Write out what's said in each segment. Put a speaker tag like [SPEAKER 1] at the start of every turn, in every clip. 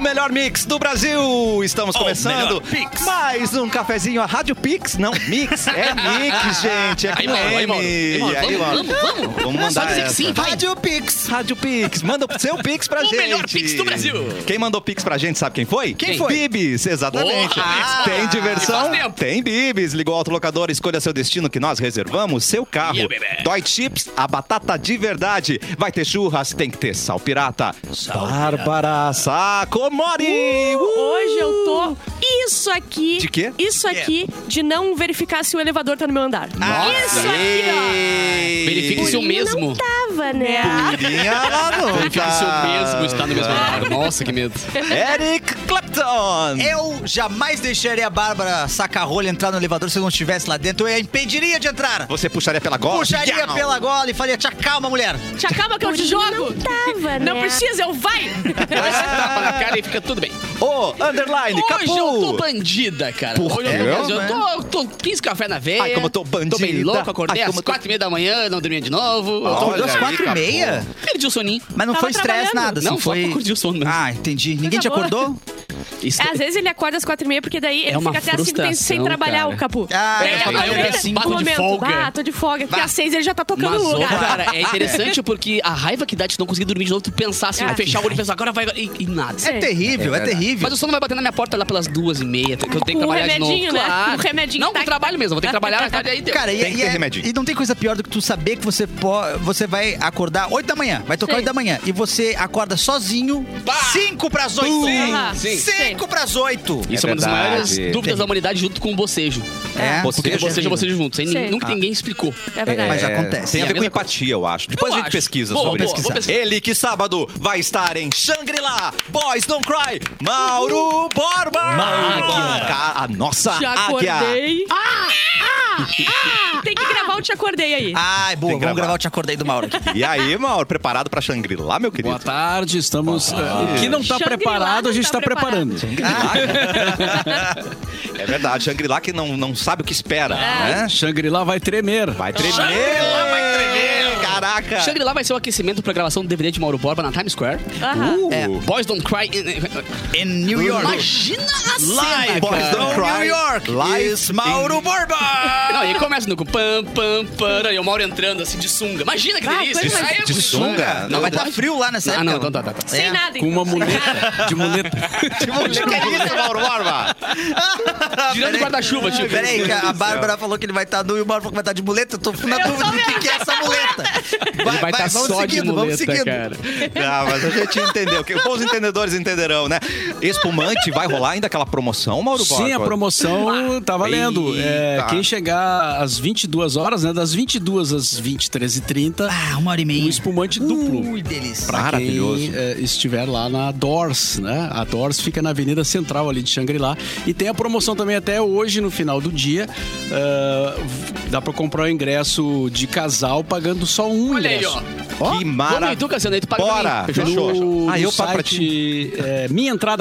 [SPEAKER 1] melhor mix do Brasil. Estamos começando mais um cafezinho. A Rádio Pix, não Mix, é Mix, gente. É com
[SPEAKER 2] Aí, Mauro, aí,
[SPEAKER 1] M.
[SPEAKER 2] Mauro. Aí, Mauro,
[SPEAKER 1] E aí,
[SPEAKER 2] vamos,
[SPEAKER 1] Mauro?
[SPEAKER 2] vamos, vamos.
[SPEAKER 1] Vamos mandar
[SPEAKER 2] Só dizer
[SPEAKER 1] essa.
[SPEAKER 2] que sim, vai.
[SPEAKER 3] Rádio Pix.
[SPEAKER 1] Rádio Pix, manda o seu Pix pra
[SPEAKER 2] O
[SPEAKER 1] gente.
[SPEAKER 2] melhor Pix do Brasil.
[SPEAKER 1] Quem mandou Pix pra gente, sabe quem foi?
[SPEAKER 2] Quem foi?
[SPEAKER 1] Bibis, exatamente.
[SPEAKER 2] Porra!
[SPEAKER 1] Tem diversão?
[SPEAKER 2] E Ah, faz tempo.
[SPEAKER 1] Tem Bibis. Ligou o autolocador, escolha seu destino que nós reservamos, seu carro.
[SPEAKER 2] Yeah, baby.
[SPEAKER 1] Dói Chips, a batata de verdade. Vai ter churras, tem que ter sal pirata. Bárbara Sacomori! Uh!
[SPEAKER 4] Hoje eu tô. Isso aqui.
[SPEAKER 1] De quê?
[SPEAKER 4] Isso aqui de não verificar se o elevador tá no meu andar.
[SPEAKER 2] Ah,
[SPEAKER 4] Isso aqui, ó.
[SPEAKER 2] Verifique se o
[SPEAKER 4] Ele
[SPEAKER 2] mesmo.
[SPEAKER 4] Não tava, né?
[SPEAKER 1] Pulinha lá não
[SPEAKER 2] Verifique se o
[SPEAKER 1] tá.
[SPEAKER 2] mesmo está no mesmo lugar. Nossa, que medo.
[SPEAKER 1] Eric Clapton!
[SPEAKER 3] Eu jamais deixaria a Bárbara Sacarrolha entrar no elevador se eu não estivesse lá dentro. Eu a impediria de entrar.
[SPEAKER 1] Você puxaria pela gola?
[SPEAKER 3] Puxaria
[SPEAKER 1] Tchau.
[SPEAKER 3] pela gola e faria, te acalma, mulher.
[SPEAKER 4] Te acaba que eu te jogo.
[SPEAKER 5] Não tava, né?
[SPEAKER 4] Não precisa, eu vai.
[SPEAKER 2] Ela se
[SPEAKER 1] Ah.
[SPEAKER 2] tapa na cara e fica tudo bem.
[SPEAKER 1] Ô, underline,
[SPEAKER 2] Hoje
[SPEAKER 1] capu!
[SPEAKER 2] eu tô bandida, cara.
[SPEAKER 1] Por
[SPEAKER 2] Hoje eu tô,
[SPEAKER 1] quê?
[SPEAKER 2] bandida. eu tô, eu tô 15 café na veia.
[SPEAKER 1] Ai, como eu tô bandida.
[SPEAKER 2] bem louco, acordei
[SPEAKER 1] Ai, como
[SPEAKER 2] às
[SPEAKER 1] eu tô-
[SPEAKER 2] 4 e meia da manhã, não dormia de novo. Eu
[SPEAKER 1] Olha
[SPEAKER 2] tô...
[SPEAKER 3] Acordou às
[SPEAKER 1] aí,
[SPEAKER 3] quatro e
[SPEAKER 1] capô.
[SPEAKER 3] meia?
[SPEAKER 2] Perdi o soninho.
[SPEAKER 3] Mas não
[SPEAKER 4] Tava
[SPEAKER 3] foi estresse,
[SPEAKER 4] trabalhando.
[SPEAKER 3] nada, assim,
[SPEAKER 2] Não, só
[SPEAKER 3] foi...
[SPEAKER 2] pra curtir o sono mesmo.
[SPEAKER 3] Ah, entendi. Ninguém te
[SPEAKER 4] Acabou.
[SPEAKER 3] acordou?
[SPEAKER 1] é
[SPEAKER 2] Isso-
[SPEAKER 4] Às vezes ele acorda às quatro e meia, porque daí ele
[SPEAKER 2] uma
[SPEAKER 4] fica até às cinco
[SPEAKER 2] frustração,
[SPEAKER 4] sem trabalhar
[SPEAKER 2] cara.
[SPEAKER 4] o capu.
[SPEAKER 3] Ah,
[SPEAKER 4] Daí
[SPEAKER 3] eu
[SPEAKER 4] ele
[SPEAKER 3] também, eu
[SPEAKER 4] acorda
[SPEAKER 2] assim,
[SPEAKER 4] no
[SPEAKER 2] bato de
[SPEAKER 4] momento,
[SPEAKER 2] folga.
[SPEAKER 4] Ah, tô de folga. Porque
[SPEAKER 3] Bah.
[SPEAKER 4] às seis ele já tá tocando
[SPEAKER 2] Mas,
[SPEAKER 4] no
[SPEAKER 2] ô,
[SPEAKER 4] lugar.
[SPEAKER 2] cara, é interessante porque a raiva que dá de não conseguir dormir de novo, tu pensar assim,
[SPEAKER 1] É.
[SPEAKER 4] Ah.
[SPEAKER 2] fechar o olho e pensar, agora vai. E, e nada.
[SPEAKER 3] É terrível, é, terrível.
[SPEAKER 2] Mas o sono vai bater na minha porta lá pelas duas e meia, que eu tenho que
[SPEAKER 4] Com um
[SPEAKER 2] trabalhar de novo.
[SPEAKER 4] remedinho, né?
[SPEAKER 2] Claro.
[SPEAKER 4] Um remedinho
[SPEAKER 2] Não,
[SPEAKER 4] que tá-
[SPEAKER 2] com trabalho mesmo, vou ter que trabalhar na tarde aí deu.
[SPEAKER 3] Cara, e,
[SPEAKER 1] Tem que
[SPEAKER 3] e
[SPEAKER 1] ter
[SPEAKER 3] é-
[SPEAKER 1] remedinho.
[SPEAKER 3] e não tem coisa pior do que tu saber que você, po- você vai acordar 8 da manhã, vai tocar
[SPEAKER 4] Sim.
[SPEAKER 3] 8 da manhã, e você acorda sozinho,
[SPEAKER 2] Pá!
[SPEAKER 3] 5 pras 8.
[SPEAKER 4] Sim, sim.
[SPEAKER 3] 5 pras 8.
[SPEAKER 2] Isso é, uma das
[SPEAKER 1] verdade.
[SPEAKER 2] maiores dúvidas
[SPEAKER 3] Terrível.
[SPEAKER 2] da humanidade junto com o bocejo.
[SPEAKER 3] É,
[SPEAKER 1] Você-
[SPEAKER 2] Porque bocejo é bocejo junto. Sem,
[SPEAKER 4] Sim.
[SPEAKER 2] nunca ninguém explicou.
[SPEAKER 4] É verdade.
[SPEAKER 3] Mas
[SPEAKER 1] É,
[SPEAKER 3] acontece.
[SPEAKER 1] Tem a
[SPEAKER 2] É a
[SPEAKER 1] ver com
[SPEAKER 2] mesma
[SPEAKER 1] empatia, eu acho. Depois
[SPEAKER 2] Eu
[SPEAKER 1] a gente
[SPEAKER 2] acho.
[SPEAKER 1] pesquisa
[SPEAKER 2] Boa,
[SPEAKER 1] sobre
[SPEAKER 3] boa,
[SPEAKER 1] isso.
[SPEAKER 3] vou
[SPEAKER 2] pesquisar.
[SPEAKER 1] Ele que sábado vai estar em Shangri-La, Boys Don't Cry, Mauro Borba! Ca- A nossa
[SPEAKER 4] Te
[SPEAKER 1] águia!
[SPEAKER 4] acordei. Ah, ah, ah. Tem que gravar o Te Acordei aí.
[SPEAKER 1] Ah,
[SPEAKER 3] Ai, boa,
[SPEAKER 1] Tem que
[SPEAKER 3] vamos
[SPEAKER 1] gravar.
[SPEAKER 3] gravar o Te Acordei do Mauro aqui.
[SPEAKER 1] E aí, Mauro, preparado pra Shangri-La, meu querido?
[SPEAKER 6] Boa tarde, estamos. O que não está
[SPEAKER 4] Shangri-La
[SPEAKER 6] preparado,
[SPEAKER 4] não
[SPEAKER 6] a gente
[SPEAKER 4] tá
[SPEAKER 6] está preparando.
[SPEAKER 1] É verdade, Shangri-La que não, não sabe o que espera, né?
[SPEAKER 7] então.
[SPEAKER 6] É, Shangri-La vai tremer.
[SPEAKER 1] Vai tremer! vai tremer! Caraca!
[SPEAKER 2] Shangri-La vai ser o aquecimento pra gravação do DVD de Mauro Borba na Times Square.
[SPEAKER 4] Aham.
[SPEAKER 1] Uh,
[SPEAKER 2] Boys Don't Cry.
[SPEAKER 3] In New York.
[SPEAKER 2] Imagina a cena,
[SPEAKER 3] Live
[SPEAKER 1] Boys
[SPEAKER 2] cara.
[SPEAKER 1] Don't
[SPEAKER 3] from
[SPEAKER 1] Cry.
[SPEAKER 3] New York.
[SPEAKER 1] Live
[SPEAKER 3] is Mauro Borba.
[SPEAKER 2] Não, e começa no com pam, pam, para, e o Mauro entrando assim de sunga. Imagina que
[SPEAKER 4] Ah,
[SPEAKER 2] delícia.
[SPEAKER 4] coisa
[SPEAKER 2] Isso
[SPEAKER 4] mais
[SPEAKER 2] aí é
[SPEAKER 1] de
[SPEAKER 2] bonito.
[SPEAKER 1] sunga?
[SPEAKER 3] Não, vai
[SPEAKER 2] tá
[SPEAKER 3] estar frio lá nessa
[SPEAKER 2] Ah,
[SPEAKER 3] época.
[SPEAKER 2] não, então tá, tá, tá.
[SPEAKER 4] Sem
[SPEAKER 3] É.
[SPEAKER 4] nada.
[SPEAKER 6] Com uma
[SPEAKER 4] então.
[SPEAKER 6] muleta. De muleta.
[SPEAKER 1] que que é isso, Mauro Borba?
[SPEAKER 2] Tirando o guarda-chuva, tipo.
[SPEAKER 3] Ah, Peraí, que a Bárbara falou que ele vai estar nu e o Mauro falou que vai estar de muleta. Eu tô na dúvida do que, que é essa muleta.
[SPEAKER 2] Ele
[SPEAKER 6] tá
[SPEAKER 2] vai estar
[SPEAKER 3] vamos
[SPEAKER 2] só de
[SPEAKER 3] seguindo, vamos
[SPEAKER 2] muleta,
[SPEAKER 3] seguindo.
[SPEAKER 2] cara.
[SPEAKER 1] Ah, mas a gente entendeu. Que bons entendedores entenderão, né? Espumante vai rolar ainda aquela promoção, Mauro
[SPEAKER 6] Sim, a
[SPEAKER 1] Borba?
[SPEAKER 6] promoção tá valendo. É,
[SPEAKER 1] Eita.
[SPEAKER 6] quem chegar às 22 horas, né? Das 22 às 23 h 30
[SPEAKER 3] Ah, uma hora e meia.
[SPEAKER 6] um espumante duplo.
[SPEAKER 3] Ui, delícia.
[SPEAKER 6] Pra
[SPEAKER 1] Maravilhoso.
[SPEAKER 6] Quem, é, estiver lá na Doors, né? A Doors fica na Avenida Central ali de Xangri-Lá. E tem a promoção também até hoje, no final do dia. Ah, v- dá pra comprar o ingresso de casal pagando só um
[SPEAKER 2] Olha aí,
[SPEAKER 6] ingresso.
[SPEAKER 1] Ó, Que
[SPEAKER 2] Vamos, Edu,
[SPEAKER 1] maravilha.
[SPEAKER 2] Cassiano, aí tu paga pra mim.
[SPEAKER 1] Bora.
[SPEAKER 2] Fechou?
[SPEAKER 1] Fechou.
[SPEAKER 6] No,
[SPEAKER 1] Ah, eu
[SPEAKER 6] no
[SPEAKER 1] pago pra
[SPEAKER 6] site é,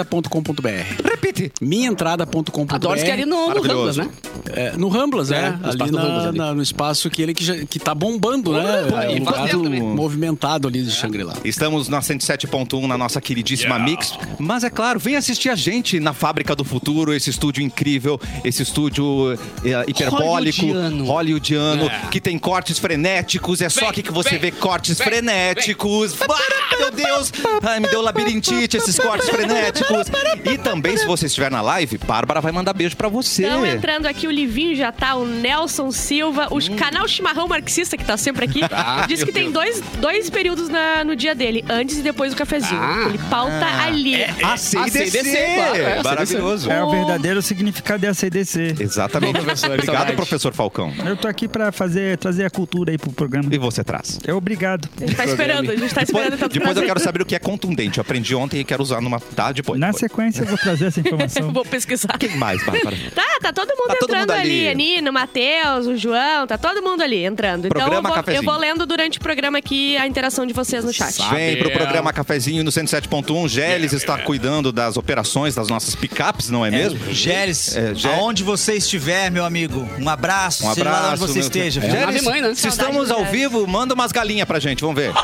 [SPEAKER 6] minhaentrada.com.br.
[SPEAKER 1] Repite.
[SPEAKER 6] Minhaentrada.com.br.
[SPEAKER 2] Adoro que é ali no, no
[SPEAKER 1] Maravilhoso.
[SPEAKER 2] Ramblas, né?
[SPEAKER 6] É, no Ramblas,
[SPEAKER 2] É,
[SPEAKER 6] né?
[SPEAKER 2] no espaço
[SPEAKER 6] Ali,
[SPEAKER 2] do
[SPEAKER 6] na-
[SPEAKER 2] Ramblas ali.
[SPEAKER 6] na- no espaço que ele que, já, que tá bombando, né?
[SPEAKER 2] Pô,
[SPEAKER 6] É
[SPEAKER 2] e
[SPEAKER 6] um
[SPEAKER 2] faz
[SPEAKER 6] lugar
[SPEAKER 2] tempo também.
[SPEAKER 6] movimentado ali de Xangri-Lá.
[SPEAKER 1] Estamos na 107.1 na nossa queridíssima Mix. Mas é claro, vem assistir a gente na Fábrica do Futuro, esse estúdio incrível, esse estúdio é, hiperbólico,
[SPEAKER 2] Hollywoodiano.
[SPEAKER 1] hollywoodiano, que tem cortes frenéticos. É só
[SPEAKER 2] Vem,
[SPEAKER 1] aqui que você
[SPEAKER 2] vem,
[SPEAKER 1] vê cortes
[SPEAKER 2] vem,
[SPEAKER 1] frenéticos. Ah, meu Deus! Ai, me deu labirintite esses cortes frenéticos. E também, se você estiver na live, Bárbara vai mandar beijo pra você.
[SPEAKER 4] Estão Então, entrando aqui o Livinho já tá, o Nelson Silva, o
[SPEAKER 1] Hum.
[SPEAKER 4] canal Chimarrão Marxista, que tá sempre aqui,
[SPEAKER 1] Ah,
[SPEAKER 4] diz que tem dois, dois períodos na- no dia dele, antes e depois do cafezinho.
[SPEAKER 2] Ah.
[SPEAKER 4] Ele pauta ali.
[SPEAKER 1] A CDC!
[SPEAKER 2] ACDC, claro, é, ACDC.
[SPEAKER 1] Maravilhoso.
[SPEAKER 8] É o verdadeiro significado da CDC.
[SPEAKER 1] Exatamente.
[SPEAKER 2] professor,
[SPEAKER 1] Obrigado,
[SPEAKER 2] saudade.
[SPEAKER 1] professor Falcão.
[SPEAKER 8] Eu tô aqui pra fazer, trazer a cultura aí pro programa.
[SPEAKER 1] E você traz.
[SPEAKER 8] É obrigado.
[SPEAKER 4] A gente tá esperando, a gente tá
[SPEAKER 1] Depois,
[SPEAKER 4] esperando tanto
[SPEAKER 1] depois eu
[SPEAKER 4] prazer.
[SPEAKER 1] quero saber o que é contundente. Eu aprendi ontem e quero usar numa. Tá, depois.
[SPEAKER 8] Na
[SPEAKER 1] depois.
[SPEAKER 8] sequência eu vou trazer essa informação.
[SPEAKER 4] Vou pesquisar.
[SPEAKER 1] Quem mais, Bárbara?
[SPEAKER 4] Tá, tá todo mundo
[SPEAKER 1] Tá todo
[SPEAKER 4] entrando
[SPEAKER 1] mundo ali.
[SPEAKER 4] ali. Nino, Matheus, o João, tá todo mundo ali entrando. então eu
[SPEAKER 1] Programa
[SPEAKER 4] vou- eu vou,
[SPEAKER 1] Cafezinho.
[SPEAKER 4] lendo durante o programa aqui a interação de vocês no chat.
[SPEAKER 2] Sabe.
[SPEAKER 1] Vem pro programa Cafezinho no 107.1. Geles um. está cuidando das operações das nossas picapes, não é mesmo?
[SPEAKER 3] Géres,
[SPEAKER 1] É, Gé-
[SPEAKER 3] aonde você estiver, meu amigo, um abraço,
[SPEAKER 1] Um
[SPEAKER 3] sei lá
[SPEAKER 1] abraço.
[SPEAKER 3] onde você
[SPEAKER 1] meu-
[SPEAKER 3] esteja.
[SPEAKER 2] É.
[SPEAKER 1] Gélis,
[SPEAKER 2] Ave mãe, né?
[SPEAKER 1] se
[SPEAKER 4] Saudade
[SPEAKER 1] estamos
[SPEAKER 4] do
[SPEAKER 1] ao
[SPEAKER 4] Gélis.
[SPEAKER 1] vivo, manda umas galinhas pra gente, vamos ver.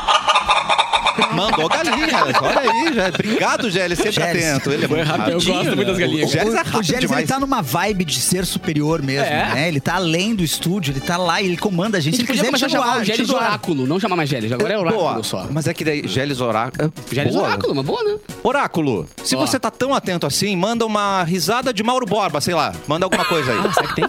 [SPEAKER 1] Mandou galinhas. Olha aí, Gélis. Obrigado, Gélis. Sempre
[SPEAKER 7] Gélis.
[SPEAKER 1] atento. Ele é
[SPEAKER 2] Foi
[SPEAKER 1] muito
[SPEAKER 2] rápido. Eu
[SPEAKER 1] rápido.
[SPEAKER 2] gosto muito das
[SPEAKER 1] O
[SPEAKER 2] galinhas.
[SPEAKER 1] Gélis é
[SPEAKER 7] O
[SPEAKER 1] rápido
[SPEAKER 7] Gélis, ele
[SPEAKER 1] demais.
[SPEAKER 7] tá numa vibe de ser superior mesmo,
[SPEAKER 2] É.
[SPEAKER 7] né? Ele tá além do estúdio, ele tá lá e ele comanda a
[SPEAKER 2] A
[SPEAKER 7] gente. Se
[SPEAKER 2] gente
[SPEAKER 7] ele
[SPEAKER 2] podia
[SPEAKER 7] quiser, ele
[SPEAKER 2] começar a chamar o
[SPEAKER 7] tira do ar, ele
[SPEAKER 2] Gélis
[SPEAKER 7] tira
[SPEAKER 2] de
[SPEAKER 7] do ar.
[SPEAKER 2] Oráculo, não chamar mais Gélis. Agora é
[SPEAKER 1] Boa.
[SPEAKER 2] Oráculo só.
[SPEAKER 1] Mas é que daí, Gélis Oráculo.
[SPEAKER 2] Gélis
[SPEAKER 1] Boa.
[SPEAKER 2] Oráculo, uma boa, né?
[SPEAKER 1] Oráculo, se
[SPEAKER 2] Ó.
[SPEAKER 1] você tá tão atento assim, manda uma risada de Mauro Borba, sei lá. Manda alguma coisa
[SPEAKER 5] Ah,
[SPEAKER 1] aí.
[SPEAKER 2] Será que tem?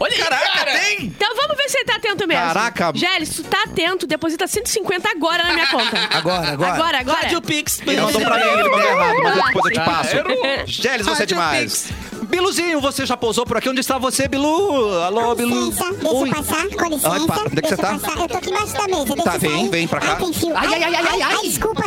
[SPEAKER 6] Olha aí, cara!
[SPEAKER 1] tem!
[SPEAKER 4] Então vamos ver se ele tá atento mesmo.
[SPEAKER 1] Caraca.
[SPEAKER 4] Gélis, tu tá atento, deposita 150 agora na minha conta.
[SPEAKER 7] Agora, agora.
[SPEAKER 4] Agora, agora.
[SPEAKER 6] Rádio Pix.
[SPEAKER 1] Não, dou pra mim, ele mandou errado, mas depois eu te passo.
[SPEAKER 4] Quero.
[SPEAKER 1] Gélis, você é
[SPEAKER 6] Rádio
[SPEAKER 1] demais. Biluzinho, você já pousou por aqui? Onde está você, Bilu? Alô, Bilu.
[SPEAKER 5] Licença, deixa
[SPEAKER 1] Oi.
[SPEAKER 5] eu passar, com licença.
[SPEAKER 1] Ai, pa- onde é que
[SPEAKER 5] deixa
[SPEAKER 1] você tá?
[SPEAKER 5] eu passar. Eu tô aqui embaixo da mesa, deixa
[SPEAKER 1] Tá,
[SPEAKER 5] eu
[SPEAKER 1] vem,
[SPEAKER 5] sair.
[SPEAKER 1] vem pra cá.
[SPEAKER 5] Ai, tem fio.
[SPEAKER 6] Ai, ai, ai, ai, ai, ai.
[SPEAKER 5] desculpa.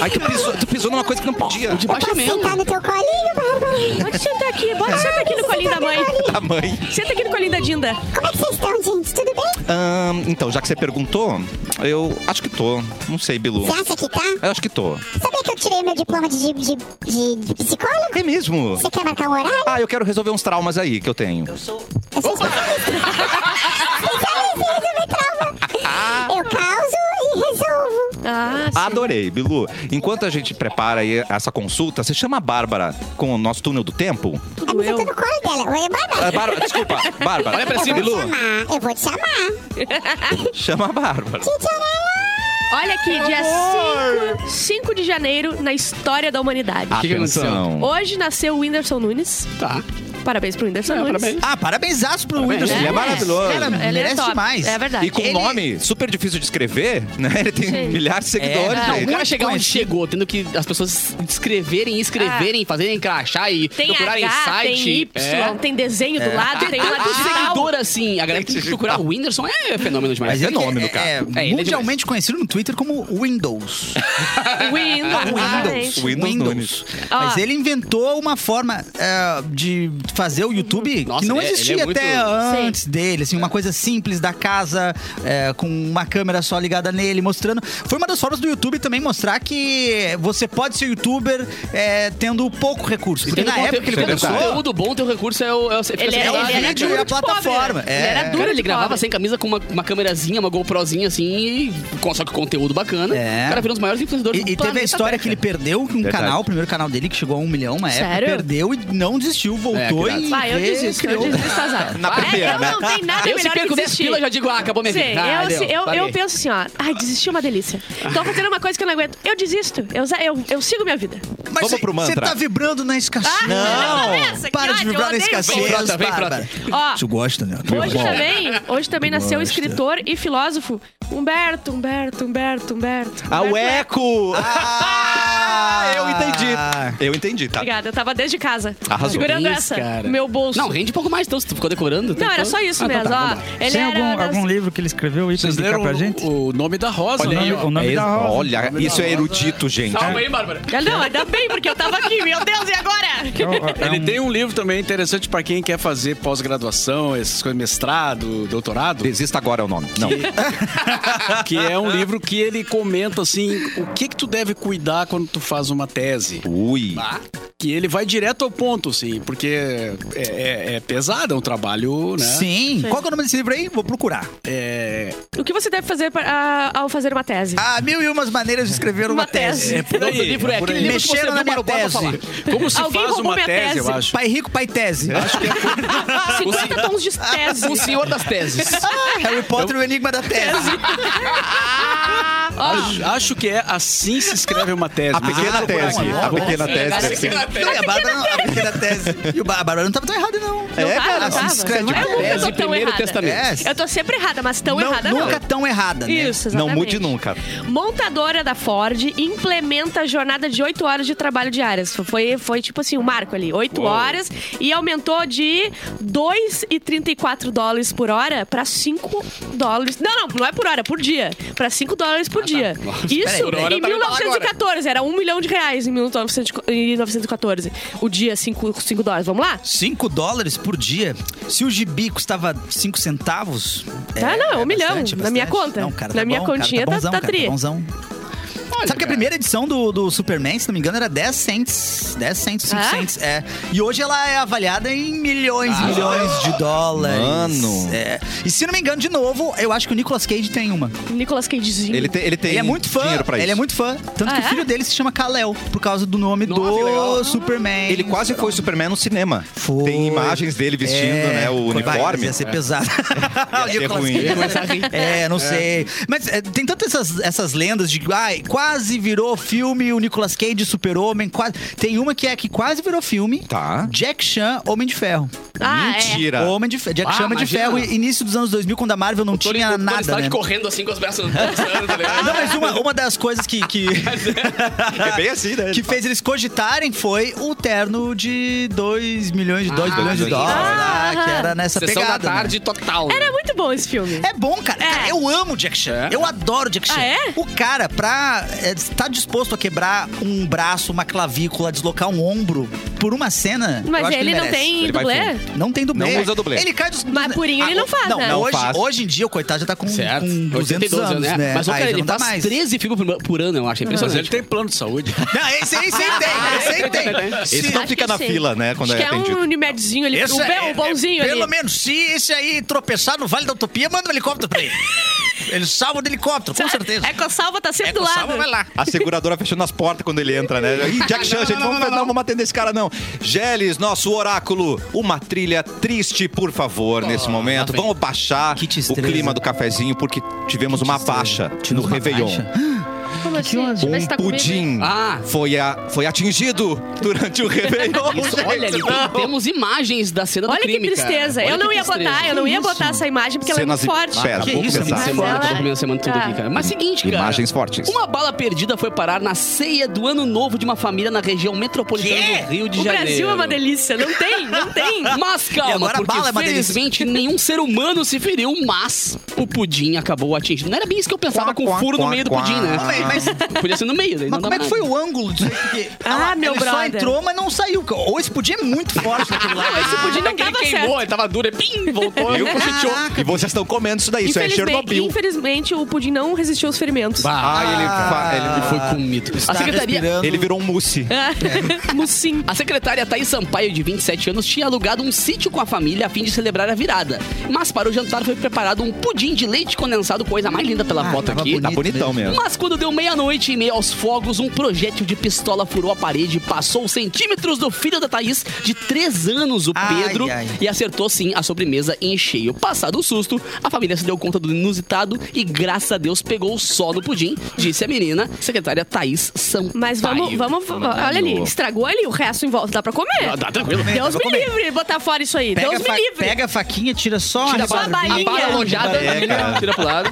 [SPEAKER 1] Ai, que pisou, tu pisou numa coisa que não podia.
[SPEAKER 2] De
[SPEAKER 5] Posso
[SPEAKER 2] baixamento.
[SPEAKER 5] sentar no teu colinho, Bárbara? tá
[SPEAKER 4] Pode sentar aqui, bora sentar aqui no colinho da mãe.
[SPEAKER 1] Da mãe.
[SPEAKER 4] Senta aqui no colinho da Dinda.
[SPEAKER 5] Como é que vocês estão, gente? Tudo bem?
[SPEAKER 1] Ahn, então, já que você perguntou, eu acho que tô. Não sei, Bilu.
[SPEAKER 5] Você acha que tá?
[SPEAKER 1] Eu acho que tô.
[SPEAKER 5] Sabia que eu tirei meu diploma de, de, de, de psicólogo?
[SPEAKER 1] É mesmo?
[SPEAKER 5] Você quer marcar um horário?
[SPEAKER 1] Ah, eu quero resolver uns traumas aí que eu tenho.
[SPEAKER 5] Eu sou especialista. especialista em resolver
[SPEAKER 1] Ah!
[SPEAKER 5] trauma. Eu causo e resolvo.
[SPEAKER 4] Ah, sim.
[SPEAKER 1] Adorei, Bilu. Enquanto a gente prepara aí essa consulta, você chama a Bárbara com o nosso túnel do tempo?
[SPEAKER 4] Tu
[SPEAKER 5] Mas É eu
[SPEAKER 4] doeu.
[SPEAKER 5] tô no colo dela. Oi,
[SPEAKER 1] Ah,
[SPEAKER 5] Bárbara.
[SPEAKER 1] Bárbara, desculpa, Bárbara.
[SPEAKER 6] Olha pra
[SPEAKER 5] Eu
[SPEAKER 6] cima,
[SPEAKER 5] vou te
[SPEAKER 1] Bilu,
[SPEAKER 5] chamar. Eu vou te chamar.
[SPEAKER 1] chama a Bárbara.
[SPEAKER 5] Gente, olha lá.
[SPEAKER 4] Olha aqui, dia 5, 5 de janeiro, na história da humanidade.
[SPEAKER 2] que que aconteceu?
[SPEAKER 1] Atenção.
[SPEAKER 4] Hoje nasceu o Whindersson Nunes.
[SPEAKER 2] Ah, Tá.
[SPEAKER 4] Parabéns pro Whindersson
[SPEAKER 2] É,
[SPEAKER 4] Nunes.
[SPEAKER 2] parabéns.
[SPEAKER 7] Ah, parabéns pro
[SPEAKER 2] Parabéns.
[SPEAKER 7] Whindersson.
[SPEAKER 1] Ele é maravilhoso.
[SPEAKER 7] Cara,
[SPEAKER 4] Ele é
[SPEAKER 7] merece
[SPEAKER 4] top.
[SPEAKER 7] demais.
[SPEAKER 4] É verdade.
[SPEAKER 1] E com um
[SPEAKER 7] Ele-
[SPEAKER 1] nome super difícil de escrever, né? Ele tem
[SPEAKER 4] Sim.
[SPEAKER 1] milhares de seguidores,
[SPEAKER 2] Não, o
[SPEAKER 1] gente.
[SPEAKER 2] cara chegar onde chegou, tendo que as pessoas descreverem, escreverem, fazerem crachá e
[SPEAKER 4] Ah. Tem
[SPEAKER 2] procurarem
[SPEAKER 4] H,
[SPEAKER 2] site.
[SPEAKER 4] tem Y,
[SPEAKER 2] É. Ah,
[SPEAKER 4] tem desenho do lado, tem uma
[SPEAKER 2] Tanto
[SPEAKER 4] digital.
[SPEAKER 2] seguidor assim, a galera tem que procurar o Whindersson, é fenômeno demais.
[SPEAKER 7] tá. Mas
[SPEAKER 1] é
[SPEAKER 7] ele que-
[SPEAKER 1] fenômeno, cara.
[SPEAKER 7] É,
[SPEAKER 2] ele é
[SPEAKER 7] mundialmente conhecido no Twitter como Windows.
[SPEAKER 4] Ah, Windows.
[SPEAKER 2] Ah,
[SPEAKER 7] Windows.
[SPEAKER 4] exatamente.
[SPEAKER 1] Windows Nunes.
[SPEAKER 4] Ó.
[SPEAKER 7] Mas ele inventou uma forma é, de fazer o YouTube
[SPEAKER 2] Nossa,
[SPEAKER 7] que não
[SPEAKER 2] ele é- ele
[SPEAKER 7] existia
[SPEAKER 2] é muito-
[SPEAKER 7] até antes dele. Assim, uma coisa simples da casa, é, com uma câmera só ligada nele, mostrando. Foi uma das formas do YouTube também mostrar que você pode ser youtuber é, tendo pouco recurso. Porque
[SPEAKER 2] Tendo
[SPEAKER 7] na
[SPEAKER 2] conteúdo-
[SPEAKER 7] época que ele
[SPEAKER 1] tendo
[SPEAKER 2] tendo
[SPEAKER 7] começou. É.
[SPEAKER 2] conteúdo bom, teu recurso é o. É o fica
[SPEAKER 4] Ele
[SPEAKER 2] sendo
[SPEAKER 4] era,
[SPEAKER 2] gravado.
[SPEAKER 4] ele era
[SPEAKER 7] vídeo
[SPEAKER 4] duro
[SPEAKER 7] e a
[SPEAKER 4] de
[SPEAKER 7] plataforma.
[SPEAKER 4] Pobre.
[SPEAKER 7] É.
[SPEAKER 4] Ele era duro
[SPEAKER 2] Cara, ele
[SPEAKER 4] de
[SPEAKER 2] gravava
[SPEAKER 4] pobre.
[SPEAKER 2] sem camisa com uma, uma câmerazinha, uma GoProzinha assim, e, com- só que conteúdo bacana.
[SPEAKER 7] É.
[SPEAKER 2] O cara virou um dos maiores influenciadores do
[SPEAKER 7] E, e teve
[SPEAKER 2] planeta
[SPEAKER 7] a história
[SPEAKER 2] Terra.
[SPEAKER 7] que ele perdeu um
[SPEAKER 1] Verdade.
[SPEAKER 7] canal, o primeiro canal dele, que chegou a um milhão uma
[SPEAKER 4] Sério?
[SPEAKER 7] época, perdeu e não
[SPEAKER 2] É,
[SPEAKER 7] desistiu, voltou
[SPEAKER 2] cuidado.
[SPEAKER 7] e.
[SPEAKER 4] Vai, eu
[SPEAKER 7] re-
[SPEAKER 4] desisto, eu
[SPEAKER 7] criou.
[SPEAKER 4] desisto azar.
[SPEAKER 1] Na
[SPEAKER 4] É,
[SPEAKER 1] primeira,
[SPEAKER 4] eu
[SPEAKER 1] né?
[SPEAKER 4] não tenho nada
[SPEAKER 2] Eu se
[SPEAKER 4] melhor
[SPEAKER 2] perco
[SPEAKER 4] que
[SPEAKER 2] 10
[SPEAKER 4] desistir.
[SPEAKER 2] pila, eu já digo, ah, acabou minha
[SPEAKER 4] Sim,
[SPEAKER 2] vida. Ah,
[SPEAKER 4] eu,
[SPEAKER 2] deu,
[SPEAKER 4] se- eu, eu
[SPEAKER 2] parei.
[SPEAKER 4] penso assim, ó. Ai, desistir é uma delícia. Tô fazendo uma coisa que eu não aguento. Eu desisto. Eu, za- eu, eu sigo minha vida.
[SPEAKER 7] Mas
[SPEAKER 1] Vamos
[SPEAKER 7] cê-
[SPEAKER 1] pro mantra.
[SPEAKER 7] Você tá vibrando na escassez.
[SPEAKER 4] Ah, não, não é essa, que
[SPEAKER 7] Para de
[SPEAKER 4] ódio, eu
[SPEAKER 7] vibrar na
[SPEAKER 4] odeio
[SPEAKER 7] escassez,
[SPEAKER 2] isso. Vem, Frota,
[SPEAKER 7] Bárbara.
[SPEAKER 2] vem,
[SPEAKER 4] Ó,
[SPEAKER 7] Tu gosta, né?
[SPEAKER 4] hoje também, hoje também nasceu o escritor e filósofo Humberto, Humberto, Humberto, Humberto.
[SPEAKER 1] Ah, o
[SPEAKER 4] Humberto Eco.
[SPEAKER 1] Eco! Ah, eu
[SPEAKER 7] Ah.
[SPEAKER 1] entendi. Eu entendi, tá?
[SPEAKER 4] Obrigada, eu tava desde casa.
[SPEAKER 1] Arrasou.
[SPEAKER 4] Segurando
[SPEAKER 2] Isso,
[SPEAKER 4] essa,
[SPEAKER 2] cara.
[SPEAKER 4] no meu bolso.
[SPEAKER 2] Não, tá, rende um pouco mais, então, se tu ficou decorando. Ah, então
[SPEAKER 4] Não, era só isso mesmo, ó. Ele
[SPEAKER 8] Tem
[SPEAKER 4] era
[SPEAKER 8] algum,
[SPEAKER 4] das-
[SPEAKER 8] algum livro que ele escreveu aí pra
[SPEAKER 2] Vocês
[SPEAKER 8] indicar
[SPEAKER 2] leram
[SPEAKER 8] pra gente?
[SPEAKER 2] o, o nome da Rosa,
[SPEAKER 8] Olha
[SPEAKER 2] né?
[SPEAKER 8] aí, o nome
[SPEAKER 1] É,
[SPEAKER 8] da rosa.
[SPEAKER 1] olha, isso é erudito, gente.
[SPEAKER 6] Calma aí, Bárbara.
[SPEAKER 4] Ah, Não, ainda bem, porque eu tava aqui, meu Deus, e agora?
[SPEAKER 8] É um- é
[SPEAKER 2] Ele
[SPEAKER 8] um-
[SPEAKER 2] tem um livro também interessante pra quem quer fazer pós-graduação, essas coisas, mestrado, doutorado,
[SPEAKER 1] Desista agora é o nome. Não.
[SPEAKER 2] que é um livro que ele comenta assim, o que que tu deve cuidar quando tu faz uma tese.
[SPEAKER 1] Ui.
[SPEAKER 2] Que ele vai direto ao ponto, assim, porque é, é- é pesado, é um trabalho, né?
[SPEAKER 7] Sim. Qual que é o nome desse livro aí? Vou procurar.
[SPEAKER 2] É,
[SPEAKER 4] O que você deve fazer pra- ah, ao fazer uma tese?
[SPEAKER 7] Ah, mil e umas maneiras de escrever uma,
[SPEAKER 4] Uma tese.
[SPEAKER 7] tese.
[SPEAKER 2] é por aí,
[SPEAKER 7] Não, o
[SPEAKER 2] livro é
[SPEAKER 7] por
[SPEAKER 2] aquele
[SPEAKER 7] aí.
[SPEAKER 2] livro que você
[SPEAKER 7] Mexeram na
[SPEAKER 2] viu
[SPEAKER 7] minha
[SPEAKER 2] Mauro Borba
[SPEAKER 7] tese.
[SPEAKER 2] Ah, falar. Como se
[SPEAKER 4] Alguém
[SPEAKER 2] faz
[SPEAKER 4] roubou
[SPEAKER 2] uma
[SPEAKER 4] minha
[SPEAKER 2] tese, eu
[SPEAKER 4] tese.
[SPEAKER 2] acho.
[SPEAKER 7] Pai rico, pai tese.
[SPEAKER 4] 50 tons de tese.
[SPEAKER 2] O senhor das teses.
[SPEAKER 7] Harry Potter e o Enigma da Tese.
[SPEAKER 4] Ó,
[SPEAKER 2] Acho, acho que é assim se escreve uma tese. né?
[SPEAKER 1] A pequena
[SPEAKER 2] mas-
[SPEAKER 1] tese. A pequena tese.
[SPEAKER 7] é
[SPEAKER 1] deve ser.
[SPEAKER 7] Não, e a Bárbara não. A pequena tese. E o Ba- a Bárbara não tava tão errada, não.
[SPEAKER 4] não
[SPEAKER 1] É,
[SPEAKER 4] tava,
[SPEAKER 1] cara,
[SPEAKER 4] não
[SPEAKER 7] se
[SPEAKER 4] tava.
[SPEAKER 7] escreve
[SPEAKER 4] eu nunca
[SPEAKER 2] tese
[SPEAKER 4] tô
[SPEAKER 2] e
[SPEAKER 4] tão
[SPEAKER 2] primeiro
[SPEAKER 4] errada.
[SPEAKER 2] testamento.
[SPEAKER 7] É.
[SPEAKER 4] Eu tô sempre errada, mas tão
[SPEAKER 7] Não-
[SPEAKER 4] errada
[SPEAKER 7] nunca
[SPEAKER 4] não.
[SPEAKER 7] tão errada, né?
[SPEAKER 4] Isso,
[SPEAKER 1] Não
[SPEAKER 4] exatamente.
[SPEAKER 1] mude nunca.
[SPEAKER 4] Montadora da Ford implementa a jornada de 8 horas de trabalho diárias. Foi, foi tipo assim, um marco ali. 8
[SPEAKER 2] Uou.
[SPEAKER 4] horas e aumentou de 2,34 dólares por hora pra 5 dólares. Não, não, não é por hora, é por dia. Pra 5 dólares por dia. Isso
[SPEAKER 6] Por hora
[SPEAKER 4] em
[SPEAKER 6] tá me falando
[SPEAKER 4] 1914. Era 1 milhão de reais em 1914. O dia, 5 5 dólares. Vamos lá?
[SPEAKER 7] 5 dólares por dia. Se o gibi custava 5 centavos. é
[SPEAKER 4] Tá, não, um milhão,
[SPEAKER 7] bastante,
[SPEAKER 4] na minha
[SPEAKER 7] bastante.
[SPEAKER 4] conta.
[SPEAKER 7] Não, cara,
[SPEAKER 4] Na
[SPEAKER 7] tá
[SPEAKER 4] minha
[SPEAKER 7] bom, cara,
[SPEAKER 4] continha tá-
[SPEAKER 7] bonzão,
[SPEAKER 4] tá
[SPEAKER 7] cara,
[SPEAKER 4] tri.
[SPEAKER 7] bonzão. Sabe que a primeira edição do, do Superman, se não me engano, era 10 cents. 10 cents, 5
[SPEAKER 4] É?
[SPEAKER 7] cents, é. E hoje ela é avaliada em milhões e milhões de dólares.
[SPEAKER 1] Ah. Mano.
[SPEAKER 7] É. E se não me engano, de novo, eu acho que o Nicolas Cage tem uma.
[SPEAKER 4] Nicolas Cagezinho.
[SPEAKER 1] Ele tem, ele tem
[SPEAKER 7] ele é muito fã,
[SPEAKER 1] dinheiro pra
[SPEAKER 7] ele
[SPEAKER 1] isso.
[SPEAKER 7] é muito fã. Tanto
[SPEAKER 4] Ah,
[SPEAKER 7] que o
[SPEAKER 4] é?
[SPEAKER 7] filho dele se chama Kal-El, por causa do nome
[SPEAKER 6] Nossa, que
[SPEAKER 7] do
[SPEAKER 6] legal.
[SPEAKER 7] Superman.
[SPEAKER 1] Ele quase foi Superman no cinema.
[SPEAKER 7] Foi.
[SPEAKER 1] Tem imagens dele vestindo,
[SPEAKER 7] É,
[SPEAKER 1] né, o
[SPEAKER 7] vai, mas
[SPEAKER 1] uniforme.
[SPEAKER 7] Ia ser pesado. O
[SPEAKER 1] ser
[SPEAKER 7] Nicolas
[SPEAKER 1] ruim.
[SPEAKER 7] Cage.
[SPEAKER 1] Ia
[SPEAKER 7] É, não sei. Mas é, tem tantas essas, essas lendas de ai, quase virou filme o Nicolas Cage super-homem. Quase... Tem uma que é que quase virou filme.
[SPEAKER 1] Tá.
[SPEAKER 7] Jack Chan, Homem de Ferro.
[SPEAKER 4] Ah, é.
[SPEAKER 1] Mentira.
[SPEAKER 7] Homem de Ferro. Jack
[SPEAKER 6] Ah,
[SPEAKER 7] Chan, Homem de
[SPEAKER 6] imagina.
[SPEAKER 7] Ferro, e- início dos anos 2000, quando a Marvel não
[SPEAKER 2] Tony,
[SPEAKER 7] tinha
[SPEAKER 2] o Tony
[SPEAKER 7] nada,
[SPEAKER 2] Stark
[SPEAKER 7] né?
[SPEAKER 2] correndo assim com as braças dançando, tá ligado?
[SPEAKER 7] Não, é mas uma, uma das coisas que, que,
[SPEAKER 1] É bem assim, né?
[SPEAKER 7] que fez eles cogitarem foi o terno de 2 milhões de 2
[SPEAKER 6] Ah,
[SPEAKER 7] bilhões de
[SPEAKER 6] sim.
[SPEAKER 7] dólares, lá,
[SPEAKER 4] Ah.
[SPEAKER 7] que era nessa
[SPEAKER 2] Sessão
[SPEAKER 7] pegada.
[SPEAKER 2] da
[SPEAKER 7] né?
[SPEAKER 2] tarde total. né?
[SPEAKER 4] Era muito bom esse filme.
[SPEAKER 7] É bom, cara.
[SPEAKER 4] É.
[SPEAKER 7] Cara, eu amo o Jack Chan. Eu adoro o Jack Chan.
[SPEAKER 4] Ah, é?
[SPEAKER 7] O cara, pra estar disposto a quebrar um braço, uma clavícula, deslocar um ombro por uma cena. eu
[SPEAKER 4] Mas
[SPEAKER 7] acho que
[SPEAKER 4] ele, não
[SPEAKER 7] merece.
[SPEAKER 4] tem
[SPEAKER 1] Ele vai
[SPEAKER 4] dublê?
[SPEAKER 1] fundo.
[SPEAKER 7] Não tem dublê.
[SPEAKER 1] Não usa dublê.
[SPEAKER 7] Ele cai dos. Ah,
[SPEAKER 4] Mas por isso ele não faz,
[SPEAKER 7] não,
[SPEAKER 4] né?
[SPEAKER 1] Não
[SPEAKER 7] hoje,
[SPEAKER 1] faz.
[SPEAKER 7] hoje em dia, o coitado já tá com,
[SPEAKER 2] Certo.
[SPEAKER 7] com 200
[SPEAKER 2] 82
[SPEAKER 7] anos, né?
[SPEAKER 2] Mas, ô,
[SPEAKER 7] Aí
[SPEAKER 2] cara,
[SPEAKER 7] já
[SPEAKER 2] ele
[SPEAKER 7] não dá
[SPEAKER 2] faz
[SPEAKER 7] mais.
[SPEAKER 2] 13 filmes por, por ano, eu acho. É
[SPEAKER 6] Mas
[SPEAKER 2] impressionante.
[SPEAKER 6] ele tem plano de saúde.
[SPEAKER 7] Não, esse aí sim tem, esse aí tem.
[SPEAKER 1] Esse não
[SPEAKER 4] Acho
[SPEAKER 1] fica
[SPEAKER 4] que
[SPEAKER 1] na
[SPEAKER 4] sei.
[SPEAKER 1] fila, né, quando
[SPEAKER 4] Acho
[SPEAKER 1] é
[SPEAKER 4] que é um
[SPEAKER 1] atendido.
[SPEAKER 4] Unimedzinho ali.
[SPEAKER 7] Esse
[SPEAKER 4] o,
[SPEAKER 7] é-
[SPEAKER 4] bel- o bonzinho ali.
[SPEAKER 7] Pelo menos, se esse aí tropeçar no Vale da Utopia, manda um helicóptero pra ele. Ele salva do helicóptero, com certeza. É,
[SPEAKER 4] Ecosalva tá sempre do lado.
[SPEAKER 7] Ecosalva vai lá.
[SPEAKER 1] A seguradora fechando as portas quando ele entra, né? Ih, Jack Chan, gente, vamos, não, vamos atender esse cara, não. Geles, nosso oráculo, uma trilha triste, por favor, nesse momento.
[SPEAKER 6] vem.
[SPEAKER 1] Vamos baixar
[SPEAKER 7] Que
[SPEAKER 1] o
[SPEAKER 7] tristeza.
[SPEAKER 1] clima do cafezinho, porque tivemos uma baixa no
[SPEAKER 7] uma
[SPEAKER 1] Réveillon.
[SPEAKER 7] baixa?
[SPEAKER 4] Como assim? Deixa eu ver se
[SPEAKER 1] Um
[SPEAKER 4] tá comigo.
[SPEAKER 1] pudim
[SPEAKER 2] Ah.
[SPEAKER 1] foi, a, foi atingido durante o Réveillon.
[SPEAKER 2] Isso,
[SPEAKER 1] gente,
[SPEAKER 2] olha, ali,
[SPEAKER 1] não.
[SPEAKER 2] tem- temos imagens da cena
[SPEAKER 4] Olha
[SPEAKER 2] do crime,
[SPEAKER 4] que tristeza.
[SPEAKER 2] cara. Olha
[SPEAKER 4] eu não
[SPEAKER 2] que
[SPEAKER 4] ia
[SPEAKER 2] tristeza.
[SPEAKER 4] botar, eu não ia
[SPEAKER 2] Que
[SPEAKER 4] botar essa imagem porque ela é muito
[SPEAKER 1] Cenas
[SPEAKER 4] forte.
[SPEAKER 1] e- Pera,
[SPEAKER 7] Que
[SPEAKER 1] vamos
[SPEAKER 7] isso,
[SPEAKER 1] começar.
[SPEAKER 7] mas
[SPEAKER 2] Semana,
[SPEAKER 4] ela-
[SPEAKER 2] acabou comendo a semana tudo
[SPEAKER 4] Tá.
[SPEAKER 2] aqui, cara. Mas seguinte, cara.
[SPEAKER 1] Imagens fortes.
[SPEAKER 2] Uma bala perdida foi parar na ceia do ano novo de uma família na região metropolitana
[SPEAKER 7] Quê?
[SPEAKER 2] do Rio de
[SPEAKER 4] O
[SPEAKER 2] Janeiro.
[SPEAKER 4] Brasil é uma delícia. Não tem, não tem.
[SPEAKER 2] Mas
[SPEAKER 7] E
[SPEAKER 2] calma,
[SPEAKER 7] agora a
[SPEAKER 2] porque
[SPEAKER 7] bala é uma delícia.
[SPEAKER 2] felizmente nenhum ser humano se feriu, mas o pudim acabou atingido. Não era bem isso que eu pensava
[SPEAKER 1] Quá,
[SPEAKER 2] com
[SPEAKER 1] quá,
[SPEAKER 2] o furo
[SPEAKER 1] quá,
[SPEAKER 2] no meio do
[SPEAKER 1] quá.
[SPEAKER 2] pudim, né?
[SPEAKER 7] Mas- mas-
[SPEAKER 2] Podia ser no meio, daí
[SPEAKER 7] Mas
[SPEAKER 2] não
[SPEAKER 7] como
[SPEAKER 2] dá
[SPEAKER 7] é que
[SPEAKER 2] nada.
[SPEAKER 7] foi o ângulo disso aí? Porque
[SPEAKER 4] Ah,
[SPEAKER 7] ela-
[SPEAKER 4] meu
[SPEAKER 7] ele só
[SPEAKER 4] brother.
[SPEAKER 7] entrou, mas não saiu. Ou esse pudim é muito forte daquele lá.
[SPEAKER 2] Esse pudim
[SPEAKER 4] não
[SPEAKER 2] não
[SPEAKER 4] tava
[SPEAKER 2] queimou, ele tava duro, e pim, voltou,
[SPEAKER 1] Viu?
[SPEAKER 2] eu cochichou.
[SPEAKER 1] um- E vocês estão comendo isso daí, isso é
[SPEAKER 4] Infelizmente-
[SPEAKER 1] Chernobyl.
[SPEAKER 4] Infelizmente, o pudim não resistiu aos ferimentos.
[SPEAKER 1] Ah, ele, fa- ele-
[SPEAKER 2] Ele foi comido. A
[SPEAKER 7] Tá
[SPEAKER 2] secretaria,
[SPEAKER 7] respirando.
[SPEAKER 1] ele virou um mousse.
[SPEAKER 4] Mucim.
[SPEAKER 2] A secretária Thaís Sampaio, de 27 anos, tinha alugado um sítio com a família a fim de celebrar a virada. Mas para o jantar foi preparado um pudim de leite condensado, coisa mais linda pela
[SPEAKER 7] Ah,
[SPEAKER 2] foto
[SPEAKER 7] tava
[SPEAKER 2] aqui.
[SPEAKER 1] Tá
[SPEAKER 7] Bonito
[SPEAKER 1] bonitão
[SPEAKER 7] mesmo.
[SPEAKER 1] mesmo.
[SPEAKER 2] Mas quando deu meia-noite e meio aos fogos, um projétil de pistola furou a parede, passou centímetros do filho da Thaís, de 3 anos, o
[SPEAKER 7] Ai,
[SPEAKER 2] Pedro,
[SPEAKER 7] ai.
[SPEAKER 2] e acertou sim a sobremesa em cheio. Passado o susto, a família se deu conta do inusitado e, graças a Deus, pegou só no pudim, disse a menina, secretária Thaís Sampaio.
[SPEAKER 4] Mas vamos, vamos, olha ali, estragou ali o resto em volta, dá pra comer.
[SPEAKER 2] Dá tranquilo.
[SPEAKER 4] Deus
[SPEAKER 7] dá pra
[SPEAKER 4] me livre botar fora isso aí.
[SPEAKER 7] Pega,
[SPEAKER 4] Deus me
[SPEAKER 7] fa-
[SPEAKER 4] livre.
[SPEAKER 7] pega a faquinha, tira só
[SPEAKER 4] Tira
[SPEAKER 7] a
[SPEAKER 4] só a
[SPEAKER 7] barbinha.
[SPEAKER 4] bainha.
[SPEAKER 2] Para alojada,
[SPEAKER 1] É, cara.
[SPEAKER 2] tira pro lado.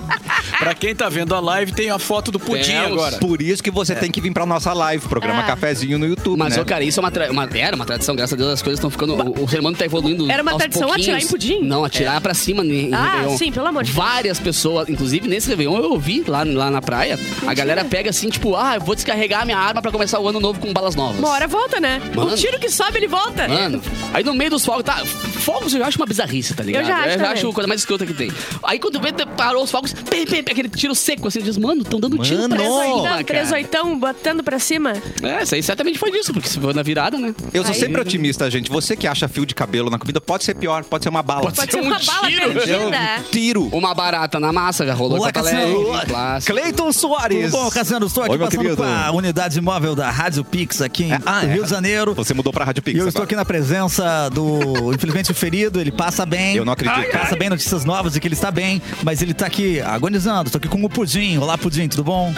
[SPEAKER 6] pra quem tá vendo a live, tem a foto do pudim
[SPEAKER 2] Temos.
[SPEAKER 6] agora.
[SPEAKER 1] Por isso que você tem que vir pra nossa live, programa
[SPEAKER 4] Ah.
[SPEAKER 1] Cafezinho no YouTube,
[SPEAKER 2] Mas,
[SPEAKER 1] né?
[SPEAKER 2] ô, cara, isso é uma, tra- uma- era uma tradição, graças a Deus, as coisas estão ficando. O, o ser humano tá evoluindo.
[SPEAKER 4] Era uma
[SPEAKER 2] aos
[SPEAKER 4] tradição atirar
[SPEAKER 2] pouquinhos.
[SPEAKER 4] em pudim?
[SPEAKER 2] Não, atirar pra cima né, em, em
[SPEAKER 4] Ah,
[SPEAKER 2] Réveillon.
[SPEAKER 4] sim, pelo amor de Deus.
[SPEAKER 2] Várias pessoas, inclusive nesse Réveillon eu ouvi lá, lá na praia, a galera pega assim, tipo, ah, eu vou descarregar a minha arma pra começar o ano novo com balas novas.
[SPEAKER 4] Uma hora volta, né?
[SPEAKER 2] Mano.
[SPEAKER 4] O tiro que sobe, ele volta.
[SPEAKER 2] Mano, aí no meio dos fogos, tá? Fogos eu acho uma bizarrice, tá ligado?
[SPEAKER 4] Eu já acho também.
[SPEAKER 2] a coisa mais escrota que tem. Aí quando vê, parou os fogos, pim, pim, pim, aquele tiro seco, assim, diz, mano, tão dando tiro pra
[SPEAKER 4] Três
[SPEAKER 2] cima,
[SPEAKER 4] oitão,
[SPEAKER 2] cara.
[SPEAKER 4] três oitão, botando pra cima.
[SPEAKER 2] É, isso aí certamente foi disso, porque se foi na virada, né?
[SPEAKER 1] Eu sou
[SPEAKER 4] Aí-
[SPEAKER 1] sempre otimista, gente. Você que acha fio de cabelo na comida, pode ser pior, pode ser uma bala.
[SPEAKER 2] Pode
[SPEAKER 4] Pode
[SPEAKER 2] Tem
[SPEAKER 4] ser
[SPEAKER 2] um
[SPEAKER 4] uma bala
[SPEAKER 2] tiro,
[SPEAKER 4] perdida.
[SPEAKER 1] um tiro.
[SPEAKER 2] Uma barata na massa, já rolou
[SPEAKER 7] Olá,
[SPEAKER 2] pra galera.
[SPEAKER 7] Cassiano.
[SPEAKER 2] um clássico.
[SPEAKER 1] Cleiton
[SPEAKER 7] Tudo
[SPEAKER 1] Soares.
[SPEAKER 7] bom, Cassiano? Estou aqui
[SPEAKER 1] Oi, meu
[SPEAKER 7] passando
[SPEAKER 1] querido.
[SPEAKER 7] com a unidade móvel da Rádio Pix aqui em
[SPEAKER 1] ah, é.
[SPEAKER 7] Rio de Janeiro.
[SPEAKER 1] Você mudou pra Rádio
[SPEAKER 7] E
[SPEAKER 1] Pix
[SPEAKER 7] eu estou
[SPEAKER 1] agora.
[SPEAKER 7] aqui na presença do, infelizmente, o ferido. Ele passa bem.
[SPEAKER 1] Eu não acredito.
[SPEAKER 7] Ele passa bem notícias novas de que ele está bem, mas ele está aqui agonizando. Estou aqui com o Pudim. Olá, Pudim, tudo bom?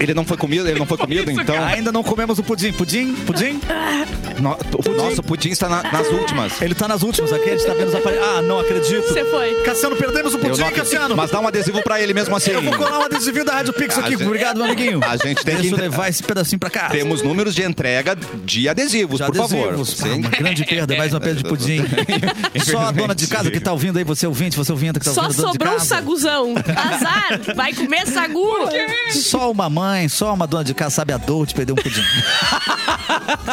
[SPEAKER 1] Ele não foi comido, ele não foi comido, então...
[SPEAKER 7] Ainda não comemos o Pudim. Pudim? Pudim?
[SPEAKER 1] No- o nosso pudim está na- nas últimas.
[SPEAKER 7] Ele tá nas últimas aqui, ele tá vendo os aparelhos. Ah, não acredito.
[SPEAKER 4] Você foi.
[SPEAKER 7] Cassiano, perdemos o
[SPEAKER 1] Eu
[SPEAKER 7] pudim,
[SPEAKER 1] não acredito,
[SPEAKER 7] Cassiano.
[SPEAKER 1] mas dá um adesivo pra ele mesmo assim.
[SPEAKER 7] Eu vou colar um adesivinho da Rádio Pix
[SPEAKER 1] A
[SPEAKER 7] aqui.
[SPEAKER 1] gente-
[SPEAKER 7] Obrigado, meu amiguinho.
[SPEAKER 1] A gente tem
[SPEAKER 7] Deixa
[SPEAKER 1] que
[SPEAKER 7] eu
[SPEAKER 1] entre-
[SPEAKER 7] levar esse pedacinho pra cá.
[SPEAKER 1] Temos números de entrega de adesivos,
[SPEAKER 7] Já
[SPEAKER 1] por favor.
[SPEAKER 7] adesivos. Ah, uma grande perda, mais uma perda de pudim. Só a dona de casa que tá ouvindo aí, você ouvinte, você ouvinte que tá
[SPEAKER 4] Só um
[SPEAKER 7] ouvindo. a dona de
[SPEAKER 4] sobrou um
[SPEAKER 7] casa.
[SPEAKER 4] saguzão. Azar, vai comer sagu.
[SPEAKER 7] Só uma mãe, só uma dona de casa sabe a dor de perder um pudim.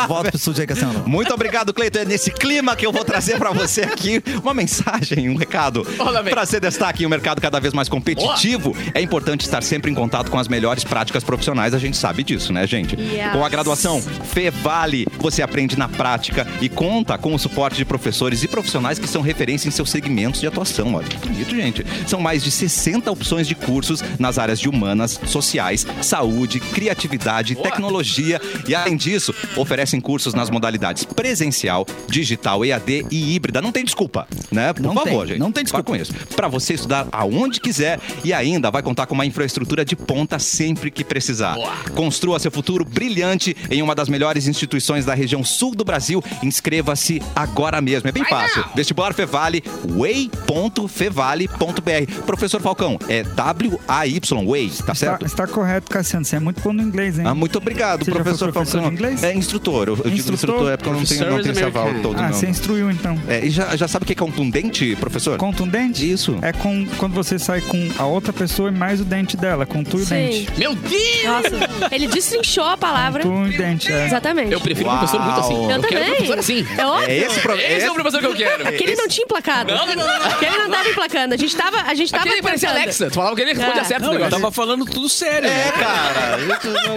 [SPEAKER 7] Volta pro estúdio aí, Cassiano.
[SPEAKER 1] Muito obrigado, Cleiton. É nesse clima que eu vou trazer pra você aqui uma mensagem, um recado.
[SPEAKER 2] Olha, vem.
[SPEAKER 1] Pra ser destaque em um mercado cada vez mais competitivo, é importante estar sempre em contato com as melhores práticas profissionais. A gente sabe disso, né, gente?
[SPEAKER 4] Yes.
[SPEAKER 1] Com a graduação Fevale, você aprende na prática e conta com o suporte de professores e profissionais que são referência em seus segmentos de atuação. Olha que bonito, gente. São mais de 60 opções de cursos nas áreas de humanas, sociais, saúde, criatividade, tecnologia e, além disso, oferecem cursos nas modalidades presencial, digital, EAD e híbrida. Não tem desculpa, né? Por
[SPEAKER 7] Não
[SPEAKER 1] favor,
[SPEAKER 7] tem,
[SPEAKER 1] gente.
[SPEAKER 7] não tem desculpa.
[SPEAKER 1] Para com isso. Para você estudar aonde quiser e ainda vai contar com uma infraestrutura de ponta sempre que precisar. Construa seu futuro brilhante em uma das melhores instituições da região sul do Brasil. Inscreva-se agora mesmo. É bem fácil. Vestibular Fevale, way.fevale.br. Professor Falcão, é W-A-Y, Way, tá
[SPEAKER 8] Está,
[SPEAKER 1] certo?
[SPEAKER 8] está correto, Cassiano. Você é muito bom no inglês, hein?
[SPEAKER 1] Ah, muito obrigado,
[SPEAKER 8] Você já foi
[SPEAKER 1] professor,
[SPEAKER 8] professor de
[SPEAKER 1] Falcão.
[SPEAKER 8] inglês?
[SPEAKER 1] É instrutor. Eu, eu digo
[SPEAKER 8] Instrutor?
[SPEAKER 1] instrutor, é porque eu não tenho, não tenho esse aval todo,
[SPEAKER 8] ah,
[SPEAKER 1] não.
[SPEAKER 8] você instruiu então.
[SPEAKER 1] É, e já, já sabe o que é contundente, professor?
[SPEAKER 8] Contundente?
[SPEAKER 1] Isso.
[SPEAKER 8] É com, quando você sai com a outra pessoa e mais o dente dela. Com tu e o
[SPEAKER 4] Sim.
[SPEAKER 8] dente.
[SPEAKER 2] Meu Deus!
[SPEAKER 4] Nossa, ele destrinchou a palavra.
[SPEAKER 8] Tu e o dente, é.
[SPEAKER 4] Exatamente.
[SPEAKER 2] Eu prefiro um professor muito assim.
[SPEAKER 1] Uau. Eu
[SPEAKER 2] quero um
[SPEAKER 4] também.
[SPEAKER 2] professor assim.
[SPEAKER 4] É óbvio.
[SPEAKER 1] É esse, pro...
[SPEAKER 2] Esse
[SPEAKER 1] esse-
[SPEAKER 2] é o professor que eu quero.
[SPEAKER 4] Aquele não tinha emplacado.
[SPEAKER 2] Não, não, não, não.
[SPEAKER 4] Aquele não tava emplacando. A gente tava. A gente tava
[SPEAKER 2] Aquele parecia
[SPEAKER 4] tentando.
[SPEAKER 2] Alexa. Tu falava que ele responde
[SPEAKER 4] É.
[SPEAKER 2] a certo
[SPEAKER 6] Não, eu
[SPEAKER 2] negócio.
[SPEAKER 6] tava falando tudo sério.
[SPEAKER 1] É,
[SPEAKER 6] né?
[SPEAKER 1] cara.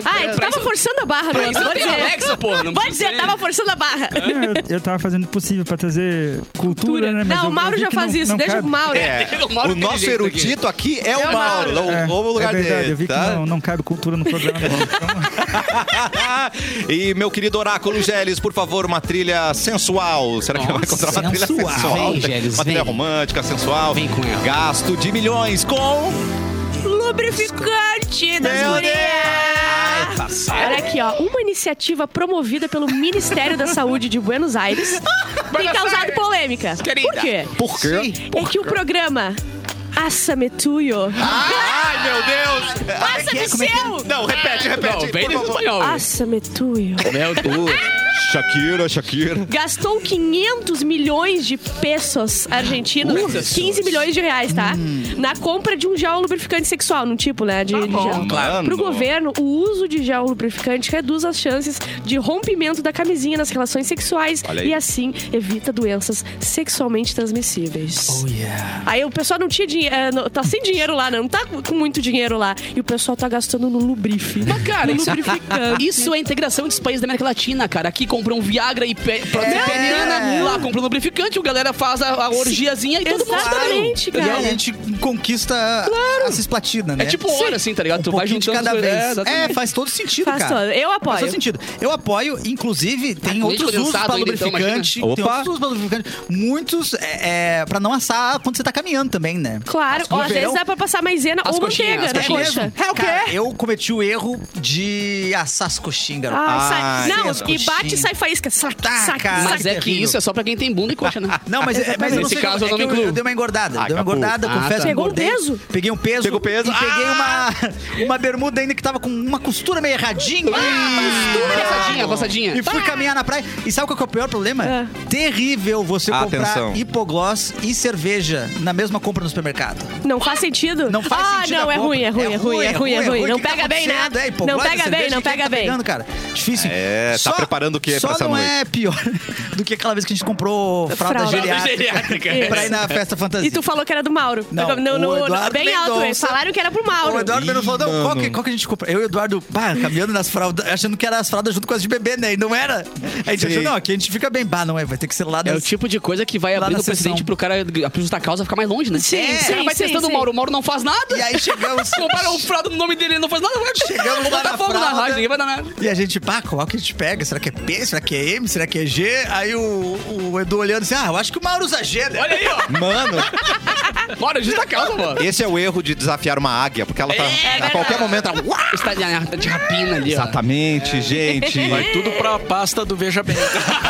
[SPEAKER 4] Ah,
[SPEAKER 2] É.
[SPEAKER 4] tu tava forçando a barra,
[SPEAKER 2] Pra
[SPEAKER 4] Bruno.
[SPEAKER 2] isso eu
[SPEAKER 4] Pode
[SPEAKER 2] tenho
[SPEAKER 4] dizer.
[SPEAKER 2] Alexa, porra. Não
[SPEAKER 4] Pode
[SPEAKER 2] precisa ser.
[SPEAKER 4] dizer,
[SPEAKER 2] É.
[SPEAKER 4] tava forçando a barra.
[SPEAKER 8] Não, Eu, eu tava fazendo o possível pra trazer cultura, né? Mas
[SPEAKER 4] Não,
[SPEAKER 8] eu-
[SPEAKER 4] o
[SPEAKER 8] eu
[SPEAKER 4] Mauro
[SPEAKER 8] vi
[SPEAKER 4] já
[SPEAKER 8] que
[SPEAKER 4] faz
[SPEAKER 8] não-
[SPEAKER 4] isso.
[SPEAKER 8] não
[SPEAKER 4] Deixa
[SPEAKER 8] cabe.
[SPEAKER 4] o Mauro.
[SPEAKER 1] É,
[SPEAKER 2] O Mauro
[SPEAKER 1] o
[SPEAKER 2] tem
[SPEAKER 1] nosso
[SPEAKER 2] jeito aqui.
[SPEAKER 1] erudito aqui é
[SPEAKER 4] É
[SPEAKER 1] o
[SPEAKER 4] o
[SPEAKER 1] Mauro,
[SPEAKER 4] Mauro.
[SPEAKER 1] o, o lugar
[SPEAKER 8] é verdade,
[SPEAKER 1] dele,
[SPEAKER 8] eu vi que
[SPEAKER 1] tá?
[SPEAKER 8] não, não cabe cultura no programa. não. Então,
[SPEAKER 1] e meu querido Oráculo Geles, por favor, uma trilha sensual. Será que vai encontrar uma trilha
[SPEAKER 2] sensual.
[SPEAKER 1] sensual?
[SPEAKER 2] Vem, Gélis,
[SPEAKER 1] uma trilha
[SPEAKER 2] vem.
[SPEAKER 1] romântica, sensual.
[SPEAKER 2] Vem com ela.
[SPEAKER 1] Gasto de milhões com...
[SPEAKER 4] Lubrificante das
[SPEAKER 1] Meu
[SPEAKER 4] gurias.
[SPEAKER 1] Tá certo.
[SPEAKER 4] Olha aqui, ó. Uma iniciativa promovida pelo Ministério da Saúde de Buenos Aires tem causado polêmica.
[SPEAKER 2] Querida.
[SPEAKER 4] Por quê?
[SPEAKER 1] é Por quê?
[SPEAKER 4] É que o programa Assame Tuyo.
[SPEAKER 1] Ai, meu Deus.
[SPEAKER 4] Passa
[SPEAKER 1] Ai,
[SPEAKER 4] do
[SPEAKER 1] como é que-
[SPEAKER 4] seu!
[SPEAKER 1] Não, repete,
[SPEAKER 7] é
[SPEAKER 1] repete.
[SPEAKER 2] Ah. Não,
[SPEAKER 7] tipo
[SPEAKER 2] vem
[SPEAKER 1] por
[SPEAKER 2] no
[SPEAKER 1] favor.
[SPEAKER 2] espanhol.
[SPEAKER 4] Assame Tuyo.
[SPEAKER 8] É
[SPEAKER 2] Meu Deus.
[SPEAKER 1] Shakira, Shakira.
[SPEAKER 4] gastou 500 milhões de pesos argentinos, 15 milhões de reais, tá? Na compra de um gel lubrificante sexual, num tipo, né? De, de gel.
[SPEAKER 1] Mano.
[SPEAKER 4] Pro governo, o uso de gel lubrificante reduz as chances de rompimento da camisinha nas relações sexuais
[SPEAKER 1] Olha aí.
[SPEAKER 4] e assim evita doenças sexualmente
[SPEAKER 7] Oh,
[SPEAKER 4] transmissíveis. Aí o pessoal não tinha dinheiro, é, não- tá sem dinheiro lá, né? não tá com muito dinheiro lá e o pessoal tá gastando no lubrife.
[SPEAKER 2] Mas, cara,
[SPEAKER 4] no
[SPEAKER 2] isso-
[SPEAKER 4] lubrificante.
[SPEAKER 2] Isso é a integração dos países da América Latina, cara. Aqui compram um Viagra e pe- produzem
[SPEAKER 4] É.
[SPEAKER 2] penina, lá compram lubrificante, o galera faz a, a orgiazinha e todo mundo tá bem.
[SPEAKER 4] Exatamente,
[SPEAKER 7] E a
[SPEAKER 4] cara.
[SPEAKER 7] gente conquista a cisplatina, né?
[SPEAKER 2] É tipo hora, assim, tá ligado? tu
[SPEAKER 7] um
[SPEAKER 2] vai
[SPEAKER 7] pouquinho de
[SPEAKER 2] juntando...
[SPEAKER 7] cada
[SPEAKER 2] as- É,
[SPEAKER 7] vez.
[SPEAKER 2] exatamente.
[SPEAKER 7] É, faz todo sentido,
[SPEAKER 4] Faz
[SPEAKER 7] cara.
[SPEAKER 4] todo. Eu
[SPEAKER 7] Faz todo
[SPEAKER 4] apoio.
[SPEAKER 7] sentido. Eu apoio, inclusive, tem
[SPEAKER 2] leite
[SPEAKER 7] outros usos
[SPEAKER 2] condensado
[SPEAKER 7] para
[SPEAKER 2] ainda, então,
[SPEAKER 7] lubrificante.
[SPEAKER 1] imagina.
[SPEAKER 7] tem
[SPEAKER 1] Opa.
[SPEAKER 7] outros usos para lubrificante. Muitos é, é, para não assar quando você tá caminhando também, né?
[SPEAKER 4] Claro, ó, às
[SPEAKER 7] verão-
[SPEAKER 4] vezes dá pra passar maisena
[SPEAKER 2] As
[SPEAKER 4] ou
[SPEAKER 2] coxinhas,
[SPEAKER 4] manteiga né,
[SPEAKER 2] as
[SPEAKER 4] na
[SPEAKER 2] coxinhas.
[SPEAKER 4] coxa.
[SPEAKER 7] É o quê? Eu cometi o erro de assar as coxinhas, garoto.
[SPEAKER 4] Ai, sai-
[SPEAKER 1] Ai,
[SPEAKER 4] não,
[SPEAKER 7] sim,
[SPEAKER 4] e
[SPEAKER 7] as
[SPEAKER 4] bate e
[SPEAKER 7] coxinhas.
[SPEAKER 4] sai faísca. Saque,
[SPEAKER 7] Tá,
[SPEAKER 4] saque,
[SPEAKER 7] cara.
[SPEAKER 4] saque.
[SPEAKER 2] Mas é que isso é só pra quem tem bunda e coxa, né?
[SPEAKER 7] Não, mas, é- mas eu não
[SPEAKER 2] Nesse
[SPEAKER 7] sei,
[SPEAKER 2] caso,
[SPEAKER 7] é
[SPEAKER 2] eu não
[SPEAKER 7] que
[SPEAKER 2] me incluo.
[SPEAKER 7] Eu, dei uma engordada, dei uma
[SPEAKER 1] acabou.
[SPEAKER 7] engordada,
[SPEAKER 2] Ah,
[SPEAKER 7] confesso.
[SPEAKER 2] tá.
[SPEAKER 7] que
[SPEAKER 4] Pegou um
[SPEAKER 7] engordei.
[SPEAKER 4] peso?
[SPEAKER 7] Peguei um peso.
[SPEAKER 1] Pegou peso?
[SPEAKER 7] E peguei
[SPEAKER 4] Ah!
[SPEAKER 7] uma, uma bermuda ainda que tava com uma costura meio erradinha.
[SPEAKER 4] Ah,
[SPEAKER 7] Ah!
[SPEAKER 2] Passadinha, passadinha.
[SPEAKER 7] E fui caminhar na praia. E sabe qual que é o pior problema?
[SPEAKER 4] É.
[SPEAKER 7] Terrível você
[SPEAKER 1] Atenção.
[SPEAKER 7] comprar hipoglós e cerveja na mesma compra no supermercado.
[SPEAKER 4] Não faz sentido?
[SPEAKER 7] Não faz
[SPEAKER 4] ah,
[SPEAKER 7] sentido.
[SPEAKER 4] não,
[SPEAKER 7] a
[SPEAKER 4] é
[SPEAKER 7] compra.
[SPEAKER 4] ruim, é ruim, é ruim, é ruim, é ruim. Não
[SPEAKER 7] O que tá
[SPEAKER 4] pega bem, né?
[SPEAKER 7] acontecendo? É, hipoglós
[SPEAKER 4] Não
[SPEAKER 7] e
[SPEAKER 4] pega bem,
[SPEAKER 7] cerveja,
[SPEAKER 4] não
[SPEAKER 7] o que
[SPEAKER 4] pega
[SPEAKER 7] tá
[SPEAKER 4] bem.
[SPEAKER 7] pegando, cara? Difícil.
[SPEAKER 1] É, tá preparando o quê
[SPEAKER 7] Só
[SPEAKER 1] pra essa
[SPEAKER 7] não
[SPEAKER 1] noite?
[SPEAKER 7] é pior do que aquela vez que a gente comprou fralda,
[SPEAKER 4] Fralda
[SPEAKER 7] geriátrica pra ir na festa fantasia.
[SPEAKER 4] E tu falou que era do Mauro.
[SPEAKER 7] Não,
[SPEAKER 4] Pegou- não,
[SPEAKER 7] o
[SPEAKER 4] não,
[SPEAKER 7] Eduardo
[SPEAKER 4] bem alto, eles
[SPEAKER 7] Mendonça-
[SPEAKER 4] falaram que era pro Mauro.
[SPEAKER 7] O Eduardo Mendonça falou, não, qual que, qual que a gente comprou? Eu e o Eduardo, pá, caminhando nas fraldas, achando que era as fraldas junto com as de bebê, né? E não era. A gente
[SPEAKER 1] Sim.
[SPEAKER 7] achou, não, aqui a gente fica bem, bah, não é, vai ter que ser lá
[SPEAKER 2] É
[SPEAKER 7] das...
[SPEAKER 2] o tipo de coisa que vai
[SPEAKER 7] Lá
[SPEAKER 2] abrindo
[SPEAKER 7] na
[SPEAKER 2] o precedente
[SPEAKER 7] sessão.
[SPEAKER 2] pro cara, a justa causa, ficar mais longe, né?
[SPEAKER 7] Sim,
[SPEAKER 2] É, o cara
[SPEAKER 4] sim,
[SPEAKER 2] vai
[SPEAKER 4] sim,
[SPEAKER 2] testando
[SPEAKER 4] sim.
[SPEAKER 2] o Mauro. O Mauro não faz nada.
[SPEAKER 7] E aí chegamos...
[SPEAKER 2] Comparam o fraude no nome dele, ele não faz nada. Vai.
[SPEAKER 7] Chegamos
[SPEAKER 2] Vou
[SPEAKER 7] lá
[SPEAKER 2] botar
[SPEAKER 7] na
[SPEAKER 2] fogo na
[SPEAKER 7] fralda.
[SPEAKER 2] rádio, ninguém vai dar nada.
[SPEAKER 7] E a gente, pá, qual que a gente pega? Será que é P? Será que é M? Será que é G? Aí o, o Edu olhando assim, ah, eu acho que o Mauro usa G, né?
[SPEAKER 2] Olha aí, ó.
[SPEAKER 1] Mano,
[SPEAKER 2] Bora, justa causa, mano.
[SPEAKER 1] esse é o erro de desafiar uma águia, porque ela tá,
[SPEAKER 2] É
[SPEAKER 1] a qualquer momento, ela... Uá!
[SPEAKER 2] Está de, tá de rapina ali, ó.
[SPEAKER 1] Exatamente, gente.
[SPEAKER 6] Vai tudo
[SPEAKER 2] É.
[SPEAKER 6] pra pasta do Veja Bem.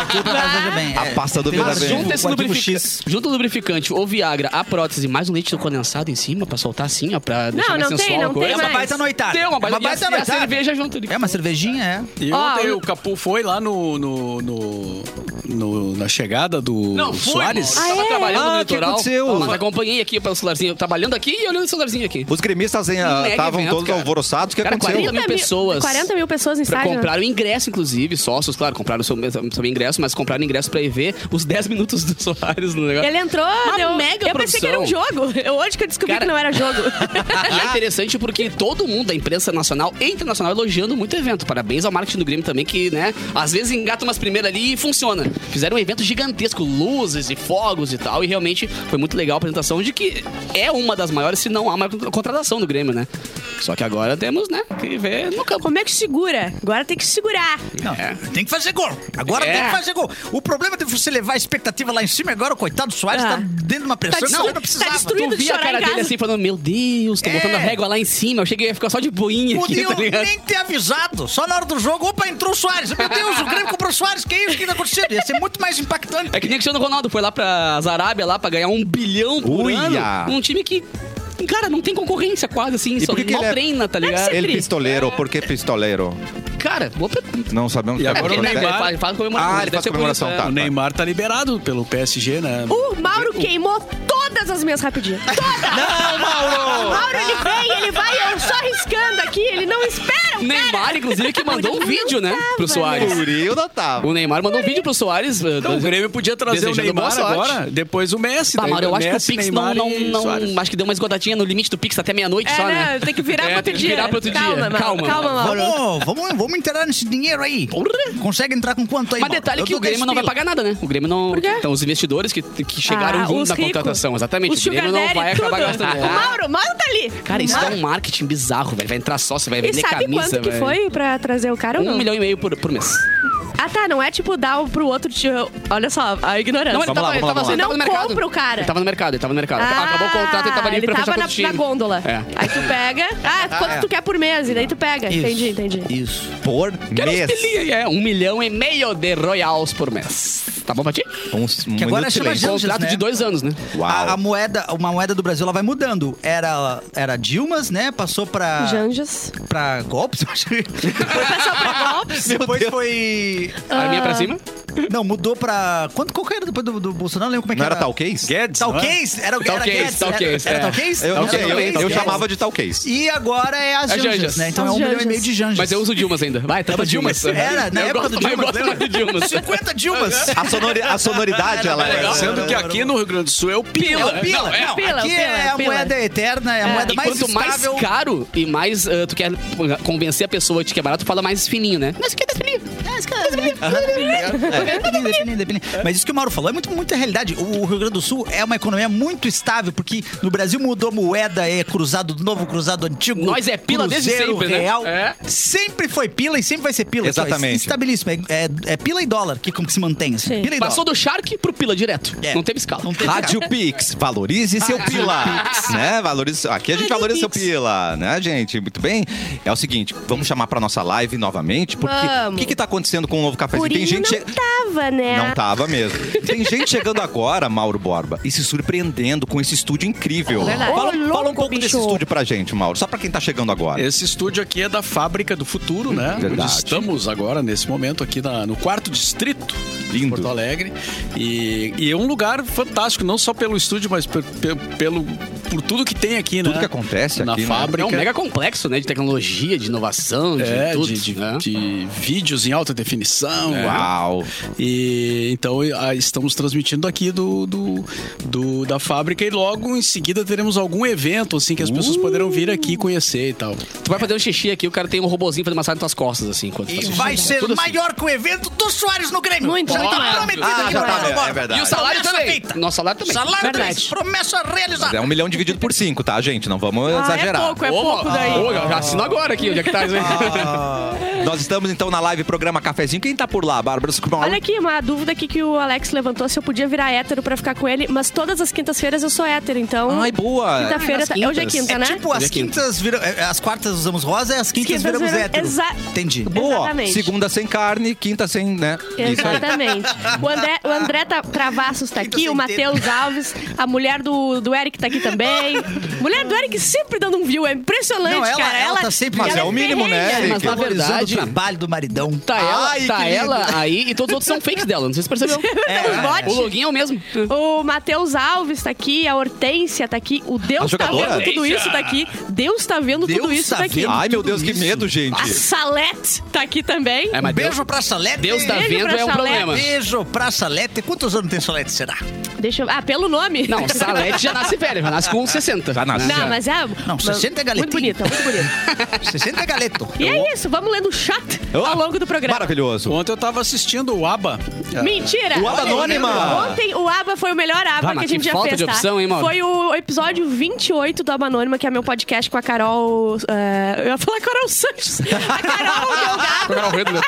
[SPEAKER 7] Veja bem,
[SPEAKER 1] A
[SPEAKER 7] é,
[SPEAKER 1] pasta do
[SPEAKER 7] tem
[SPEAKER 1] Veja
[SPEAKER 7] um
[SPEAKER 1] Bem.
[SPEAKER 7] arquivo-
[SPEAKER 2] Junta esse
[SPEAKER 7] um arquivo
[SPEAKER 2] lubrificante,
[SPEAKER 7] X.
[SPEAKER 2] junta o lubrificante, o Viagra, a prótese, mais um leite condensado em cima pra soltar assim, ó, pra deixar
[SPEAKER 4] Não,
[SPEAKER 2] mais
[SPEAKER 4] não tem,
[SPEAKER 2] sensual a
[SPEAKER 4] não
[SPEAKER 2] coisa.
[SPEAKER 4] tem
[SPEAKER 7] É uma
[SPEAKER 4] mais.
[SPEAKER 7] baita noitada.
[SPEAKER 2] Deu uma baita,
[SPEAKER 7] é uma baita
[SPEAKER 2] e a, e a
[SPEAKER 7] noitada.
[SPEAKER 2] cerveja junto ali.
[SPEAKER 7] É uma cervejinha, é.
[SPEAKER 6] E
[SPEAKER 4] Ó,
[SPEAKER 6] ontem
[SPEAKER 4] o-
[SPEAKER 6] o Capu foi lá no no, no, no- no- na chegada do Soares?
[SPEAKER 2] Mano. Eu tava trabalhando no
[SPEAKER 1] Ah, o que
[SPEAKER 2] litoral.
[SPEAKER 1] aconteceu?
[SPEAKER 2] Mas acompanhei aqui pelo celularzinho. Trabalhando aqui e olhando o celularzinho aqui.
[SPEAKER 1] Os gremistas hein, ah,
[SPEAKER 2] Mega
[SPEAKER 1] estavam
[SPEAKER 2] evento,
[SPEAKER 1] todos
[SPEAKER 2] cara.
[SPEAKER 1] alvoroçados. O que
[SPEAKER 2] Cara,
[SPEAKER 1] aconteceu?
[SPEAKER 2] 40 mil pessoas.
[SPEAKER 4] 40 é mil pessoas em
[SPEAKER 2] Pra
[SPEAKER 4] estádio. né?
[SPEAKER 2] comprar o ingresso, inclusive, sócios, claro, compraram o seu, seu ingresso, mas compraram ingresso pra ir ver os 10 minutos do Soares no negócio.
[SPEAKER 4] Ele entrou,
[SPEAKER 2] Uma
[SPEAKER 4] deu...
[SPEAKER 2] mega
[SPEAKER 4] eu pensei que era um
[SPEAKER 2] produção.
[SPEAKER 4] jogo. Eu, hoje que eu descobri
[SPEAKER 2] Cara-
[SPEAKER 4] que não era jogo.
[SPEAKER 2] E é interessante porque todo mundo da imprensa nacional e internacional elogiando muito o evento. Parabéns ao marketing do Grêmio também, que, né, às vezes engata umas primeiras ali e funciona. Fizeram um evento gigantesco, luzes e fogos e tal, e realmente foi muito legal a apresentação de que é uma das maiores, se não a maior contra- contratação do Grêmio, né? Só que agora temos, né, que ver no campo.
[SPEAKER 4] Como é que segura? Agora tem que segurar.
[SPEAKER 7] Não, tem que fazer gol. Agora
[SPEAKER 2] É.
[SPEAKER 7] tem que fazer gol. O problema é de você levar a expectativa lá em cima e agora o coitado do Soares
[SPEAKER 4] Ah.
[SPEAKER 7] tá dentro de uma pressão
[SPEAKER 4] Tá
[SPEAKER 7] que ele
[SPEAKER 4] destru-
[SPEAKER 7] não precisava.
[SPEAKER 4] tá destruído.
[SPEAKER 2] Tu
[SPEAKER 4] de
[SPEAKER 2] via a
[SPEAKER 4] chorar
[SPEAKER 2] cara
[SPEAKER 4] em casa.
[SPEAKER 2] dele assim, falando, meu Deus, tô botando a
[SPEAKER 7] É.
[SPEAKER 2] régua lá em cima. Eu cheguei a ficar só de boinha aqui,
[SPEAKER 7] Podiam
[SPEAKER 2] tá ligado?
[SPEAKER 7] nem ter avisado. Só na hora do jogo, opa, entrou o Soares. Meu Deus, o Grêmio comprou o Soares. Que isso? O que tá acontecendo? Ia ser muito mais impactante.
[SPEAKER 2] É que nem Cristiano Ronaldo foi lá pra Arábia lá pra ganhar um bilhão por
[SPEAKER 1] Uia.
[SPEAKER 2] ano. Um time que, cara, não tem concorrência quase, assim.
[SPEAKER 1] E
[SPEAKER 2] Só
[SPEAKER 1] por que que
[SPEAKER 2] mal
[SPEAKER 1] ele é-
[SPEAKER 2] treina, tá ligado?
[SPEAKER 1] Ele pistoleiro, por que pistoleiro?
[SPEAKER 2] Cara, boa pergunta. É,
[SPEAKER 1] Não sabemos
[SPEAKER 6] E
[SPEAKER 1] o que
[SPEAKER 6] agora
[SPEAKER 2] Porque
[SPEAKER 6] o
[SPEAKER 1] acontece.
[SPEAKER 2] ele
[SPEAKER 6] Neymar-
[SPEAKER 2] faz, faz comemoração.
[SPEAKER 1] Ah,
[SPEAKER 2] deve
[SPEAKER 1] ele faz
[SPEAKER 2] ser né?
[SPEAKER 1] comemoração,
[SPEAKER 2] bonito,
[SPEAKER 1] tá.
[SPEAKER 6] O Neymar tá liberado pelo PSG, né?
[SPEAKER 2] Uh,
[SPEAKER 4] O Mauro queimou todas as minhas rapidinhas. Todas!
[SPEAKER 1] Não,
[SPEAKER 4] O
[SPEAKER 1] Mauro!
[SPEAKER 4] Mauro, ele vem, ele vai, eu só riscando aqui. Ele não espera,
[SPEAKER 2] é.
[SPEAKER 4] o
[SPEAKER 2] O Neymar, inclusive, que mandou um vídeo, né, pro Soares.
[SPEAKER 1] Murilo tá não tava.
[SPEAKER 2] O Neymar mandou um vídeo pro Soares. eh,
[SPEAKER 6] Então, o
[SPEAKER 2] dois-
[SPEAKER 6] Grêmio podia trazer o
[SPEAKER 2] Desejando boa
[SPEAKER 6] Neymar
[SPEAKER 2] sorte.
[SPEAKER 6] agora, depois o Messi.
[SPEAKER 2] Bah,
[SPEAKER 6] daí
[SPEAKER 2] Mauro, eu acho que o
[SPEAKER 6] Messi,
[SPEAKER 2] Pix não,
[SPEAKER 6] Neymar
[SPEAKER 2] não,
[SPEAKER 6] e Suárez.
[SPEAKER 2] não. Acho que deu uma esgodadinha no limite do Pix até meia-noite
[SPEAKER 4] É,
[SPEAKER 2] só,
[SPEAKER 4] né?
[SPEAKER 2] né?
[SPEAKER 4] Tem que virar
[SPEAKER 2] É,
[SPEAKER 4] pro outro
[SPEAKER 2] tem que
[SPEAKER 4] dia.
[SPEAKER 2] virar pro outro dia.
[SPEAKER 4] calma, Mauro.
[SPEAKER 2] Calma.
[SPEAKER 4] Calma, Mauro.
[SPEAKER 7] Vamos, vamos, vamos entrar nesse dinheiro aí. Consegue entrar com quanto aí?
[SPEAKER 2] Mas
[SPEAKER 7] Mauro?
[SPEAKER 2] detalhe
[SPEAKER 7] Eu
[SPEAKER 2] que
[SPEAKER 7] dou
[SPEAKER 2] o Grêmio
[SPEAKER 7] 10
[SPEAKER 2] não vai
[SPEAKER 7] pila.
[SPEAKER 2] pagar nada, né? O Grêmio não.
[SPEAKER 4] Por quê?
[SPEAKER 2] Então, os investidores que, que chegaram
[SPEAKER 4] Ah,
[SPEAKER 2] junto
[SPEAKER 4] os
[SPEAKER 2] na
[SPEAKER 4] ricos.
[SPEAKER 2] um contratação. Exatamente.
[SPEAKER 4] Os
[SPEAKER 2] o Grêmio não
[SPEAKER 4] sugar
[SPEAKER 2] vai
[SPEAKER 4] daddy,
[SPEAKER 2] acabar
[SPEAKER 4] tudo.
[SPEAKER 2] gastando.
[SPEAKER 4] O
[SPEAKER 2] É.
[SPEAKER 4] Mauro, o Mauro tá ali.
[SPEAKER 2] Cara, isso
[SPEAKER 4] Mauro-
[SPEAKER 2] é um marketing bizarro, velho. Vai entrar sócio, vai
[SPEAKER 4] E
[SPEAKER 2] vender
[SPEAKER 4] sabe
[SPEAKER 2] camisa.
[SPEAKER 4] quanto que
[SPEAKER 2] velho.
[SPEAKER 4] foi pra trazer o cara ou
[SPEAKER 2] Um
[SPEAKER 4] não?
[SPEAKER 2] milhão e meio por, por mês.
[SPEAKER 4] Ah, tá. Não é tipo dar o- pro outro tio. Olha só, a ignorância.
[SPEAKER 2] Não, ele
[SPEAKER 1] Vamos lá,
[SPEAKER 2] tava, ele
[SPEAKER 1] vamos lá,
[SPEAKER 2] tava,
[SPEAKER 1] vamos
[SPEAKER 2] ele
[SPEAKER 4] lá.
[SPEAKER 2] tava no
[SPEAKER 4] Não
[SPEAKER 2] mercado.
[SPEAKER 4] compra o cara.
[SPEAKER 2] Ele tava no mercado, ele tava no mercado.
[SPEAKER 4] Ah,
[SPEAKER 2] Acabou o contrato, ele tava livre pra
[SPEAKER 4] ele
[SPEAKER 2] fechar
[SPEAKER 4] tava
[SPEAKER 2] com
[SPEAKER 4] na,
[SPEAKER 2] outro
[SPEAKER 4] na
[SPEAKER 2] time.
[SPEAKER 4] gôndola.
[SPEAKER 2] É.
[SPEAKER 4] Aí tu pega. Ah, quanto tu quer por mês? E daí tu pega. Entendi, entendi.
[SPEAKER 7] Isso.
[SPEAKER 1] Por
[SPEAKER 2] Quero uns
[SPEAKER 1] mês.
[SPEAKER 2] pelinhos, é, um milhão e meio de royals por mês. Tá bom pra ti?
[SPEAKER 1] Uns- um
[SPEAKER 7] Que agora
[SPEAKER 1] minuto de
[SPEAKER 7] chama
[SPEAKER 1] silêncio.
[SPEAKER 7] Angeles,
[SPEAKER 2] Contrato
[SPEAKER 7] né?
[SPEAKER 2] de dois anos, né?
[SPEAKER 1] Uau.
[SPEAKER 7] A, a moeda, uma moeda do Brasil, ela vai mudando. Era, era Dilmas, né? Passou pra,
[SPEAKER 4] Janjas.
[SPEAKER 7] pra golpes, eu acho.
[SPEAKER 4] Foi passar pra golpes.
[SPEAKER 7] Depois foi...
[SPEAKER 2] A
[SPEAKER 4] Ah.
[SPEAKER 2] minha pra cima.
[SPEAKER 7] Não, mudou pra... Quanto, qual que era depois do, do Bolsonaro? Não lembro como é que
[SPEAKER 1] Não era
[SPEAKER 7] era.
[SPEAKER 1] talquês?
[SPEAKER 6] Guedes, não é?
[SPEAKER 7] Talquês? Era o que?
[SPEAKER 2] Talquez, talquez,
[SPEAKER 7] Era
[SPEAKER 2] é.
[SPEAKER 7] talquês?
[SPEAKER 1] Eu, não
[SPEAKER 7] Era
[SPEAKER 1] sei, eu,
[SPEAKER 7] talquês?
[SPEAKER 1] eu
[SPEAKER 7] Guedes.
[SPEAKER 1] chamava de talquês.
[SPEAKER 7] E agora é as
[SPEAKER 2] É
[SPEAKER 7] janjas,
[SPEAKER 2] janjas.
[SPEAKER 7] né? Então
[SPEAKER 4] As
[SPEAKER 7] é um milhão
[SPEAKER 4] janjas.
[SPEAKER 7] e meio de janjas.
[SPEAKER 2] Mas eu uso Dilmas ainda. Vai, tampa Dilmas.
[SPEAKER 4] É,
[SPEAKER 7] Era, na
[SPEAKER 2] eu
[SPEAKER 7] época
[SPEAKER 2] gosto,
[SPEAKER 7] do
[SPEAKER 2] mas eu
[SPEAKER 7] Dilmas,
[SPEAKER 2] gosto mais do Dilmas.
[SPEAKER 7] 50 Dilmas.
[SPEAKER 2] É.
[SPEAKER 1] A, sonori- a sonoridade, ela é.
[SPEAKER 2] legal.
[SPEAKER 6] Sendo que aqui no Rio Grande do Sul é o Pila.
[SPEAKER 7] É o pila.
[SPEAKER 2] Não, é
[SPEAKER 7] Não,
[SPEAKER 4] pila,
[SPEAKER 7] aqui
[SPEAKER 4] pila,
[SPEAKER 7] é a
[SPEAKER 4] pila.
[SPEAKER 7] moeda eterna, é a moeda
[SPEAKER 2] E
[SPEAKER 7] mais
[SPEAKER 2] quanto
[SPEAKER 7] estável.
[SPEAKER 2] mais caro e mais ah, tu quer convencer a pessoa de que é barato, tu fala mais fininho, né? Mas que é fininho.
[SPEAKER 7] É, depende, depende, depende. Mas isso que o Mauro falou é muito, muita realidade. O o Rio Grande do Sul é uma economia muito estável, porque no Brasil mudou moeda, é cruzado novo, cruzado antigo.
[SPEAKER 2] Nós é pila desde
[SPEAKER 7] cruzeiro,
[SPEAKER 2] sempre, né?
[SPEAKER 7] real.
[SPEAKER 2] É.
[SPEAKER 7] Sempre foi pila e sempre vai ser pila. Isso é
[SPEAKER 1] Exatamente.
[SPEAKER 7] Estabilíssimo. É, é- é pila e dólar que como que se mantém. Assim.
[SPEAKER 4] Sim.
[SPEAKER 7] Pila e
[SPEAKER 2] Passou
[SPEAKER 7] dólar.
[SPEAKER 2] do Shark pro Pila direto.
[SPEAKER 7] É.
[SPEAKER 2] Não teve escala.
[SPEAKER 7] Não tem
[SPEAKER 1] Rádio
[SPEAKER 7] cara.
[SPEAKER 1] Pix, valorize seu pila, né? Valorize, aqui a gente valoriza seu pila, né, gente? Muito bem. É o seguinte, vamos chamar pra nossa live novamente, porque o
[SPEAKER 4] Vamos.
[SPEAKER 1] que que tá acontecendo com o novo cafezinho? Tem
[SPEAKER 4] Purinho
[SPEAKER 1] gente
[SPEAKER 4] não
[SPEAKER 1] che-
[SPEAKER 4] tava, né?
[SPEAKER 1] Não tava mesmo. Tem gente chegando agora, Mauro Borba, e se surpreendendo com esse estúdio incrível.
[SPEAKER 4] É Verdade.
[SPEAKER 1] Fala,
[SPEAKER 4] Ô,
[SPEAKER 1] fala
[SPEAKER 4] louco,
[SPEAKER 1] um pouco desse
[SPEAKER 4] bicho.
[SPEAKER 1] estúdio pra gente, Mauro, só pra quem tá chegando agora.
[SPEAKER 6] Esse estúdio aqui é da Fábrica do Futuro, né?
[SPEAKER 1] Verdade.
[SPEAKER 6] Onde estamos agora, nesse momento, aqui na- no quarto distrito de
[SPEAKER 1] Lindo.
[SPEAKER 6] Porto Alegre. E, e é um lugar fantástico, não só pelo estúdio, mas pe- pe- pelo, por tudo que tem aqui, né?
[SPEAKER 1] Tudo que acontece
[SPEAKER 6] Na
[SPEAKER 1] aqui, né?
[SPEAKER 6] fábrica.
[SPEAKER 2] É um mega complexo, né? De tecnologia, de inovação, de
[SPEAKER 6] É,
[SPEAKER 2] tudo.
[SPEAKER 6] de, de-
[SPEAKER 2] né?
[SPEAKER 6] de vídeos em alta definição.
[SPEAKER 1] É. Uau.
[SPEAKER 6] E então a- estamos transmitindo aqui do, do, do- da fábrica e logo em seguida teremos algum evento assim que as
[SPEAKER 1] Uh!
[SPEAKER 6] pessoas poderão vir aqui conhecer e tal.
[SPEAKER 2] Tu vai fazer um xixi aqui, o cara tem um robozinho fazendo massagem nas tuas costas, assim. Enquanto tu
[SPEAKER 7] E
[SPEAKER 2] faz xixi.
[SPEAKER 1] é
[SPEAKER 7] vai ser
[SPEAKER 2] Tudo assim.
[SPEAKER 7] maior que o evento dos Soares no Grêmio.
[SPEAKER 4] Muito
[SPEAKER 7] já tá
[SPEAKER 2] óbvio.
[SPEAKER 7] prometido
[SPEAKER 1] Ah,
[SPEAKER 7] aqui
[SPEAKER 1] já
[SPEAKER 7] no
[SPEAKER 1] tá,
[SPEAKER 7] Mauro
[SPEAKER 1] é
[SPEAKER 7] Borba.
[SPEAKER 1] verdade.
[SPEAKER 2] E o salário
[SPEAKER 7] Promessa
[SPEAKER 2] também.
[SPEAKER 7] feita.
[SPEAKER 2] Nosso salário também.
[SPEAKER 7] Salário
[SPEAKER 4] Verdade.
[SPEAKER 7] três, promessa realizada.
[SPEAKER 1] É um milhão dividido por cinco, tá, gente? Não vamos
[SPEAKER 4] Ah,
[SPEAKER 1] exagerar.
[SPEAKER 4] É pouco, é pouco daí.
[SPEAKER 2] Ô, já assino agora aqui, onde é que tá isso aí?
[SPEAKER 1] Nós estamos então na live programa Cafezinho. Quem tá por lá, Bárbara Sacomão?
[SPEAKER 4] Olha aqui, uma dúvida aqui que o Alex levantou se eu podia virar hétero pra ficar com ele, mas todas as quintas-feiras eu sou hétero, então.
[SPEAKER 1] Ai, boa.
[SPEAKER 4] Quinta-feira,
[SPEAKER 1] Nas
[SPEAKER 4] tá- hoje é
[SPEAKER 1] quintas.
[SPEAKER 4] quinta,
[SPEAKER 7] É
[SPEAKER 4] né?
[SPEAKER 7] tipo, as
[SPEAKER 2] é quinta.
[SPEAKER 7] quintas viram. é, As quartas usamos rosa e as quintas,
[SPEAKER 4] Quintas
[SPEAKER 7] viramos
[SPEAKER 4] viram-
[SPEAKER 7] hétero.
[SPEAKER 4] Exa-
[SPEAKER 7] Entendi.
[SPEAKER 1] Boa.
[SPEAKER 4] Exatamente.
[SPEAKER 1] Segunda sem carne, quinta sem, né? Isso aí.
[SPEAKER 4] Exatamente. O André, o André tá, Travassos tá
[SPEAKER 7] Quinta
[SPEAKER 4] aqui, o
[SPEAKER 7] sem
[SPEAKER 4] Matheus Alves, a mulher do, do Eric tá aqui também. bem. Mulher do Eric sempre dando um view, é impressionante,
[SPEAKER 3] Não, ela-
[SPEAKER 4] cara.
[SPEAKER 3] ela tá sempre-
[SPEAKER 1] Mas é o mínimo, né,
[SPEAKER 4] ferrenha.
[SPEAKER 1] Eric?
[SPEAKER 2] mas na
[SPEAKER 3] Valorizando
[SPEAKER 2] verdade.
[SPEAKER 3] o trabalho do maridão.
[SPEAKER 2] Tá, ela,
[SPEAKER 1] Ai,
[SPEAKER 2] tá
[SPEAKER 1] querido.
[SPEAKER 2] ela aí e todos os outros são fakes dela, não sei se percebeu.
[SPEAKER 4] É.
[SPEAKER 2] O login é o mesmo.
[SPEAKER 4] O Matheus Alves tá aqui, a Hortência tá aqui, o Deus
[SPEAKER 1] A
[SPEAKER 4] tá
[SPEAKER 1] jogadora?
[SPEAKER 4] vendo tudo isso tá aqui, Deus tá vendo
[SPEAKER 3] Deus
[SPEAKER 4] tudo isso
[SPEAKER 3] tá
[SPEAKER 4] tá aqui.
[SPEAKER 3] vendo.
[SPEAKER 1] Ai, meu
[SPEAKER 3] Tudo
[SPEAKER 1] Deus, que
[SPEAKER 3] isso.
[SPEAKER 1] medo, gente.
[SPEAKER 4] A Salete tá aqui também.
[SPEAKER 2] É,
[SPEAKER 3] Um
[SPEAKER 2] mas Deus,
[SPEAKER 3] beijo pra Salete.
[SPEAKER 2] Deus tá
[SPEAKER 4] Beijo
[SPEAKER 2] vendo
[SPEAKER 4] pra
[SPEAKER 2] é um
[SPEAKER 4] chalé,
[SPEAKER 2] problema.
[SPEAKER 3] Beijo pra Salete. Quantos anos tem Salete, será?
[SPEAKER 4] Deixa eu... Ah, pelo nome.
[SPEAKER 2] Não, Salete já nasce velha, já nasce com 60.
[SPEAKER 1] Já nasce.
[SPEAKER 4] Não, mas é...
[SPEAKER 3] Não, 60 é
[SPEAKER 4] Muito
[SPEAKER 3] galetinho.
[SPEAKER 4] bonita, muito bonita.
[SPEAKER 3] 60 é galeto.
[SPEAKER 4] E é isso, vamos lendo o chat
[SPEAKER 1] Oh,
[SPEAKER 4] ao longo do programa.
[SPEAKER 1] Maravilhoso.
[SPEAKER 6] Ontem eu tava assistindo o ABBA.
[SPEAKER 4] Mentira!
[SPEAKER 1] É. O Aba
[SPEAKER 4] Olha,
[SPEAKER 1] Anônima.
[SPEAKER 4] Ontem o Aba foi o melhor Aba
[SPEAKER 2] Ah, mas
[SPEAKER 4] que a
[SPEAKER 2] que
[SPEAKER 4] gente já
[SPEAKER 2] falta
[SPEAKER 4] fez,
[SPEAKER 2] de
[SPEAKER 4] tá?
[SPEAKER 2] opção, hein, Mauro?
[SPEAKER 4] Foi o episódio 28 do Aba Anônima, que é meu podcast com a Carol... eh, eu ia falar Carol Santos. A Carol Delgado.
[SPEAKER 6] Carol
[SPEAKER 2] né?
[SPEAKER 6] Redler.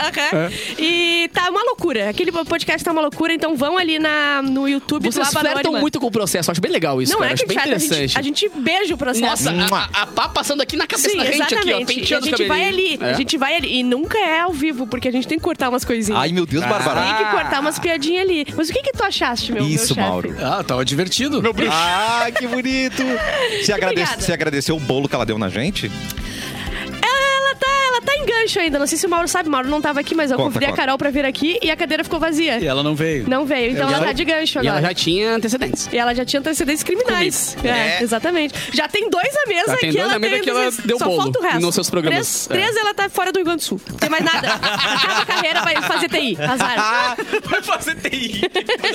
[SPEAKER 4] Aham.
[SPEAKER 2] É.
[SPEAKER 4] E tá uma loucura. Aquele podcast tá uma loucura, então vão ali na, no YouTube
[SPEAKER 2] Vocês
[SPEAKER 4] do Aba
[SPEAKER 2] flertam
[SPEAKER 4] Anônima.
[SPEAKER 2] muito com o processo, acho bem legal isso,
[SPEAKER 4] Não
[SPEAKER 2] cara.
[SPEAKER 4] é que
[SPEAKER 2] acho bem
[SPEAKER 4] a gente,
[SPEAKER 2] interessante.
[SPEAKER 4] a gente beija o processo.
[SPEAKER 2] Nossa, a, a pá passando aqui na cabeça
[SPEAKER 4] Sim,
[SPEAKER 2] da gente
[SPEAKER 4] exatamente.
[SPEAKER 2] aqui, ó, penteando
[SPEAKER 4] a gente
[SPEAKER 2] o
[SPEAKER 4] vai ali,
[SPEAKER 2] cabelinho.
[SPEAKER 4] a
[SPEAKER 2] É.
[SPEAKER 4] gente vai ali. E nunca é ao vivo, porque a gente tem que cortar umas coisinhas.
[SPEAKER 1] Ai, meu Deus,
[SPEAKER 4] Tem
[SPEAKER 1] Bárbara.
[SPEAKER 2] Ah.
[SPEAKER 4] que cortar umas piadinhas ali. Mas o que que tu achaste, Ah, meu, meu
[SPEAKER 1] Isso,
[SPEAKER 4] chefe?
[SPEAKER 1] Mauro.
[SPEAKER 6] Ah, tava divertido. Meu
[SPEAKER 1] Ah, que bonito. Você, agrade...
[SPEAKER 4] Obrigada.
[SPEAKER 1] Você agradeceu o bolo que ela deu na gente?
[SPEAKER 4] Ela tá, ela tá em gancho ainda. Não sei se o Mauro sabe. O Mauro não tava aqui, mas eu
[SPEAKER 1] Conta,
[SPEAKER 4] convidei
[SPEAKER 1] conta.
[SPEAKER 4] a Carol pra vir aqui e a cadeira ficou vazia.
[SPEAKER 6] E ela não veio.
[SPEAKER 4] Não veio, então
[SPEAKER 6] E
[SPEAKER 4] ela,
[SPEAKER 6] ela-
[SPEAKER 4] tá de
[SPEAKER 2] E
[SPEAKER 4] gancho agora.
[SPEAKER 2] ela já tinha antecedentes.
[SPEAKER 4] E ela já tinha antecedentes criminais. É, exatamente. Já tem dois na mesa
[SPEAKER 2] Já tem
[SPEAKER 4] que
[SPEAKER 2] dois
[SPEAKER 4] ela
[SPEAKER 2] na mesa
[SPEAKER 4] tem-
[SPEAKER 2] que ela deu
[SPEAKER 4] Só
[SPEAKER 2] bolo
[SPEAKER 4] falta o resto.
[SPEAKER 2] nos seus programas. É.
[SPEAKER 4] Três, três ela tá fora do Rio Grande do Sul. Não tem mais nada. Acaba a carreira, vai fazer TI.
[SPEAKER 2] Ah,
[SPEAKER 4] Azar.
[SPEAKER 2] Vai fazer TI.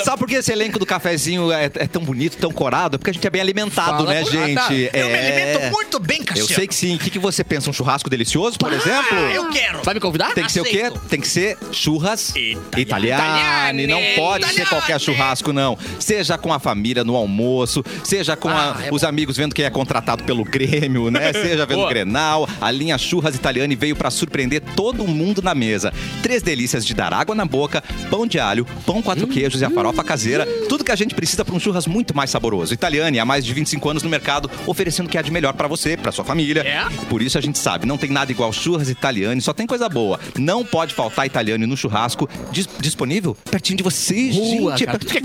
[SPEAKER 1] Sabe por que Ah! esse elenco do cafezinho é, é tão bonito, tão corado? É Porque a gente é bem alimentado,
[SPEAKER 2] Fala
[SPEAKER 1] né,
[SPEAKER 2] por-
[SPEAKER 1] gente?
[SPEAKER 2] Ah, tá.
[SPEAKER 1] é...
[SPEAKER 3] Eu me alimento muito bem,
[SPEAKER 1] Eu
[SPEAKER 3] Cassiano.
[SPEAKER 1] sei que sim. O que, que você pensa? Um churrasco delicioso, por exemplo?
[SPEAKER 3] Ah, eu quero.
[SPEAKER 2] Vai me convidar?
[SPEAKER 1] Tem que ser o quê?
[SPEAKER 3] Aceito.
[SPEAKER 1] Tem que ser churras italiane.
[SPEAKER 2] Italiane.
[SPEAKER 1] Não pode ser
[SPEAKER 2] Italiane.
[SPEAKER 1] qualquer churrasco, não. Seja com a família no almoço, seja com a- os amigos vendo quem é contratado pelo Grêmio, né? Seja vendo o Grenal. A linha Churras Italiane veio pra surpreender todo mundo na mesa. Três delícias de dar água na boca, pão de alho, pão quatro queijos e a farofa caseira. Tudo que a gente precisa pra um churras muito mais saboroso. Italiane, há mais de 25 anos no mercado, oferecendo o que há de melhor pra você, pra sua família.
[SPEAKER 2] É?
[SPEAKER 1] Por isso a gente sabe, não tem nada igual churras italiane, só tem coisa boa. Não pode faltar italiano no churrasco dis- disponível pertinho de você,
[SPEAKER 2] Boa,
[SPEAKER 1] gente. pertinho
[SPEAKER 2] cara, tu que é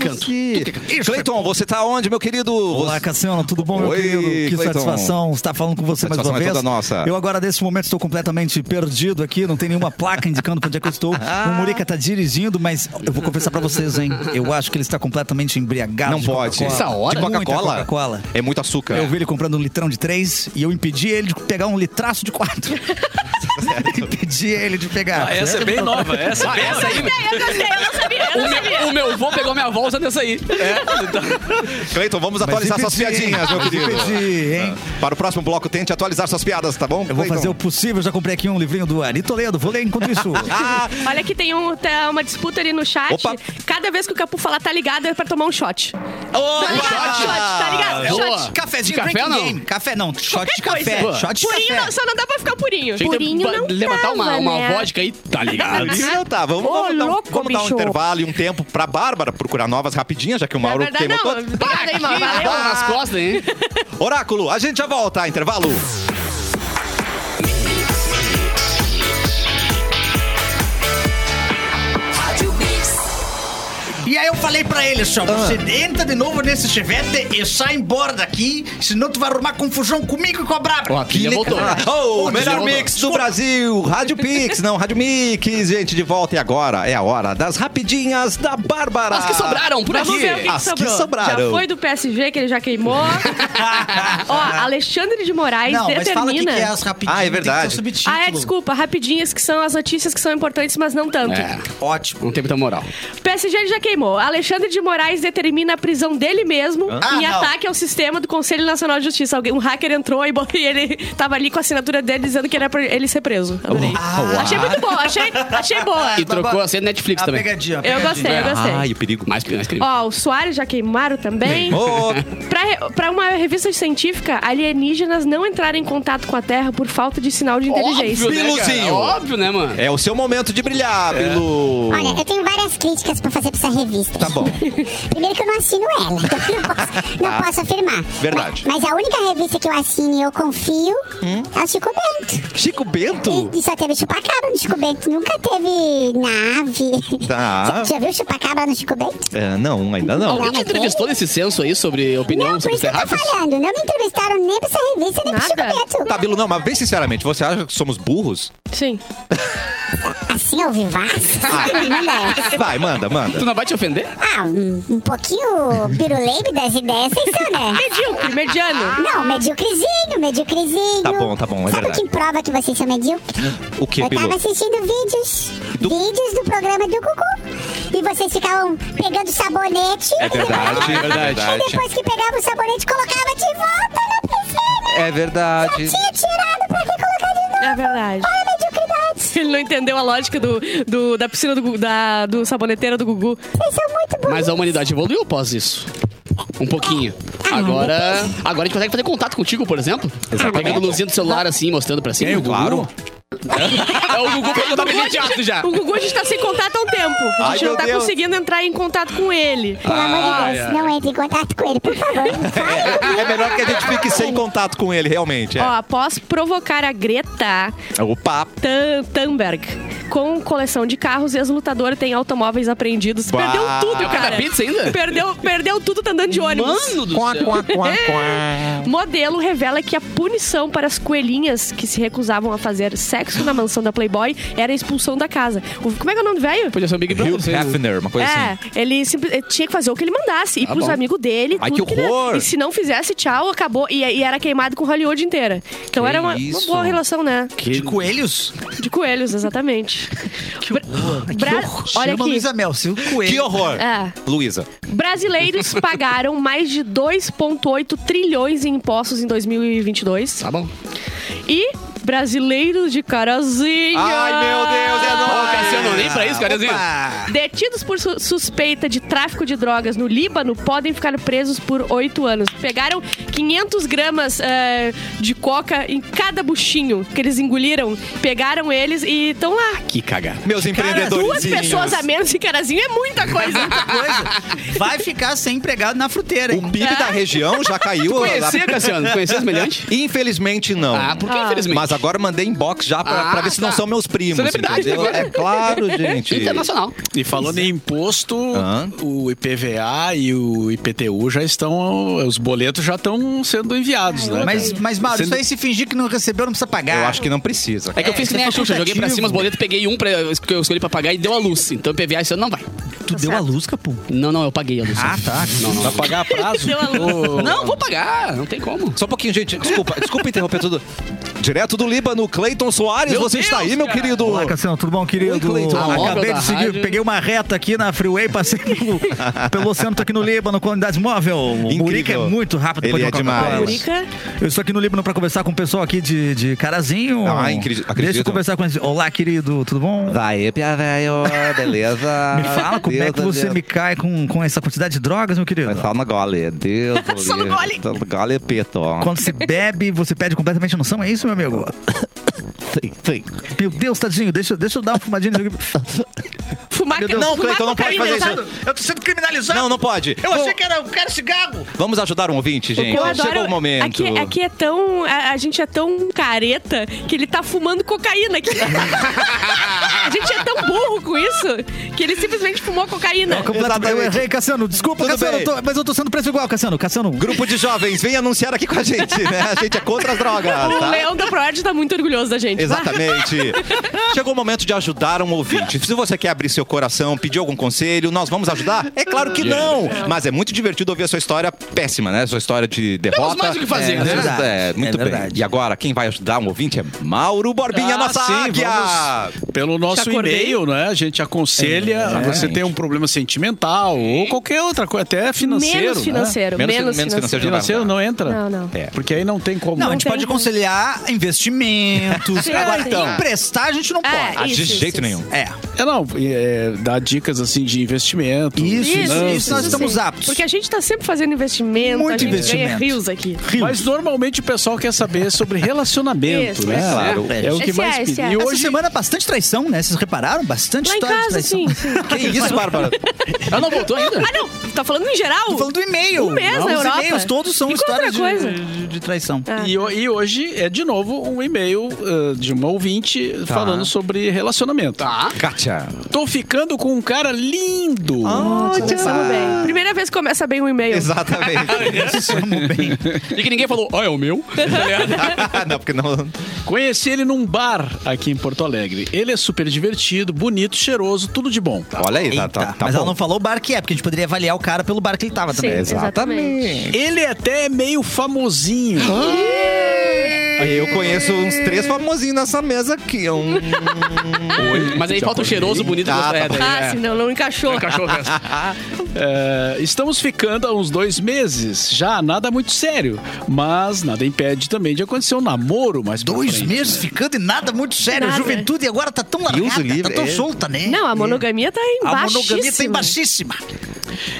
[SPEAKER 1] de
[SPEAKER 2] canto,
[SPEAKER 1] você. Cleiton, você tá onde, meu querido?
[SPEAKER 7] Olá,
[SPEAKER 1] Você-
[SPEAKER 7] Cassiano, tudo bom, meu
[SPEAKER 1] Oi,
[SPEAKER 7] querido? Que
[SPEAKER 1] Cleiton.
[SPEAKER 7] satisfação estar falando com você mais
[SPEAKER 1] Satisfação
[SPEAKER 7] uma
[SPEAKER 1] é
[SPEAKER 7] vez.
[SPEAKER 1] toda nossa.
[SPEAKER 7] Eu agora, nesse momento, estou completamente perdido aqui, não tem nenhuma placa indicando para onde é que eu estou. O Murica tá dirigindo, mas eu vou confessar para vocês, hein? Eu acho que ele está completamente embriagado.
[SPEAKER 1] não
[SPEAKER 7] de
[SPEAKER 1] pode.
[SPEAKER 7] Coca-Cola.
[SPEAKER 2] Essa hora?
[SPEAKER 1] De Coca-Cola?
[SPEAKER 7] Muita Coca-Cola.
[SPEAKER 1] É muito açúcar.
[SPEAKER 7] Eu vi ele comprando um litrão de três e eu impedi ele de pegar um litraço de quatro. impedi ele de pegar.
[SPEAKER 6] Ah, essa é bem nova. Essa é bem
[SPEAKER 2] Essa aí,
[SPEAKER 4] Eu gostei, eu não sabia, eu
[SPEAKER 2] o
[SPEAKER 4] não sabia.
[SPEAKER 2] meu, o meu vô pegou minha avó usando essa aí.
[SPEAKER 1] É. Cleiton, vamos atualizar suas
[SPEAKER 7] impedi,
[SPEAKER 1] piadinhas, meu
[SPEAKER 7] mas
[SPEAKER 1] querido.
[SPEAKER 7] impedi, hein?
[SPEAKER 1] Para o próximo bloco, tente atualizar suas piadas, tá bom?
[SPEAKER 7] Eu vou fazer o possível, já comprei aqui um livrinho do Ari Toledo, vou ler enquanto isso.
[SPEAKER 4] Olha que tem um- tá uma disputa ali no chat.
[SPEAKER 1] Opa.
[SPEAKER 4] Cada vez que o Capu falar tá ligado é pra tomar um shot.
[SPEAKER 1] Oh,
[SPEAKER 4] Tá ligado? Shot, tá ligado?
[SPEAKER 3] É
[SPEAKER 2] Boa.
[SPEAKER 4] Shot.
[SPEAKER 3] Cafézinho,
[SPEAKER 2] De café,
[SPEAKER 3] um drinking
[SPEAKER 2] não.
[SPEAKER 3] game. Café não, shot de
[SPEAKER 4] Qualquer
[SPEAKER 3] café.
[SPEAKER 4] coisa.
[SPEAKER 3] Shot de
[SPEAKER 4] Purinho,
[SPEAKER 3] café.
[SPEAKER 4] não, só não dá pra ficar purinho.
[SPEAKER 2] Tinha que
[SPEAKER 4] purinho
[SPEAKER 2] ba-
[SPEAKER 4] não
[SPEAKER 2] levantar uma,
[SPEAKER 4] tava,
[SPEAKER 2] uma
[SPEAKER 4] né?
[SPEAKER 2] vodka aí, tá ligado?
[SPEAKER 1] Tá, vamos,
[SPEAKER 4] Ô,
[SPEAKER 1] vamos dar, um,
[SPEAKER 4] louco,
[SPEAKER 1] vamos dar um
[SPEAKER 4] bicho.
[SPEAKER 1] intervalo e um tempo pra Bárbara procurar novas rapidinhas, já que o
[SPEAKER 4] Na
[SPEAKER 1] Mauro
[SPEAKER 4] verdade,
[SPEAKER 1] queimou
[SPEAKER 4] não.
[SPEAKER 1] todo.
[SPEAKER 4] Obrigada aí, mano. Valeu.
[SPEAKER 2] Bola nas costas, hein?
[SPEAKER 1] Oráculo, a gente já volta, intervalo.
[SPEAKER 3] E aí eu falei pra ele, só,
[SPEAKER 2] Ah.
[SPEAKER 3] você entra de novo nesse chevette e sai embora daqui, senão tu vai arrumar confusão comigo e com a Brabra.
[SPEAKER 2] Ó, a pilha voltou. né?
[SPEAKER 1] Oh, o
[SPEAKER 3] Onde
[SPEAKER 1] melhor
[SPEAKER 3] você
[SPEAKER 1] mix do Brasil, Rádio Pix, não, Rádio Mix, gente, de volta e agora é a hora das rapidinhas da Bárbara.
[SPEAKER 2] As que sobraram por
[SPEAKER 4] Vamos
[SPEAKER 2] aqui. Ah,
[SPEAKER 4] ver o que,
[SPEAKER 1] As
[SPEAKER 4] que
[SPEAKER 1] que
[SPEAKER 4] sobrou.
[SPEAKER 1] sobraram.
[SPEAKER 4] Já foi do PSG, que ele já queimou. Ó, Alexandre de Moraes
[SPEAKER 3] Não, mas
[SPEAKER 4] determina...
[SPEAKER 3] fala o que, que é as rapidinhas.
[SPEAKER 1] Ah, é
[SPEAKER 3] tem que ter
[SPEAKER 1] verdade.
[SPEAKER 3] um subtítulo.
[SPEAKER 4] Ah, é, desculpa, rapidinhas que são as notícias que são importantes, mas não tanto.
[SPEAKER 2] É,
[SPEAKER 3] Ótimo.
[SPEAKER 2] não tem muita moral.
[SPEAKER 1] Tá,
[SPEAKER 4] PSG ele já queimou. Alexandre de Moraes determina a prisão dele mesmo
[SPEAKER 3] Ah,
[SPEAKER 4] em
[SPEAKER 3] não.
[SPEAKER 4] ataque ao sistema do Conselho Nacional de Justiça. Alguém, um hacker entrou e, bo- e ele tava ali com a assinatura dele dizendo que era pra ele ser preso. Adorei. achei muito boa, achei, achei boa.
[SPEAKER 1] tá
[SPEAKER 2] E trocou a cena Netflix
[SPEAKER 3] A
[SPEAKER 2] também.
[SPEAKER 3] Tá pegadinha, a
[SPEAKER 4] Eu
[SPEAKER 3] pegadinha.
[SPEAKER 4] gostei, eu gostei.
[SPEAKER 1] Ai, o perigo.
[SPEAKER 2] Mais, mais crime.
[SPEAKER 4] Ó, o Soares já queimaram também.
[SPEAKER 1] Oh,
[SPEAKER 4] Pra, re- pra uma revista científica, alienígenas não entraram em contato com a Terra por falta de sinal de inteligência.
[SPEAKER 2] Óbvio, né, cara?
[SPEAKER 1] Biluzinho.
[SPEAKER 2] Óbvio, né, mano?
[SPEAKER 1] é o seu momento de brilhar, Bilu.
[SPEAKER 5] Olha, eu tenho várias críticas pra fazer pra essa revista.
[SPEAKER 1] Tá bom.
[SPEAKER 5] Primeiro que eu não assino ela, então eu não posso, não posso afirmar.
[SPEAKER 1] Verdade. Hum?
[SPEAKER 5] Mas a única revista que eu assino e eu confio é o Chico Bento.
[SPEAKER 1] Chico Bento?
[SPEAKER 5] E, e só teve chupacabra no Chico Bento. Nunca teve nave.
[SPEAKER 1] Tá.
[SPEAKER 5] Já, já viu chupacabra no Chico Bento?
[SPEAKER 1] É, não, ainda não.
[SPEAKER 5] Não,
[SPEAKER 2] Alguém te entrevistou nesse censo aí sobre opinião
[SPEAKER 5] não, por
[SPEAKER 2] sobre
[SPEAKER 5] isso que eu tô
[SPEAKER 2] Serrafes?
[SPEAKER 5] falando. Não me entrevistaram nem pra essa revista, nem
[SPEAKER 4] Nada.
[SPEAKER 5] pro Chico Bento.
[SPEAKER 1] Tá, Bilu, não, mas bem sinceramente, você acha que somos burros?
[SPEAKER 4] Sim.
[SPEAKER 5] Assim, ao vivaço. Manda essa.
[SPEAKER 1] Vai, manda,
[SPEAKER 2] Tu
[SPEAKER 1] manda.
[SPEAKER 2] não vai te ofender?
[SPEAKER 5] Ah, um, um pouquinho biruleibe das ideias, vocês são, né?
[SPEAKER 4] Medíocre, mediano.
[SPEAKER 5] Não, medíocrezinho, medíocrezinho.
[SPEAKER 1] Tá bom, tá bom, é
[SPEAKER 5] Sabe
[SPEAKER 1] verdade.
[SPEAKER 5] que prova que vocês são medíocres?
[SPEAKER 1] O que,
[SPEAKER 5] Eu
[SPEAKER 1] Bilu?
[SPEAKER 5] tava assistindo vídeos.
[SPEAKER 1] Do-
[SPEAKER 5] Vídeos do programa do Cucu. E vocês ficavam pegando sabonete.
[SPEAKER 1] É verdade, é verdade.
[SPEAKER 5] E depois que pegava o sabonete, colocava de volta na piscina.
[SPEAKER 1] É verdade.
[SPEAKER 5] Tinha tirado pra que colocar de novo?
[SPEAKER 4] É verdade.
[SPEAKER 5] Olha a mediocridade.
[SPEAKER 4] Ele não entendeu a lógica do, do- da piscina do, Gu- da, do saboneteiro do Gugu.
[SPEAKER 5] Vocês são muito burros.
[SPEAKER 2] Mas a humanidade evoluiu após isso. Um pouquinho. Agora, agora a gente consegue fazer contato contigo, por exemplo?
[SPEAKER 1] Exatamente.
[SPEAKER 2] Pegando luzinha do celular assim, mostrando pra cima.
[SPEAKER 6] Tem o Gugu?
[SPEAKER 1] Claro.
[SPEAKER 2] É o Gugu pra contar imediato já.
[SPEAKER 4] O Gugu a gente tá sem contato há um tempo. A
[SPEAKER 1] Ai,
[SPEAKER 4] gente
[SPEAKER 1] meu
[SPEAKER 4] não tá
[SPEAKER 1] Deus.
[SPEAKER 4] conseguindo entrar em contato com ele.
[SPEAKER 5] Pelo amor de Deus,
[SPEAKER 4] é.
[SPEAKER 5] não entre em contato com ele, por favor. Fala comigo.
[SPEAKER 1] É melhor que a gente fique sem contato com ele, realmente.
[SPEAKER 4] Ó,
[SPEAKER 1] É.
[SPEAKER 4] após provocar a Greta
[SPEAKER 1] Opa,
[SPEAKER 4] Thun- Thunberg com coleção de carros, ex-lutador tem automóveis apreendidos. Perdeu
[SPEAKER 1] Bah.
[SPEAKER 4] tudo,
[SPEAKER 1] Ah,
[SPEAKER 2] Vai dar
[SPEAKER 4] cara.
[SPEAKER 2] pizza ainda?
[SPEAKER 4] Perdeu, perdeu tudo, tá andando de ônibus.
[SPEAKER 2] Mano do céu.
[SPEAKER 4] Modelo revela que a punição para as coelhinhas que se recusavam a fazer sexo na mansão da Playboy era a expulsão da casa. O- como é que é o nome do velho?
[SPEAKER 2] Podia ser um Big Brother.
[SPEAKER 1] Hugh
[SPEAKER 2] sei lá.
[SPEAKER 1] Hefner, uma coisa
[SPEAKER 4] É,
[SPEAKER 1] assim.
[SPEAKER 4] ele, simples- ele tinha que fazer o que ele mandasse. Ir pros
[SPEAKER 2] bom.
[SPEAKER 4] amigos dele.
[SPEAKER 1] Tá Ai,
[SPEAKER 4] tudo
[SPEAKER 1] que
[SPEAKER 4] ele-
[SPEAKER 1] horror!
[SPEAKER 4] e se não fizesse, tchau, acabou. E, e era queimado com Hollywood inteira. Então
[SPEAKER 1] Que
[SPEAKER 4] era uma, uma
[SPEAKER 1] isso?
[SPEAKER 4] boa relação, né?
[SPEAKER 7] De coelhos?
[SPEAKER 4] De coelhos, exatamente. que Olha
[SPEAKER 7] Chama
[SPEAKER 4] aqui.
[SPEAKER 7] Luísa Mel, se o coelho...
[SPEAKER 1] Que horror.
[SPEAKER 4] É.
[SPEAKER 1] Luísa.
[SPEAKER 4] Brasileiros pagaram mais de 2,8 trilhões em impostos em 2022.
[SPEAKER 2] Tá bom.
[SPEAKER 4] E brasileiros de carazinha.
[SPEAKER 1] Ai, meu Deus, é
[SPEAKER 2] Ô,
[SPEAKER 1] nóis.
[SPEAKER 2] Cassiano, nem pra isso, carinhozinho.
[SPEAKER 7] Opa!
[SPEAKER 4] Detidos por su- suspeita de tráfico de drogas no Líbano podem ficar presos por oito anos. Pegaram 500 gramas eh, de coca em cada buchinho que eles engoliram, pegaram eles e estão lá.
[SPEAKER 2] Que cagada.
[SPEAKER 1] Meus empreendedores.
[SPEAKER 4] Duas pessoas a menos em Carazinho é muita coisa.
[SPEAKER 1] Ah,
[SPEAKER 7] Coisa. Vai ficar sem empregado na fruteira,
[SPEAKER 1] O
[SPEAKER 7] hein?
[SPEAKER 1] PIB da região já caiu.
[SPEAKER 2] Conhecia, Cassiano? Conhecia semelhante?
[SPEAKER 1] Infelizmente, não.
[SPEAKER 2] Ah, por que infelizmente?
[SPEAKER 1] Mas agora mandei inbox já pra,
[SPEAKER 2] Ah,
[SPEAKER 1] pra ver se não
[SPEAKER 2] tá.
[SPEAKER 1] são meus primos,
[SPEAKER 2] Celebridade
[SPEAKER 1] entendeu?
[SPEAKER 4] né?
[SPEAKER 2] agora.
[SPEAKER 1] É claro, gente.
[SPEAKER 2] Internacional.
[SPEAKER 6] E falando em imposto,
[SPEAKER 1] Hã?
[SPEAKER 6] o IPVA e o IPTU já estão. Os boletos já estão sendo enviados, né?
[SPEAKER 7] Ah, Mas,
[SPEAKER 6] cara?
[SPEAKER 7] mas Mauro,
[SPEAKER 6] Sendo-
[SPEAKER 7] isso aí se fingir que não recebeu, não precisa pagar.
[SPEAKER 1] Eu acho que não precisa.
[SPEAKER 2] É que eu fiz que nem a Xuxa, joguei pra cima os boletos, peguei um pra, que eu escolhi pra pagar e deu a luz. Então o PVA esse ano não vai.
[SPEAKER 7] Tu deu a luz, Capu.
[SPEAKER 2] Não, não, eu paguei a luz.
[SPEAKER 7] Ah, tá.
[SPEAKER 2] Não, não.
[SPEAKER 6] Vai pagar a prazo?
[SPEAKER 4] Deu a luz.
[SPEAKER 6] Ô,
[SPEAKER 2] Não, vou pagar, não tem como.
[SPEAKER 1] Só um pouquinho, gente. Desculpa, desculpa interromper tudo. Direto do Líbano, Cleiton Soares,
[SPEAKER 2] Meu
[SPEAKER 1] você está
[SPEAKER 2] Deus,
[SPEAKER 1] aí, meu
[SPEAKER 2] cara.
[SPEAKER 1] querido?
[SPEAKER 7] Olá, Cassiano, tudo bom, querido?
[SPEAKER 1] Oi, Cleiton.
[SPEAKER 7] Ah,
[SPEAKER 2] Móvel
[SPEAKER 7] Acabei
[SPEAKER 2] da
[SPEAKER 7] de seguir,
[SPEAKER 2] rádio.
[SPEAKER 7] peguei uma reta aqui na Freeway, passei pelo, pelo oceano, tô aqui no Líbano com a unidade móvel. O
[SPEAKER 1] Incrível.
[SPEAKER 7] Murica é muito rápido
[SPEAKER 1] Ele
[SPEAKER 7] depois
[SPEAKER 1] é
[SPEAKER 7] de uma Coca-Cola.
[SPEAKER 1] demais.
[SPEAKER 4] Murica.
[SPEAKER 7] Eu estou aqui no Líbano para conversar com o pessoal aqui de, de Carazinho.
[SPEAKER 1] Ah, incri- acredito.
[SPEAKER 7] Deixa eu conversar com eles. Olá, querido, tudo bom?
[SPEAKER 1] Vai, Pia velho, beleza?
[SPEAKER 7] Me fala como é que
[SPEAKER 1] Deus,
[SPEAKER 7] você
[SPEAKER 1] Deus.
[SPEAKER 7] me cai com, com essa quantidade de drogas, meu querido.
[SPEAKER 1] Mas Só no gole, Deus.
[SPEAKER 4] Só no gole.
[SPEAKER 1] Só no gole, Pito.
[SPEAKER 7] Quando se bebe, você perde completamente a noção, é isso, meu amigo?
[SPEAKER 1] Sim, sim.
[SPEAKER 7] Meu Deus, tadinho, deixa, eu- deixa eu dar uma fumadinha.
[SPEAKER 4] Fumar
[SPEAKER 1] Meu Deus. Não,
[SPEAKER 4] fumar
[SPEAKER 1] Cleiton, não pode fazer
[SPEAKER 4] cocaína,
[SPEAKER 1] isso.
[SPEAKER 4] sabe?
[SPEAKER 7] tá Eu tô sendo criminalizado.
[SPEAKER 1] Não, não pode. Bom,
[SPEAKER 7] era o cara cigarro.
[SPEAKER 1] Vamos ajudar um ouvinte, gente.
[SPEAKER 4] Eu adoro.
[SPEAKER 1] Chegou o momento.
[SPEAKER 4] Aqui, aqui é tão. A, a gente é tão careta que ele tá fumando cocaína aqui. a gente é tão burro com isso que ele simplesmente fumou cocaína.
[SPEAKER 7] Eu
[SPEAKER 1] Exatamente.
[SPEAKER 7] errei, Cassiano. Desculpa,
[SPEAKER 1] Tudo
[SPEAKER 7] Cassiano,
[SPEAKER 1] bem.
[SPEAKER 7] eu tô- mas eu tô sendo preso igual, Cassiano. Cassiano,
[SPEAKER 1] Grupo de jovens, vem anunciar aqui com a gente, né? A gente é contra as drogas,
[SPEAKER 4] O
[SPEAKER 1] tá?
[SPEAKER 4] Leão da Prod tá muito orgulhoso da gente.
[SPEAKER 1] Exatamente. Chegou o momento de ajudar um ouvinte. Se você quer abrir seu coração, pedir algum conselho, nós vamos ajudar? É claro que não! Mas é muito divertido ouvir a sua história péssima, né? Sua história de derrota.
[SPEAKER 2] mais o que fazer,
[SPEAKER 1] é,
[SPEAKER 2] né?
[SPEAKER 1] verdade. É, muito
[SPEAKER 7] É
[SPEAKER 1] bem.
[SPEAKER 7] verdade.
[SPEAKER 1] E agora, quem vai ajudar um ouvinte é Mauro Borbinha,
[SPEAKER 6] Ah,
[SPEAKER 1] nossa
[SPEAKER 6] sim,
[SPEAKER 1] águia!
[SPEAKER 6] Pelo nosso
[SPEAKER 4] acordei.
[SPEAKER 6] e-mail, né? A gente aconselha
[SPEAKER 1] É,
[SPEAKER 6] você
[SPEAKER 1] exatamente.
[SPEAKER 6] ter um problema sentimental ou qualquer outra coisa, até financeiro.
[SPEAKER 4] menos
[SPEAKER 6] né?
[SPEAKER 4] financeiro.
[SPEAKER 1] Menos-
[SPEAKER 4] Menos,
[SPEAKER 1] menos
[SPEAKER 4] financeiro.
[SPEAKER 1] financeiro.
[SPEAKER 6] Financeiro não
[SPEAKER 4] Não,
[SPEAKER 6] entra.
[SPEAKER 4] não.
[SPEAKER 1] É.
[SPEAKER 6] Porque aí não tem como.
[SPEAKER 7] Não, a gente
[SPEAKER 4] tem
[SPEAKER 7] pode
[SPEAKER 4] como.
[SPEAKER 7] aconselhar investimentos.
[SPEAKER 4] Sim,
[SPEAKER 7] Agora, então,
[SPEAKER 4] sim.
[SPEAKER 7] emprestar a gente não
[SPEAKER 4] É,
[SPEAKER 7] pode.
[SPEAKER 1] Ah,
[SPEAKER 4] Isso,
[SPEAKER 1] de
[SPEAKER 4] isso,
[SPEAKER 1] jeito
[SPEAKER 4] isso.
[SPEAKER 1] nenhum.
[SPEAKER 7] É.
[SPEAKER 6] É, não, é, é, dar dicas assim de investimento.
[SPEAKER 7] Isso, isso,
[SPEAKER 6] finanças.
[SPEAKER 7] isso né? nós estamos
[SPEAKER 4] sim.
[SPEAKER 7] aptos.
[SPEAKER 4] Porque a gente tá sempre fazendo investimento,
[SPEAKER 7] Muito
[SPEAKER 4] a gente ganha
[SPEAKER 7] investimento.
[SPEAKER 4] rios aqui.
[SPEAKER 6] Mas normalmente o pessoal quer saber sobre relacionamento,
[SPEAKER 4] Isso,
[SPEAKER 6] né?
[SPEAKER 4] isso.
[SPEAKER 1] Claro.
[SPEAKER 6] É o que
[SPEAKER 4] Esse
[SPEAKER 6] mais
[SPEAKER 4] é, esse
[SPEAKER 6] pediu.
[SPEAKER 4] é.
[SPEAKER 6] E
[SPEAKER 7] Essa
[SPEAKER 6] hoje
[SPEAKER 7] semana bastante traição, né? Vocês repararam? Bastante
[SPEAKER 4] Lá em
[SPEAKER 7] história de
[SPEAKER 4] casa,
[SPEAKER 7] traição.
[SPEAKER 4] sim, sim.
[SPEAKER 1] Que isso, Bárbara?
[SPEAKER 2] Ela não voltou ainda?
[SPEAKER 4] Ah, não! Tá falando em geral?
[SPEAKER 7] Tô falando do e-mail.
[SPEAKER 4] Um mês
[SPEAKER 7] Não,
[SPEAKER 4] na
[SPEAKER 7] Os
[SPEAKER 4] Europa.
[SPEAKER 7] e-mails todos são
[SPEAKER 4] E qual
[SPEAKER 7] histórias de,
[SPEAKER 4] outra coisa?
[SPEAKER 7] de- de traição.
[SPEAKER 6] E, ho- e hoje é de novo um e-mail ah, de uma ouvinte falando sobre relacionamento.
[SPEAKER 7] Ah.
[SPEAKER 2] Tá.
[SPEAKER 1] Kátia.
[SPEAKER 6] Tô ficando com um cara lindo.
[SPEAKER 4] Ah. Começamos
[SPEAKER 7] Ah.
[SPEAKER 4] bem. Primeira vez que começa bem o e-mail.
[SPEAKER 1] Exatamente.
[SPEAKER 2] E que ninguém falou, ah, é o meu?
[SPEAKER 1] não, porque não.
[SPEAKER 6] Conheci ele num bar aqui em Porto Alegre. Ele é super divertido, bonito, cheiroso, tudo de bom.
[SPEAKER 1] Olha aí, tá,
[SPEAKER 7] Eita,
[SPEAKER 1] tá, tá
[SPEAKER 7] mas ela
[SPEAKER 1] bom.
[SPEAKER 7] não falou o bar que é, porque a gente poderia avaliar o cara pelo bar que ele tava
[SPEAKER 4] Sim,
[SPEAKER 7] também.
[SPEAKER 4] exatamente.
[SPEAKER 6] Ele até é meio famosinho.
[SPEAKER 1] Eu conheço uns três famosinhos nessa mesa aqui. Um...
[SPEAKER 2] Mas aí falta o cheiroso, bonito e
[SPEAKER 1] Tá,
[SPEAKER 2] gostoso.
[SPEAKER 1] tá
[SPEAKER 2] É, daí,
[SPEAKER 4] Ah,
[SPEAKER 2] é.
[SPEAKER 4] sim, não, não encaixou.
[SPEAKER 2] Cachorro mesmo.
[SPEAKER 6] É, estamos ficando há uns dois meses. Já nada muito sério. Mas nada impede também de acontecer um namoro mais pra
[SPEAKER 7] Dois
[SPEAKER 6] frente,
[SPEAKER 7] meses
[SPEAKER 6] né?
[SPEAKER 7] ficando e nada muito sério. A
[SPEAKER 4] Nada.
[SPEAKER 7] juventude agora tá tão
[SPEAKER 1] Deus
[SPEAKER 7] largada,
[SPEAKER 1] livre,
[SPEAKER 7] tá tão
[SPEAKER 1] é.
[SPEAKER 7] solta, né?
[SPEAKER 4] Não, a monogamia tá em
[SPEAKER 7] A monogamia tá
[SPEAKER 4] baixíssima.
[SPEAKER 7] baixíssima.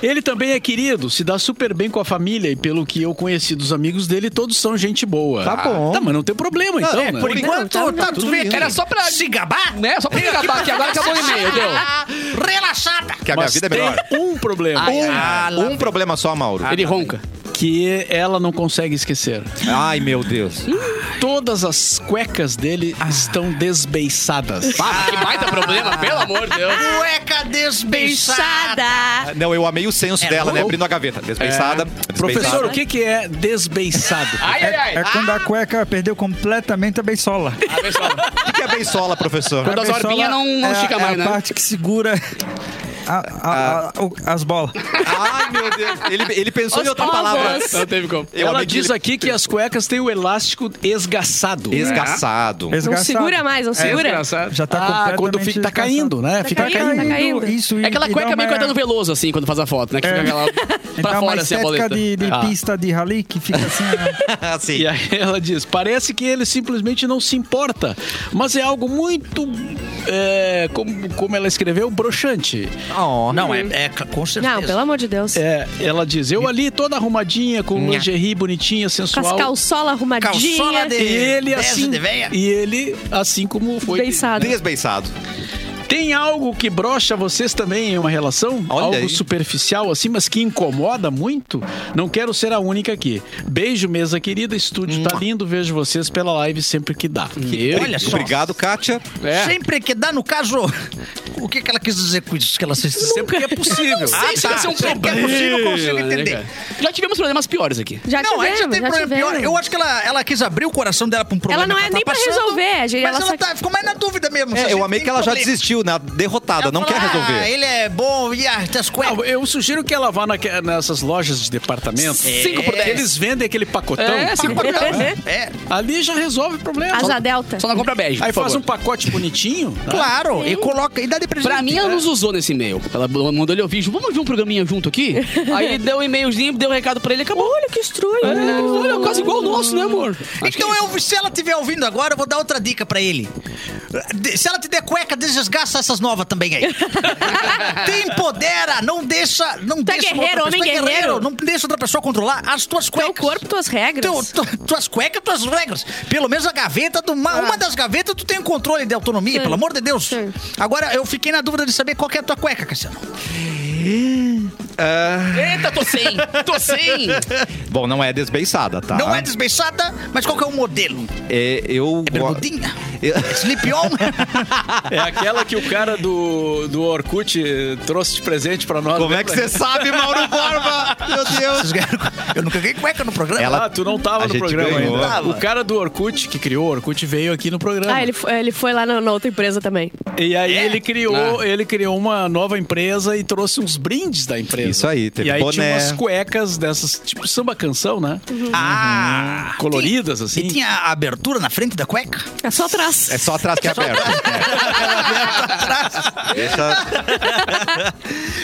[SPEAKER 6] Ele também é querido, se dá super bem com a família e pelo que eu conheci dos amigos dele, todos são gente boa.
[SPEAKER 1] Tá bom.
[SPEAKER 6] Tá, mas não tem problema então,
[SPEAKER 7] é,
[SPEAKER 6] né?
[SPEAKER 7] por enquanto,
[SPEAKER 4] tá-
[SPEAKER 7] tá, tudo bem.
[SPEAKER 2] Era só pra...
[SPEAKER 7] Se gabar?
[SPEAKER 2] Né? Só pra me acabar aqui, agora acabou o e-mail, deu.
[SPEAKER 7] Relaxada.
[SPEAKER 1] Que a minha
[SPEAKER 6] Mas
[SPEAKER 1] vida é
[SPEAKER 6] tem
[SPEAKER 1] melhor.
[SPEAKER 6] um problema
[SPEAKER 1] Um, um problema só, Mauro.
[SPEAKER 2] Ah, Ele ronca.
[SPEAKER 6] que ela não consegue esquecer.
[SPEAKER 1] Ai, meu Deus.
[SPEAKER 6] Todas as cuecas dele estão desbeiçadas.
[SPEAKER 2] Ah, que baita problema, pelo amor de Deus.
[SPEAKER 7] Cueca desbeiçada.
[SPEAKER 4] Fechada.
[SPEAKER 1] Não, eu amei o senso dela, né?
[SPEAKER 6] louco.
[SPEAKER 1] Abrindo a gaveta. Desbeiçada. desbeiçada.
[SPEAKER 6] Professor, o que, que é desbeiçado?
[SPEAKER 2] Ai, ai, ai.
[SPEAKER 8] É quando a cueca perdeu completamente a beisola.
[SPEAKER 2] Ah, pessoal,
[SPEAKER 1] O que que é beisola, professor?
[SPEAKER 2] Quando
[SPEAKER 8] A
[SPEAKER 2] as orbinhas
[SPEAKER 8] beisola
[SPEAKER 2] não, não
[SPEAKER 8] é,
[SPEAKER 2] estica
[SPEAKER 8] é
[SPEAKER 2] mais,
[SPEAKER 8] a
[SPEAKER 2] né?
[SPEAKER 8] parte que segura a- a- a- o- as bolas.
[SPEAKER 1] Ai, meu Deus. Ele, ele pensou em
[SPEAKER 4] Os
[SPEAKER 1] outra
[SPEAKER 4] ovos.
[SPEAKER 7] é,
[SPEAKER 1] palavra.
[SPEAKER 2] Não teve como.
[SPEAKER 1] Eu
[SPEAKER 6] ela
[SPEAKER 1] amei que
[SPEAKER 6] diz
[SPEAKER 1] ele-
[SPEAKER 6] aqui que as cuecas têm o elástico esgaçado.
[SPEAKER 1] Esgaçado.
[SPEAKER 4] Não
[SPEAKER 8] Esgaçado.
[SPEAKER 4] segura mais,
[SPEAKER 7] É.
[SPEAKER 4] não segura.
[SPEAKER 8] Já tá
[SPEAKER 6] ah,
[SPEAKER 8] completamente
[SPEAKER 6] quando fica, tá caindo, né?
[SPEAKER 4] Tá
[SPEAKER 6] fica
[SPEAKER 4] caindo, tá caindo.
[SPEAKER 8] Isso,
[SPEAKER 2] É aquela cueca meio Caetano Veloso, assim, quando faz a foto, né?
[SPEAKER 7] É.
[SPEAKER 2] Que fica aquela pra
[SPEAKER 8] Então,
[SPEAKER 2] fora,
[SPEAKER 8] mais
[SPEAKER 2] assim, a
[SPEAKER 8] cética
[SPEAKER 2] boleta.
[SPEAKER 8] de, de
[SPEAKER 6] Ah.
[SPEAKER 8] pista de rally que fica assim, né?
[SPEAKER 1] Assim.
[SPEAKER 6] E aí ela diz: parece que ele simplesmente não se importa, mas é algo muito. é, como, como ela escreveu, broxante.
[SPEAKER 1] Ah,
[SPEAKER 7] Não, é, é com certeza.
[SPEAKER 4] Não, pelo amor de Deus.
[SPEAKER 6] É, ela diz: eu ali toda arrumadinha, com lingerie bonitinha,
[SPEAKER 4] Com as
[SPEAKER 6] sensual.
[SPEAKER 4] calçola arrumadinha.
[SPEAKER 7] Calçola
[SPEAKER 6] E
[SPEAKER 7] de-
[SPEAKER 6] ele
[SPEAKER 7] Dessa
[SPEAKER 6] assim.
[SPEAKER 7] de veia.
[SPEAKER 6] E ele, assim como foi.
[SPEAKER 4] Pensado.
[SPEAKER 1] Desbeiçado.
[SPEAKER 6] Tem algo que brocha vocês também em uma relação?
[SPEAKER 1] Olha
[SPEAKER 6] algo
[SPEAKER 1] aí.
[SPEAKER 6] superficial assim, mas que incomoda muito? Não quero ser a única aqui. Beijo, mesa querida, estúdio tá lindo, vejo vocês pela live sempre que dá.
[SPEAKER 2] Meu
[SPEAKER 7] Olha só.
[SPEAKER 1] Obrigado, Kátia.
[SPEAKER 6] É.
[SPEAKER 7] Sempre que dá, no caso, o que, que ela quis dizer com isso? Que ela se
[SPEAKER 6] Sempre que é possível.
[SPEAKER 2] Ah, isso vai ser um problema.
[SPEAKER 7] possível, tá. consigo
[SPEAKER 2] né,
[SPEAKER 7] entender.
[SPEAKER 2] cara? Já tivemos problemas piores aqui.
[SPEAKER 4] Já
[SPEAKER 7] não, a gente já
[SPEAKER 4] tivemos,
[SPEAKER 7] tem
[SPEAKER 4] já
[SPEAKER 7] problema pior.
[SPEAKER 4] tivemos.
[SPEAKER 7] Eu acho que ela, ela quis abrir o coração dela pra um problema.
[SPEAKER 4] Ela não
[SPEAKER 7] que
[SPEAKER 4] é nem
[SPEAKER 7] tá
[SPEAKER 4] pra
[SPEAKER 7] passando,
[SPEAKER 4] resolver, gente,
[SPEAKER 7] Mas
[SPEAKER 4] ela
[SPEAKER 7] ela,
[SPEAKER 4] só-
[SPEAKER 7] tá, ficou mais na dúvida mesmo. se a
[SPEAKER 1] É, eu
[SPEAKER 7] gente
[SPEAKER 1] amei
[SPEAKER 7] tem
[SPEAKER 1] que ela já
[SPEAKER 7] problema.
[SPEAKER 1] desistiu, né? Derrotada, não quer
[SPEAKER 7] Ela falou, Ah,
[SPEAKER 1] resolver.
[SPEAKER 7] ele é bom e ah, as cuecas.
[SPEAKER 6] Não, eu sugiro que ela vá naque- nessas lojas de departamento.
[SPEAKER 2] Cinco por
[SPEAKER 6] Que
[SPEAKER 2] dez.
[SPEAKER 6] Eles vendem aquele pacotão.
[SPEAKER 2] É, cinco por dez.
[SPEAKER 7] É,
[SPEAKER 6] Ali já resolve o
[SPEAKER 7] Tá,
[SPEAKER 6] problema.
[SPEAKER 4] Asa delta.
[SPEAKER 2] Só não compra bege,
[SPEAKER 6] Aí
[SPEAKER 2] por
[SPEAKER 6] faz
[SPEAKER 2] favor.
[SPEAKER 6] um pacote bonitinho. né?
[SPEAKER 7] claro. E coloca, e dá de presente.
[SPEAKER 2] Pra mim, ela nos usou nesse e-mail. Ela mandou ele ouvir. Vamos ouvir um programinha junto aqui? Aí deu um e-mailzinho, deu um recado pra ele acabou. Olha que estranho. Olha, quase igual o nosso, né, amor?
[SPEAKER 7] Então, eu, se ela estiver ouvindo agora, eu vou dar outra dica pra ele. De- Se ela te der cueca, desgasta essas novas também aí. te empodera, não deixa. Não
[SPEAKER 4] Tu é
[SPEAKER 7] deixa uma
[SPEAKER 4] guerreiro,
[SPEAKER 7] outra
[SPEAKER 4] homem
[SPEAKER 7] pessoa- tu é
[SPEAKER 4] guerreiro.
[SPEAKER 7] Não deixa outra pessoa controlar as tuas cuecas.
[SPEAKER 4] Teu corpo, tuas regras.
[SPEAKER 7] Teu- tu- tuas cuecas, tuas regras. Pelo menos a gaveta, do, uma, uma das gavetas, tu tem o controle de autonomia, pelo amor de Deus.
[SPEAKER 4] Ah. Sim.
[SPEAKER 7] Agora, eu fiquei na dúvida de saber qual que é a tua cueca, Cassiano.
[SPEAKER 2] Eita, tô sem. Tô sem.
[SPEAKER 1] Bom, não é desbeiçada, tá?
[SPEAKER 7] Não é desbeiçada, mas qual que é o modelo?
[SPEAKER 1] É, eu...
[SPEAKER 7] É bermudinha?
[SPEAKER 1] Eu-
[SPEAKER 7] É slip on?
[SPEAKER 6] É aquela que o cara do, do Orkut eh, trouxe de presente pra nós.
[SPEAKER 1] Como é que você sabe, Mauro Borba? Meu Deus.
[SPEAKER 7] eu nunca ganhei cueca no programa.
[SPEAKER 1] Ela-
[SPEAKER 6] Ah, tu não tava
[SPEAKER 1] A
[SPEAKER 6] no
[SPEAKER 1] gente
[SPEAKER 6] programa
[SPEAKER 1] ganhou.
[SPEAKER 6] ainda.
[SPEAKER 7] Tava.
[SPEAKER 6] O cara do Orkut, que criou o Orkut, veio aqui no programa.
[SPEAKER 4] Ah, ele foi, ele foi lá na, na outra empresa também.
[SPEAKER 6] E aí
[SPEAKER 2] É?
[SPEAKER 6] ele criou,
[SPEAKER 2] Ah.
[SPEAKER 6] ele criou uma nova empresa e trouxe uns brindes da empresa.
[SPEAKER 1] Isso aí, teve
[SPEAKER 6] E aí tinha
[SPEAKER 1] boné.
[SPEAKER 6] umas cuecas dessas, tipo samba canção, né?
[SPEAKER 4] Uhum.
[SPEAKER 1] Uhum.
[SPEAKER 7] Ah!
[SPEAKER 6] Coloridas, assim.
[SPEAKER 7] E tinha a abertura na frente da cueca?
[SPEAKER 4] É só atrás.
[SPEAKER 1] É só atrás que é aberto. É. Deixa...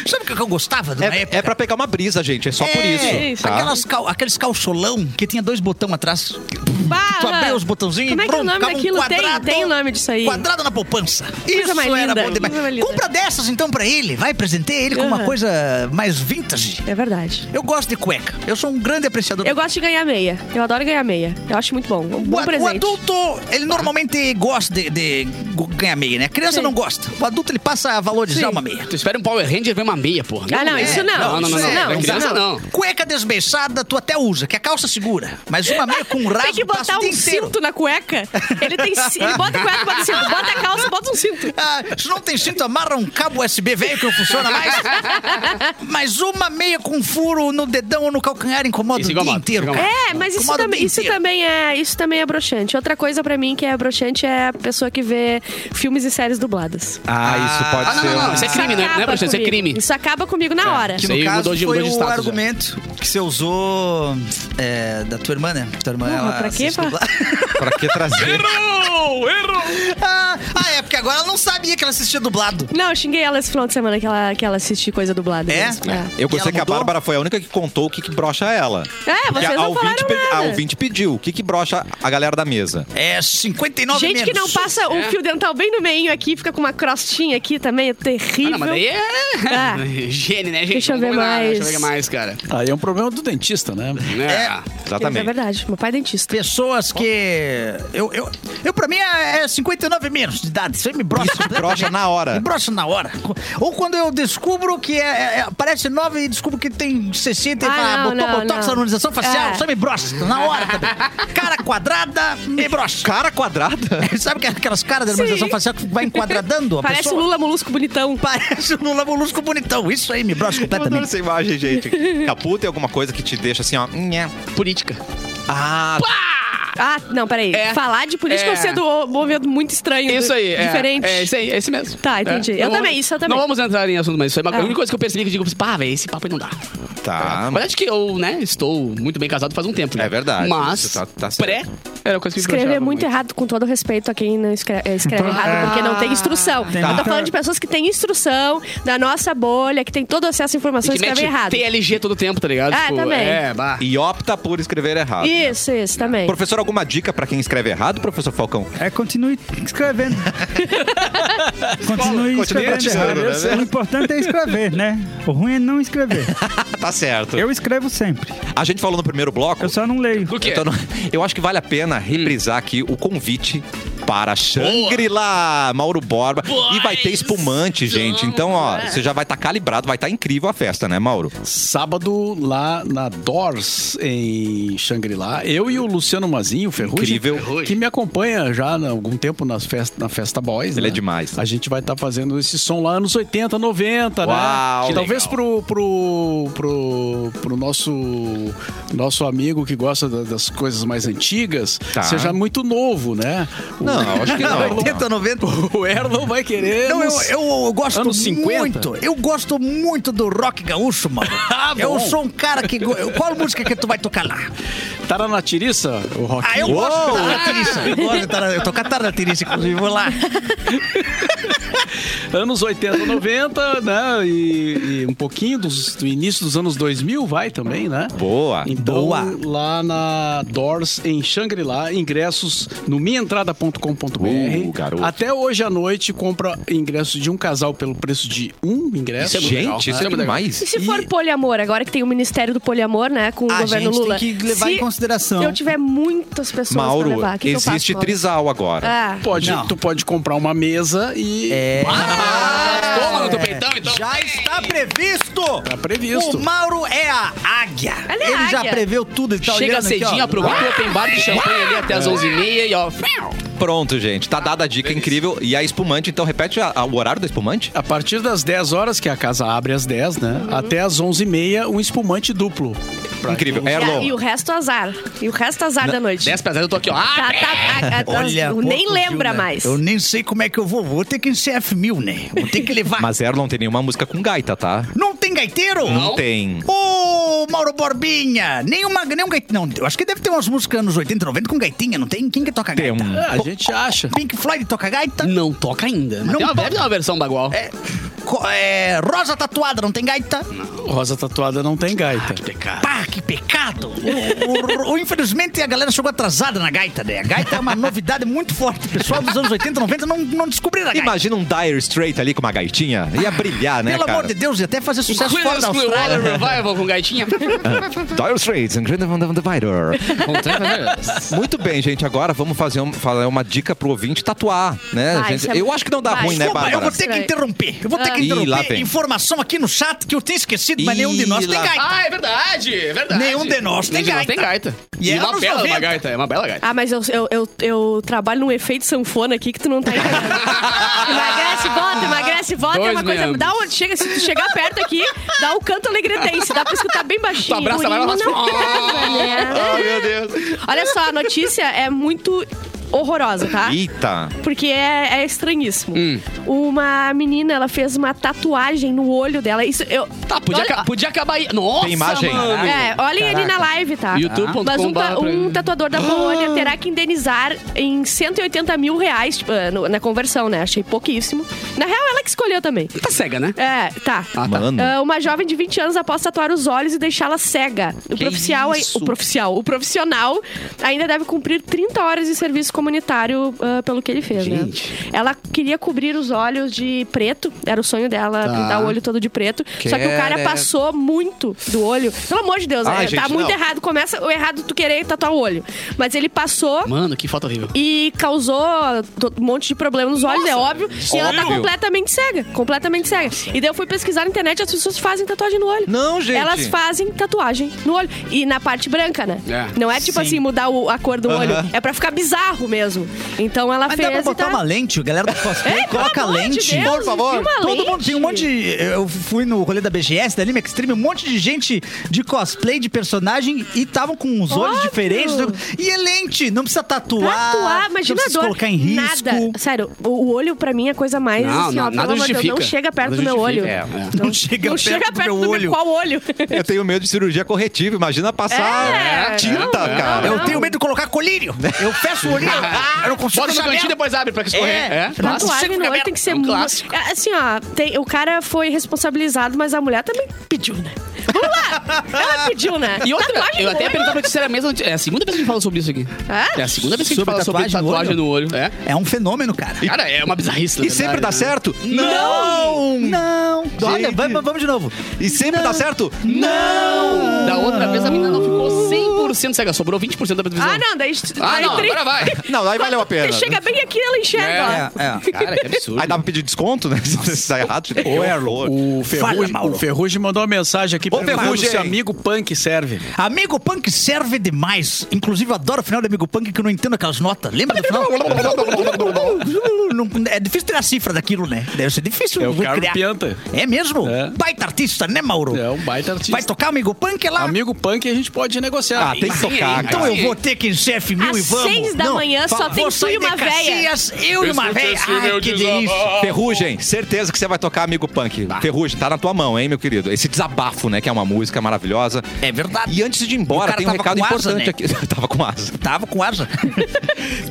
[SPEAKER 7] Sabe o que eu gostava sábado, na época.
[SPEAKER 1] É, é pra pegar uma brisa, gente. É só por isso.
[SPEAKER 4] é isso.
[SPEAKER 1] tá?
[SPEAKER 7] Aquelas cal- aqueles calcholão que tinha dois botão atrás.
[SPEAKER 4] Bah,
[SPEAKER 7] tu abria
[SPEAKER 4] aham.
[SPEAKER 7] os botãozinhos
[SPEAKER 4] Como
[SPEAKER 7] e
[SPEAKER 4] é que é o nome
[SPEAKER 7] pronto, ficava
[SPEAKER 4] daquilo?
[SPEAKER 7] um
[SPEAKER 4] Tem-
[SPEAKER 7] quadrado,
[SPEAKER 4] tem o nome disso aí.
[SPEAKER 7] Quadrado na poupança.
[SPEAKER 4] Coisa
[SPEAKER 7] Isso
[SPEAKER 4] mais
[SPEAKER 7] era
[SPEAKER 4] linda,
[SPEAKER 7] bom demais.
[SPEAKER 4] coisa mais linda.
[SPEAKER 7] Compra dessas então pra ele. Vai presentear ele com uma
[SPEAKER 4] Aham.
[SPEAKER 7] coisa mais vintage.
[SPEAKER 4] É verdade.
[SPEAKER 7] Eu gosto de cueca. Eu sou um grande apreciador.
[SPEAKER 4] Eu gosto de ganhar meia. Eu adoro ganhar meia. Eu acho muito bom. Um
[SPEAKER 7] O,
[SPEAKER 4] bom
[SPEAKER 7] a- o
[SPEAKER 4] presente.
[SPEAKER 7] adulto, ele normalmente gosta de, de go- ganhar meia, né? A criança
[SPEAKER 4] Sim.
[SPEAKER 7] não gosta. O adulto, ele passa a valorizar
[SPEAKER 4] Sim.
[SPEAKER 7] uma meia.
[SPEAKER 2] Tu espera um Power Ranger ver uma meia, porra.
[SPEAKER 4] Ah, não,
[SPEAKER 2] né?
[SPEAKER 4] isso
[SPEAKER 2] Não,
[SPEAKER 4] não.
[SPEAKER 2] não, não.
[SPEAKER 4] Isso
[SPEAKER 2] não,
[SPEAKER 4] não,
[SPEAKER 2] não.
[SPEAKER 4] isso
[SPEAKER 2] Criança,
[SPEAKER 4] não.
[SPEAKER 2] não.
[SPEAKER 7] Cueca desbeiçada, tu até usa, que a calça segura. Mas uma meia com um rasgo
[SPEAKER 4] Tem que
[SPEAKER 7] passa
[SPEAKER 4] botar
[SPEAKER 7] o
[SPEAKER 4] um
[SPEAKER 7] dia inteiro.
[SPEAKER 4] cinto na cueca. Ele tem ci- Ele bota a cueca, bota cinto. Bota a calça, bota um cinto.
[SPEAKER 7] Ah, se não tem cinto, amarra um cabo USB velho que não funciona mais. Mas uma meia com furo no dedão ou no calcanhar incomoda
[SPEAKER 2] Isso
[SPEAKER 7] o dia
[SPEAKER 2] incomoda,
[SPEAKER 7] inteiro.
[SPEAKER 2] isso
[SPEAKER 7] cara.
[SPEAKER 4] É, mas isso,
[SPEAKER 7] Incomoda o
[SPEAKER 4] também-
[SPEAKER 7] dia
[SPEAKER 4] isso
[SPEAKER 7] inteiro.
[SPEAKER 4] também é, isso também é broxante. Outra coisa pra mim que é broxante é a pessoa que vê filmes e séries dubladas.
[SPEAKER 1] Ah, isso pode
[SPEAKER 2] Ah, não,
[SPEAKER 1] ser.
[SPEAKER 2] não, não.
[SPEAKER 1] um-
[SPEAKER 2] Isso é crime, né? Não é
[SPEAKER 4] acaba
[SPEAKER 2] broxante, isso é
[SPEAKER 4] comigo.
[SPEAKER 2] crime.
[SPEAKER 4] Isso acaba comigo na hora.
[SPEAKER 7] É. Que
[SPEAKER 2] Isso aí
[SPEAKER 7] no caso
[SPEAKER 2] mudou de-
[SPEAKER 7] foi
[SPEAKER 2] mudou de
[SPEAKER 7] o
[SPEAKER 2] status, né? já.
[SPEAKER 7] argumento que você usou é, da tua irmã, né? Tua irmã,
[SPEAKER 4] Porra,
[SPEAKER 7] ela
[SPEAKER 4] pra quê,
[SPEAKER 7] assiste
[SPEAKER 4] pá?
[SPEAKER 7] dublagem.
[SPEAKER 1] um- Pra que trazer?
[SPEAKER 7] ah, ah, é porque agora ela não sabia que ela assistia dublado.
[SPEAKER 4] Não, eu xinguei ela esse final de semana que ela, que ela assiste coisa dublada.
[SPEAKER 7] É?
[SPEAKER 4] mesmo.
[SPEAKER 1] Eu
[SPEAKER 7] E
[SPEAKER 1] gostei
[SPEAKER 7] ela
[SPEAKER 1] que a
[SPEAKER 7] mudou?
[SPEAKER 1] Bárbara foi a única que contou o que, que brocha ela.
[SPEAKER 4] É,
[SPEAKER 1] Porque
[SPEAKER 4] vocês
[SPEAKER 1] a,
[SPEAKER 4] não
[SPEAKER 1] ouvinte
[SPEAKER 4] falaram
[SPEAKER 1] pe- a
[SPEAKER 4] nada.
[SPEAKER 1] ouvinte pediu. O que, que brocha a galera da mesa?
[SPEAKER 7] É 59
[SPEAKER 4] Gente que
[SPEAKER 7] menos.
[SPEAKER 4] não passa o
[SPEAKER 2] É.
[SPEAKER 4] fio dental bem no meio aqui, fica com uma crostinha aqui também, é
[SPEAKER 2] Ah,
[SPEAKER 4] terrível.
[SPEAKER 2] não, mas daí é.
[SPEAKER 4] Ah.
[SPEAKER 2] Higiene, né, gente?
[SPEAKER 4] Deixa eu
[SPEAKER 2] Vamos
[SPEAKER 4] ver
[SPEAKER 2] combinar, né? Deixa eu ver
[SPEAKER 4] mais.
[SPEAKER 2] o que mais, cara.
[SPEAKER 6] Aí é um problema do dentista, né?
[SPEAKER 2] É.
[SPEAKER 4] É
[SPEAKER 1] Exatamente.
[SPEAKER 4] verdade, meu pai é dentista.
[SPEAKER 7] Pessoas que. Eu, eu, eu pra mim, é é 59 menos de idade. Isso aí me brocha. né?
[SPEAKER 1] Brocha na hora.
[SPEAKER 7] Me brocha na hora. Ou quando eu descubro que é, é- é- parece 9 e descubro que tem 60 e
[SPEAKER 4] Ah,
[SPEAKER 7] fala,
[SPEAKER 4] não,
[SPEAKER 7] botou
[SPEAKER 4] não,
[SPEAKER 7] botox,
[SPEAKER 4] não.
[SPEAKER 7] harmonização facial,
[SPEAKER 4] É.
[SPEAKER 7] só me brocha. Na hora também. Cara quadrada, me brocha.
[SPEAKER 1] Cara quadrada?
[SPEAKER 7] Sabe é aquelas caras de harmonização
[SPEAKER 4] Sim.
[SPEAKER 7] facial que vai enquadradando a
[SPEAKER 4] Parece
[SPEAKER 7] pessoa?
[SPEAKER 4] um Lula Molusco bonitão.
[SPEAKER 7] Parece um Lula Molusco bonitão. Isso aí me brocha
[SPEAKER 1] Eu adoro
[SPEAKER 7] completamente.
[SPEAKER 1] é essa imagem, gente. Capu tem alguma coisa que te deixa assim, ó. nhe.
[SPEAKER 2] Política.
[SPEAKER 1] Ah,
[SPEAKER 4] Ah, não, peraí.
[SPEAKER 2] É.
[SPEAKER 4] Falar de política
[SPEAKER 2] É.
[SPEAKER 4] é. sendo um movimento muito estranho.
[SPEAKER 2] Isso aí. é.
[SPEAKER 4] Diferente.
[SPEAKER 2] É, isso aí, é esse mesmo.
[SPEAKER 4] Tá, entendi.
[SPEAKER 2] É.
[SPEAKER 4] Eu
[SPEAKER 2] Não
[SPEAKER 4] também,
[SPEAKER 2] vamos-
[SPEAKER 4] isso eu também.
[SPEAKER 2] Não vamos entrar em assunto, mas isso é uma
[SPEAKER 4] Ah.
[SPEAKER 2] a única coisa que eu percebi que eu digo assim, pá, velho, esse papo aí não dá.
[SPEAKER 1] tá.
[SPEAKER 2] Mas acho que eu, né, estou muito bem casado faz um tempo. né?
[SPEAKER 1] É verdade,
[SPEAKER 2] Mas,
[SPEAKER 1] isso tá- tá certo.
[SPEAKER 2] pré, era a coisa que me
[SPEAKER 4] Escrever é
[SPEAKER 2] broxava
[SPEAKER 4] muito errado, com todo respeito a quem não escreve, é, escreve
[SPEAKER 8] Então,
[SPEAKER 4] errado,
[SPEAKER 8] é.
[SPEAKER 4] porque não tem instrução.
[SPEAKER 8] Tem
[SPEAKER 4] Eu tô
[SPEAKER 8] muita-
[SPEAKER 4] falando de pessoas que têm instrução, da nossa bolha, que tem todo acesso à
[SPEAKER 2] E
[SPEAKER 4] informação e
[SPEAKER 2] que mete
[SPEAKER 4] escrevem errado.
[SPEAKER 2] TLG todo tempo, tá ligado?
[SPEAKER 4] Ah, também.
[SPEAKER 2] É, bah.
[SPEAKER 1] E opta por escrever
[SPEAKER 7] né?
[SPEAKER 1] errado.
[SPEAKER 4] Isso, isso, também.
[SPEAKER 1] Professor, alguma dica pra quem escreve errado, professor Falcão?
[SPEAKER 8] É, continue escrevendo. continue,
[SPEAKER 1] Continue
[SPEAKER 8] escrevendo.
[SPEAKER 1] atirando,
[SPEAKER 8] errado.
[SPEAKER 1] né?
[SPEAKER 8] O importante é escrever, né? O ruim é não escrever.
[SPEAKER 1] Tá certo.
[SPEAKER 8] Eu escrevo sempre.
[SPEAKER 1] A gente falou no primeiro bloco.
[SPEAKER 8] Eu só não leio.
[SPEAKER 2] Por quê?
[SPEAKER 1] Então, não- eu acho que vale a pena reprisar aqui o convite para Shangri-La, Mauro Borba. E vai ter espumante, gente. Então, ó, você já vai estar calibrado, vai estar incrível a festa, né, Mauro?
[SPEAKER 6] Sábado, lá na Dors, em Xangri-Lá, eu e o Luciano Mazinho, Ferrugem,
[SPEAKER 1] Incrível.
[SPEAKER 6] que me acompanha já há algum tempo nas fest, na Festa Boys.
[SPEAKER 1] Ele
[SPEAKER 6] né?
[SPEAKER 1] é demais.
[SPEAKER 6] A gente vai estar fazendo esse som lá anos 80, 90,
[SPEAKER 1] Uau,
[SPEAKER 6] né?
[SPEAKER 1] que
[SPEAKER 6] Talvez
[SPEAKER 1] legal.
[SPEAKER 6] pro, pro, pro, pro nosso, nosso amigo que gosta da- das coisas mais antigas,
[SPEAKER 1] Tá.
[SPEAKER 6] seja muito novo, né? O-
[SPEAKER 1] Não, acho que não.
[SPEAKER 7] 80, 90.
[SPEAKER 6] O Erlon vai querer.
[SPEAKER 7] Não, eu,
[SPEAKER 6] nos-
[SPEAKER 7] eu, eu gosto
[SPEAKER 6] Anos 50?
[SPEAKER 7] muito. Eu gosto muito do rock gaúcho, mano. eu
[SPEAKER 6] Ah, bom.
[SPEAKER 7] sou um cara que. go- Qual música que tu vai tocar lá?
[SPEAKER 6] Tá na tiriça, o Rock?
[SPEAKER 7] Ah, eu gosto de taranatiriça. Eu gosto de taran- Eu tô com a taranatiriça, inclusive, vou
[SPEAKER 6] Tá
[SPEAKER 7] lá.
[SPEAKER 6] anos 80, 90, né? E, e um pouquinho dos- do início dos anos 2000 vai também, né?
[SPEAKER 1] Boa.
[SPEAKER 6] Então,
[SPEAKER 7] Boa.
[SPEAKER 6] lá na Doors, em Xangri-Lá, ingressos no
[SPEAKER 1] Uh,
[SPEAKER 6] minhaentrada.com.br.
[SPEAKER 1] garoto.
[SPEAKER 6] Até hoje à noite, compra ingressos de um casal pelo preço de um
[SPEAKER 2] Isso
[SPEAKER 6] ingresso.
[SPEAKER 2] é muito legal.
[SPEAKER 1] Gente, isso
[SPEAKER 2] Ah,
[SPEAKER 1] é demais.
[SPEAKER 4] E se for poliamor, agora que tem o Ministério do Poliamor, né, com o
[SPEAKER 7] A
[SPEAKER 4] governo
[SPEAKER 7] gente tem
[SPEAKER 4] Lula.
[SPEAKER 7] que levar
[SPEAKER 4] se
[SPEAKER 7] em consideração.
[SPEAKER 4] Eu tiver muitas pessoas
[SPEAKER 1] Mauro,
[SPEAKER 4] pra levar. O que que eu
[SPEAKER 1] existe
[SPEAKER 4] faço, Mauro?
[SPEAKER 1] trisal agora.
[SPEAKER 4] Ah,
[SPEAKER 6] Pode,
[SPEAKER 7] Não.
[SPEAKER 6] tu pode comprar uma mesa e. É.
[SPEAKER 2] Toma no teu peitão, então.
[SPEAKER 7] É, Já está previsto!
[SPEAKER 6] Tá previsto.
[SPEAKER 7] O Mauro é a águia.
[SPEAKER 4] Ela é a
[SPEAKER 7] Ele já
[SPEAKER 4] águia.
[SPEAKER 7] preveu tudo e tá
[SPEAKER 2] Chega
[SPEAKER 7] olhando aqui, ó. Ah,
[SPEAKER 2] cedinho, aproveita o open bar de champanhe ali até as 11h30 e ó...
[SPEAKER 1] Pronto, gente. Tá dada a dica incrível. E a espumante, então, repete a- a- o horário da espumante?
[SPEAKER 6] A partir das 10 horas, que a casa abre às 10, né? Até às 11h30, um espumante duplo. Pra
[SPEAKER 1] Incrível.
[SPEAKER 4] e, a- e o
[SPEAKER 1] Erlon.
[SPEAKER 4] resto azar. E o resto azar da noite.
[SPEAKER 2] 10 pra 10 eu tô aqui, ó. Ah,
[SPEAKER 4] Tá, tá, a- a-
[SPEAKER 7] Olha,
[SPEAKER 4] as- nem
[SPEAKER 7] pouco,
[SPEAKER 4] lembra
[SPEAKER 7] viu, né?
[SPEAKER 4] mais.
[SPEAKER 7] Eu nem sei como é que eu vou. Vou ter que ir em CF1000, né? Vou ter que levar.
[SPEAKER 1] Mas Erlon tem nenhuma música com gaita, tá?
[SPEAKER 7] Não tem gaiteiro?
[SPEAKER 1] Não tem.
[SPEAKER 7] Ô, Mauro Borbinha! Nenhuma, nenhum gaita. Não, eu acho que deve ter umas músicas anos 80, 90 com gaitinha, não tem? Quem que toca
[SPEAKER 1] Tem
[SPEAKER 7] gaita?
[SPEAKER 1] um.
[SPEAKER 6] Ah, a gente acha.
[SPEAKER 7] Pink Floyd toca gaita?
[SPEAKER 2] Não toca ainda. Mas
[SPEAKER 7] Não
[SPEAKER 2] tem uma,
[SPEAKER 7] toca.
[SPEAKER 2] deve ter uma versão bagual.
[SPEAKER 7] É. co- é, rosa tatuada, não tem gaita?
[SPEAKER 6] Rosa tatuada não tem gaita.
[SPEAKER 7] Pá, que pecado! O- o- o- infelizmente a galera chegou atrasada na gaita, né? A gaita é uma novidade muito forte. O pessoal dos anos 80, 90 não, não descobriram a gaita.
[SPEAKER 1] Imagina um Dire Straight ali com uma gaitinha. Ia brilhar, né,
[SPEAKER 7] Pelo
[SPEAKER 1] cara?
[SPEAKER 7] amor de Deus, e até fazer sucesso é fora da
[SPEAKER 2] Clearwater
[SPEAKER 7] Austrália. né?
[SPEAKER 2] Revival com gaitinha.
[SPEAKER 1] Dire Straits, and Grand Van Divider. Muito bem, gente. Agora vamos fazer um- falar uma dica pro ouvinte tatuar, né?
[SPEAKER 4] Vai,
[SPEAKER 1] gente?
[SPEAKER 4] isso é-
[SPEAKER 1] Eu acho que não dá
[SPEAKER 4] vai.
[SPEAKER 1] ruim, né,
[SPEAKER 4] Desculpa,
[SPEAKER 1] Bárbara?
[SPEAKER 7] eu vou ter que
[SPEAKER 4] Estranho.
[SPEAKER 7] interromper. Eu vou ter que
[SPEAKER 1] Ih, lá
[SPEAKER 7] interromper
[SPEAKER 1] vem.
[SPEAKER 7] informação aqui no chat que eu tenho esquecido, mas
[SPEAKER 1] Ih,
[SPEAKER 7] nenhum de nós tem
[SPEAKER 1] lá-
[SPEAKER 7] gaita.
[SPEAKER 2] Ah, é verdade, é verdade.
[SPEAKER 7] Nenhum de nós tem
[SPEAKER 2] Nenhum de nós
[SPEAKER 7] gaita.
[SPEAKER 2] tem gaita.
[SPEAKER 7] E
[SPEAKER 2] E,
[SPEAKER 7] é
[SPEAKER 2] é uma
[SPEAKER 7] anos
[SPEAKER 2] bela
[SPEAKER 7] 90.
[SPEAKER 2] uma gaita, é uma bela gaita.
[SPEAKER 4] Ah, mas eu, eu, eu, eu trabalho num efeito sanfona aqui que tu não tá entendendo. emagrece, bota, emagrece, bota. é
[SPEAKER 2] Dois
[SPEAKER 4] uma coisa.
[SPEAKER 2] membros.
[SPEAKER 4] Dá um, chega, se tu chegar perto aqui, dá o canto alegretense. Dá pra escutar bem
[SPEAKER 2] Tu
[SPEAKER 4] baixinho.
[SPEAKER 2] abraça a Bárbara e
[SPEAKER 4] Não
[SPEAKER 2] fala
[SPEAKER 4] quebra, né?
[SPEAKER 1] Ah, meu Deus.
[SPEAKER 4] Olha só, a notícia é muito horrorosa, tá?
[SPEAKER 7] Ah,
[SPEAKER 1] Eita.
[SPEAKER 4] Porque é, é estranhíssimo.
[SPEAKER 2] Hum.
[SPEAKER 4] Uma menina, ela fez uma tatuagem no olho dela. Isso eu.
[SPEAKER 2] Tá, podia,
[SPEAKER 4] Olha-
[SPEAKER 2] aca- podia acabar aí. Nossa,
[SPEAKER 1] Tem imagem? né?
[SPEAKER 2] mano.
[SPEAKER 4] É, olhem ali na live, tá?
[SPEAKER 2] youtube.com
[SPEAKER 4] Mas um, ta-
[SPEAKER 2] barra pra-
[SPEAKER 4] um tatuador da Polônia terá que indenizar em 180 mil reais tipo, ah, no- na conversão, né? Achei pouquíssimo. Na real, ela que escolheu também.
[SPEAKER 2] Tá cega, né?
[SPEAKER 4] É, tá.
[SPEAKER 2] Ah, tá.
[SPEAKER 1] Mano.
[SPEAKER 4] Ah, uma jovem de 20 anos após tatuar os olhos e deixá-la cega. O
[SPEAKER 2] Que
[SPEAKER 4] profissional,
[SPEAKER 2] isso?
[SPEAKER 4] o profissional, o profissional ainda deve cumprir 30 horas de serviço comunitário ah, pelo que ele fez, né?
[SPEAKER 2] Gente.
[SPEAKER 4] Ela queria cobrir os olhos de preto, era o sonho dela, pintar o olho todo de preto. Só que o cara
[SPEAKER 1] Quer-
[SPEAKER 4] passou muito do olho. Pelo amor de Deus,
[SPEAKER 1] Ai,
[SPEAKER 4] é, tá
[SPEAKER 1] gente,
[SPEAKER 4] muito
[SPEAKER 1] não.
[SPEAKER 4] errado. Começa o errado tu querer tatuar o olho. Mas ele passou
[SPEAKER 2] Mano, que foto horrível.
[SPEAKER 4] e causou to- um monte de problema nos olhos, é óbvio. E ela tá
[SPEAKER 1] Óbvio.
[SPEAKER 4] completamente cega. Completamente cega. E daí eu fui pesquisar na internet, as pessoas fazem tatuagem no olho.
[SPEAKER 1] Não, gente.
[SPEAKER 4] Elas fazem tatuagem no olho. E na parte branca, né?
[SPEAKER 2] É.
[SPEAKER 4] Não é tipo assim, mudar o- a cor do olho. É pra ficar bizarro mesmo. Então ela
[SPEAKER 7] Mas
[SPEAKER 4] fez.
[SPEAKER 7] dá pra
[SPEAKER 4] e
[SPEAKER 7] botar
[SPEAKER 4] tá- É,
[SPEAKER 7] uma lente, a galera do cosplay coloca
[SPEAKER 4] pelo amor de
[SPEAKER 7] lente.
[SPEAKER 4] Deus, Por favor. enfia uma
[SPEAKER 7] Todo
[SPEAKER 4] lente.
[SPEAKER 7] mundo tem um monte de. Eu fui no rolê da BGS, da Lima Extreme, um monte de gente de cosplay, de personagem, e estavam com os olhos
[SPEAKER 4] Óbvio.
[SPEAKER 7] diferentes. E é lente, não precisa tatuar.
[SPEAKER 4] Tatuar,
[SPEAKER 7] não
[SPEAKER 4] imagina a
[SPEAKER 7] precisa
[SPEAKER 4] dor.
[SPEAKER 7] colocar em risco.
[SPEAKER 4] Nada. Sério, o, o olho pra mim é a coisa mais.
[SPEAKER 2] Não,
[SPEAKER 4] assim,
[SPEAKER 2] não,
[SPEAKER 4] ó,
[SPEAKER 2] nada
[SPEAKER 4] pelo amor de Deus, não
[SPEAKER 2] justifica.
[SPEAKER 4] chega perto do
[SPEAKER 2] Nada
[SPEAKER 4] meu olho.
[SPEAKER 2] justifica, é, é.
[SPEAKER 7] Não chega
[SPEAKER 4] não
[SPEAKER 7] perto
[SPEAKER 4] chega
[SPEAKER 7] do
[SPEAKER 4] perto
[SPEAKER 7] meu
[SPEAKER 4] do
[SPEAKER 7] olho.
[SPEAKER 4] meu qual olho.
[SPEAKER 1] Eu tenho medo de cirurgia corretiva. Imagina
[SPEAKER 7] Ah,
[SPEAKER 1] passar
[SPEAKER 4] É.
[SPEAKER 1] tinta,
[SPEAKER 4] Não,
[SPEAKER 1] cara.
[SPEAKER 7] Eu
[SPEAKER 4] Não.
[SPEAKER 7] tenho medo de colocar colírio. Eu fecho o olhinho. eu não consigo
[SPEAKER 2] Bota no cantinho
[SPEAKER 7] deixar
[SPEAKER 2] e
[SPEAKER 7] aberto.
[SPEAKER 2] depois abre pra que escorrer.
[SPEAKER 7] É.
[SPEAKER 2] É.
[SPEAKER 7] Não.
[SPEAKER 2] Mas
[SPEAKER 4] Tatuagem no olho tem que ser
[SPEAKER 2] É um
[SPEAKER 4] muito.
[SPEAKER 2] clássico.
[SPEAKER 4] É, Assim, ó, tem- o cara foi responsabilizado, mas a mulher também pediu, né? Vamos lá! Ela pediu, né?
[SPEAKER 2] E outra,
[SPEAKER 4] Tatuagem
[SPEAKER 2] eu
[SPEAKER 4] no
[SPEAKER 2] até ia
[SPEAKER 4] olho?
[SPEAKER 2] perguntar pra ti se era mesmo. É a segunda vez que a gente fala sobre isso aqui.
[SPEAKER 4] É?
[SPEAKER 2] É a segunda vez que a gente
[SPEAKER 7] Sobre
[SPEAKER 2] fala sobre
[SPEAKER 7] tatuagem no
[SPEAKER 2] tatuagem
[SPEAKER 7] olho?
[SPEAKER 2] no olho. É.
[SPEAKER 7] É um fenômeno, cara.
[SPEAKER 2] Cara, é uma bizarrice. na
[SPEAKER 1] E sempre
[SPEAKER 2] verdade,
[SPEAKER 1] dá
[SPEAKER 2] né?
[SPEAKER 1] Tá certo?
[SPEAKER 7] Não! Não! Olha,
[SPEAKER 1] Gente.
[SPEAKER 7] vamos, vamos de novo.
[SPEAKER 1] E sempre dá certo?
[SPEAKER 2] Não! Da outra vez a menina não ficou 100% cega, sobrou 20% da previsão.
[SPEAKER 4] Uh. Ah, não, daí.
[SPEAKER 2] Ah,
[SPEAKER 4] daí
[SPEAKER 2] não,
[SPEAKER 4] tri-
[SPEAKER 2] agora vai.
[SPEAKER 1] Não, aí valeu a pena.
[SPEAKER 4] Você chega bem aqui, ela enxerga.
[SPEAKER 7] É, é.
[SPEAKER 2] Cara, que absurdo.
[SPEAKER 1] Aí dá pra pedir desconto, né? Se dá errado, fica horror.
[SPEAKER 6] O
[SPEAKER 7] Fala,
[SPEAKER 6] Ferrugem,
[SPEAKER 7] Mauro.
[SPEAKER 6] o Ferrugem mandou uma mensagem aqui perguntando
[SPEAKER 1] Ferrugem.
[SPEAKER 6] se amigo punk serve.
[SPEAKER 7] Amigo Punk serve demais. Inclusive, eu adoro o final do Amigo Punk que eu não entendo aquelas notas. Lembra do final? Não- é difícil tirar a cifra daquilo, né? Deve ser difícil.
[SPEAKER 6] É o
[SPEAKER 7] eu vou
[SPEAKER 6] Carlos
[SPEAKER 7] criar.
[SPEAKER 6] Pianta.
[SPEAKER 7] É mesmo?
[SPEAKER 6] É.
[SPEAKER 7] Baita artista, né, Mauro?
[SPEAKER 6] É um baita artista.
[SPEAKER 7] Vai tocar Amigo Punk lá?
[SPEAKER 6] Amigo punk a gente pode negociar.
[SPEAKER 1] Ah, tem que tocar,
[SPEAKER 7] Então
[SPEAKER 1] cara.
[SPEAKER 7] eu vou ter que encher F1000 e
[SPEAKER 4] Às
[SPEAKER 7] vamos.
[SPEAKER 4] seis da manhã só
[SPEAKER 7] fala,
[SPEAKER 4] tem
[SPEAKER 7] vou
[SPEAKER 4] tu
[SPEAKER 7] sair
[SPEAKER 4] e uma
[SPEAKER 7] de
[SPEAKER 4] véia.
[SPEAKER 7] Caxias, Eu e uma véia. Ai, que delícia.
[SPEAKER 1] Ferrugem, certeza que você vai tocar Amigo Punk. Ferrugem, tá na tua mão, hein, meu querido? Esse desabafo, né? Que é uma música maravilhosa.
[SPEAKER 7] É verdade.
[SPEAKER 1] E antes de ir
[SPEAKER 7] E o
[SPEAKER 1] embora,
[SPEAKER 7] cara
[SPEAKER 1] tem um
[SPEAKER 7] tava
[SPEAKER 1] recado
[SPEAKER 7] com asa,
[SPEAKER 1] importante
[SPEAKER 7] né?
[SPEAKER 1] aqui. tava com asa.
[SPEAKER 7] Tava com asa.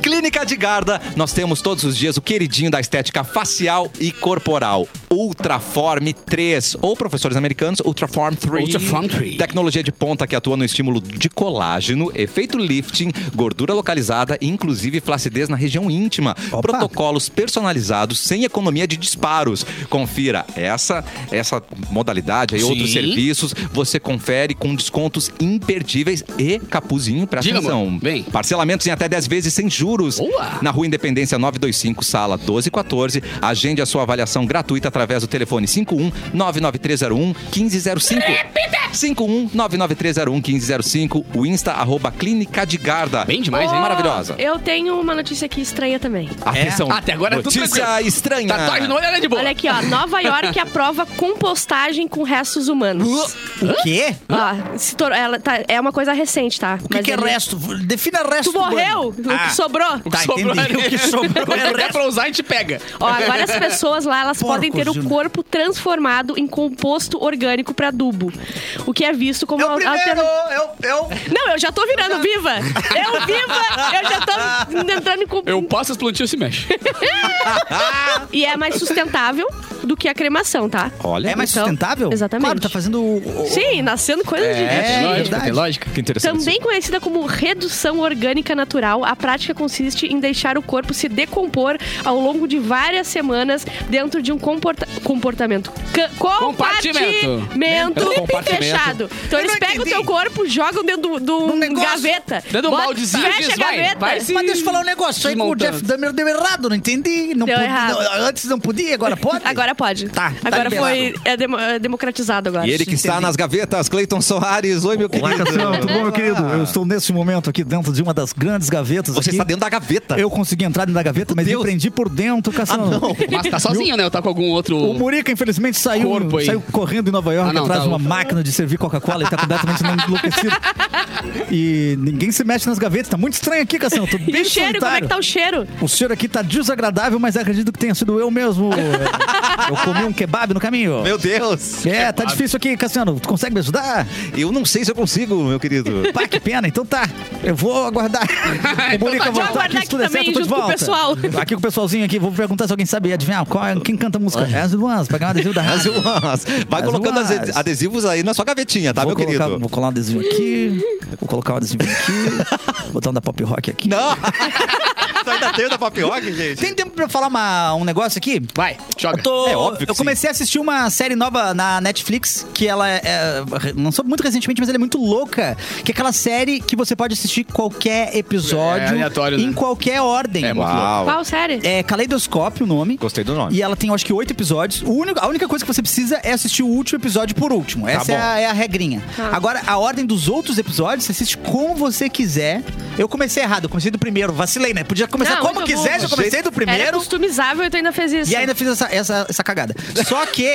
[SPEAKER 1] Clínica de Garda, nós temos todos os dias o queridinho da estética facial e corporal. Ultraform 3, ou professores americanos, Ultraform 3.
[SPEAKER 2] Ultraform 3.
[SPEAKER 1] Tecnologia de ponta que atua no estímulo de colágeno, efeito lifting, gordura localizada e inclusive flacidez na região íntima. Protocolos personalizados sem economia de disparos. Confira essa essa modalidade e
[SPEAKER 2] Sim.
[SPEAKER 1] outros serviços, você confere com descontos imperdíveis e capuzinho, presta
[SPEAKER 2] Diga, amor.
[SPEAKER 1] atenção.
[SPEAKER 2] Vem.
[SPEAKER 1] Parcelamentos em até 10 vezes sem juros.
[SPEAKER 2] Boa.
[SPEAKER 1] Na Rua Independência 925, sala 1214. Agende a sua avaliação gratuita através do telefone 51 99301 1505. Repita! 51 99301 1505. O Insta, arroba Clínica de Garda.
[SPEAKER 2] Bem demais, hein?
[SPEAKER 1] Maravilhosa.
[SPEAKER 4] Eu tenho uma notícia aqui estranha também.
[SPEAKER 1] Atenção.
[SPEAKER 2] É? Até agora é tudo
[SPEAKER 1] Notícia
[SPEAKER 2] tranquilo.
[SPEAKER 1] estranha.
[SPEAKER 2] Tatuagem no olho era de boa.
[SPEAKER 4] Olha aqui, ó. Nova York aprova compostagem com restos humanos.
[SPEAKER 7] O quê?
[SPEAKER 4] Ó, se tor- ela tá- é uma coisa recente, tá?
[SPEAKER 7] O que, que é resto? Defina resto.
[SPEAKER 4] Tu morreu?
[SPEAKER 7] humano.
[SPEAKER 4] O
[SPEAKER 7] Ah,
[SPEAKER 4] que sobrou?
[SPEAKER 7] Tá, entendi. O que sobrou é
[SPEAKER 2] É
[SPEAKER 7] resto.
[SPEAKER 2] pra usar, a gente pega.
[SPEAKER 4] Ó, agora as pessoas lá, elas
[SPEAKER 7] Porcos
[SPEAKER 4] podem ter
[SPEAKER 7] de-
[SPEAKER 4] o corpo transformado em composto orgânico para adubo. O que é visto como...
[SPEAKER 7] Eu primeiro,
[SPEAKER 4] alterna-
[SPEAKER 7] eu, eu.
[SPEAKER 4] Não, eu já tô virando viva! Eu viva! Eu já tô entrando em... comp-
[SPEAKER 2] Eu posso explodir se mexe.
[SPEAKER 4] E é mais sustentável, do que a cremação, tá?
[SPEAKER 1] Olha,
[SPEAKER 7] É mais
[SPEAKER 4] Então,
[SPEAKER 7] sustentável?
[SPEAKER 4] exatamente.
[SPEAKER 7] Claro, tá fazendo. o- o-
[SPEAKER 4] Sim, nascendo coisa de...
[SPEAKER 7] É,
[SPEAKER 9] lógico,
[SPEAKER 7] verdade.
[SPEAKER 9] tem lógica.
[SPEAKER 10] Que interessante.
[SPEAKER 4] Também conhecida como redução orgânica natural, a prática consiste em deixar o corpo se decompor ao longo de várias semanas dentro de um comporta comportamento. ca-
[SPEAKER 2] Compartimento.
[SPEAKER 4] compartimento fechado. Então eles pegam o teu corpo, jogam dentro de
[SPEAKER 7] Num
[SPEAKER 4] um
[SPEAKER 7] negócio.
[SPEAKER 4] gaveta.
[SPEAKER 2] Dentro de um
[SPEAKER 4] bota-
[SPEAKER 2] baldezinho e
[SPEAKER 4] Fecha
[SPEAKER 2] diz,
[SPEAKER 4] a
[SPEAKER 2] vai,
[SPEAKER 4] gaveta.
[SPEAKER 2] vai se-
[SPEAKER 7] Mas deixa eu falar um negócio aí que o
[SPEAKER 2] Desmontando.
[SPEAKER 7] Jeff Dahmer deu errado, não entendi. Não
[SPEAKER 4] Deu
[SPEAKER 7] pude-
[SPEAKER 4] errado.
[SPEAKER 7] não, antes não podia, agora pode?
[SPEAKER 4] Agora pode.
[SPEAKER 7] Tá, tá
[SPEAKER 4] Agora
[SPEAKER 7] liberado.
[SPEAKER 4] foi é demo- é democratizado agora.
[SPEAKER 1] E ele que está nas gavetas, Cleiton Soares. Oi, meu
[SPEAKER 7] Olá,
[SPEAKER 1] querido.
[SPEAKER 7] Cassiano, tudo bom, meu querido? Eu estou neste momento aqui dentro de uma das grandes gavetas.
[SPEAKER 1] Você
[SPEAKER 7] aqui.
[SPEAKER 1] está dentro da gaveta.
[SPEAKER 7] Eu consegui entrar dentro da gaveta, mas
[SPEAKER 1] Deus.
[SPEAKER 7] me prendi por dentro, Cassiano.
[SPEAKER 2] Mas tá sozinho, né? Ou tá com algum outro...
[SPEAKER 7] O Murica, infelizmente, saiu,
[SPEAKER 2] Corpo aí.
[SPEAKER 7] saiu correndo em Nova York
[SPEAKER 2] Ah, não,
[SPEAKER 7] atrás
[SPEAKER 2] tá,
[SPEAKER 7] de uma
[SPEAKER 2] o-
[SPEAKER 7] máquina de servir Coca-Cola e tá completamente enlouquecido. E ninguém se mexe nas gavetas. Tá muito estranho aqui, Cassiano. Tô
[SPEAKER 4] E
[SPEAKER 7] bem
[SPEAKER 4] o cheiro, como é que tá o cheiro?
[SPEAKER 7] o cheiro aqui tá desagradável, mas acredito que tenha sido eu mesmo. Eu comi um kebab no caminho.
[SPEAKER 1] Meu Deus.
[SPEAKER 7] É, tá difícil aqui, Cassiano. Tu consegue me ajudar?
[SPEAKER 1] Eu não sei se eu consigo, meu querido.
[SPEAKER 7] Pá, que pena. Então tá. Eu vou aguardar. O Murica
[SPEAKER 4] tá, vou
[SPEAKER 7] voltar
[SPEAKER 4] aguardar
[SPEAKER 7] aqui, se
[SPEAKER 4] aqui
[SPEAKER 7] tudo é certo,
[SPEAKER 4] também,
[SPEAKER 7] eu tô de
[SPEAKER 4] junto com o
[SPEAKER 7] volta.
[SPEAKER 4] pessoal.
[SPEAKER 7] Aqui com o pessoalzinho aqui. Vou perguntar se alguém sabe adivinhar qual é, quem canta a música.
[SPEAKER 4] Ah.
[SPEAKER 7] É as Luans, pra ganhar um adesivo da
[SPEAKER 1] As
[SPEAKER 7] rádio.
[SPEAKER 1] umas. Vai
[SPEAKER 7] As
[SPEAKER 1] colocando
[SPEAKER 7] umas.
[SPEAKER 1] ades- adesivos aí na sua gavetinha, tá,
[SPEAKER 7] vou,
[SPEAKER 1] meu
[SPEAKER 7] colocar,
[SPEAKER 1] querido?
[SPEAKER 7] vou colar um adesivo aqui. Vou colocar um adesivo aqui. botar um da pop rock aqui.
[SPEAKER 1] Não! Você Tá, ainda tem o da papioca, gente?
[SPEAKER 7] Tem tempo pra eu falar uma- um negócio aqui?
[SPEAKER 2] Vai, joga.
[SPEAKER 7] Eu, tô-
[SPEAKER 1] É óbvio que
[SPEAKER 7] eu comecei a assistir uma série nova na Netflix que ela é, é, lançou muito recentemente, mas ela é muito louca. Que é aquela série que você pode assistir qualquer episódio
[SPEAKER 9] É, aleatório, né?
[SPEAKER 7] em qualquer ordem.
[SPEAKER 9] É, muito louco.
[SPEAKER 1] Uau.
[SPEAKER 4] Qual, sério?
[SPEAKER 7] É Caleidoscópio o nome.
[SPEAKER 10] Gostei do nome.
[SPEAKER 7] E ela tem, eu acho que, oito episódios. O único, a única coisa que você precisa é assistir o último episódio por último. Essa é, a, é a regrinha.
[SPEAKER 4] Tá.
[SPEAKER 7] Agora, a ordem dos outros episódios, você assiste como você quiser. Eu comecei errado, eu comecei do primeiro, vacilei, né? Podia começar
[SPEAKER 4] Não,
[SPEAKER 7] como
[SPEAKER 4] muito
[SPEAKER 7] quiser,
[SPEAKER 4] bom.
[SPEAKER 7] já comecei do
[SPEAKER 4] Era
[SPEAKER 7] primeiro.
[SPEAKER 4] customizável e tu ainda fez isso.
[SPEAKER 7] E ainda fiz essa, essa, essa cagada. Só que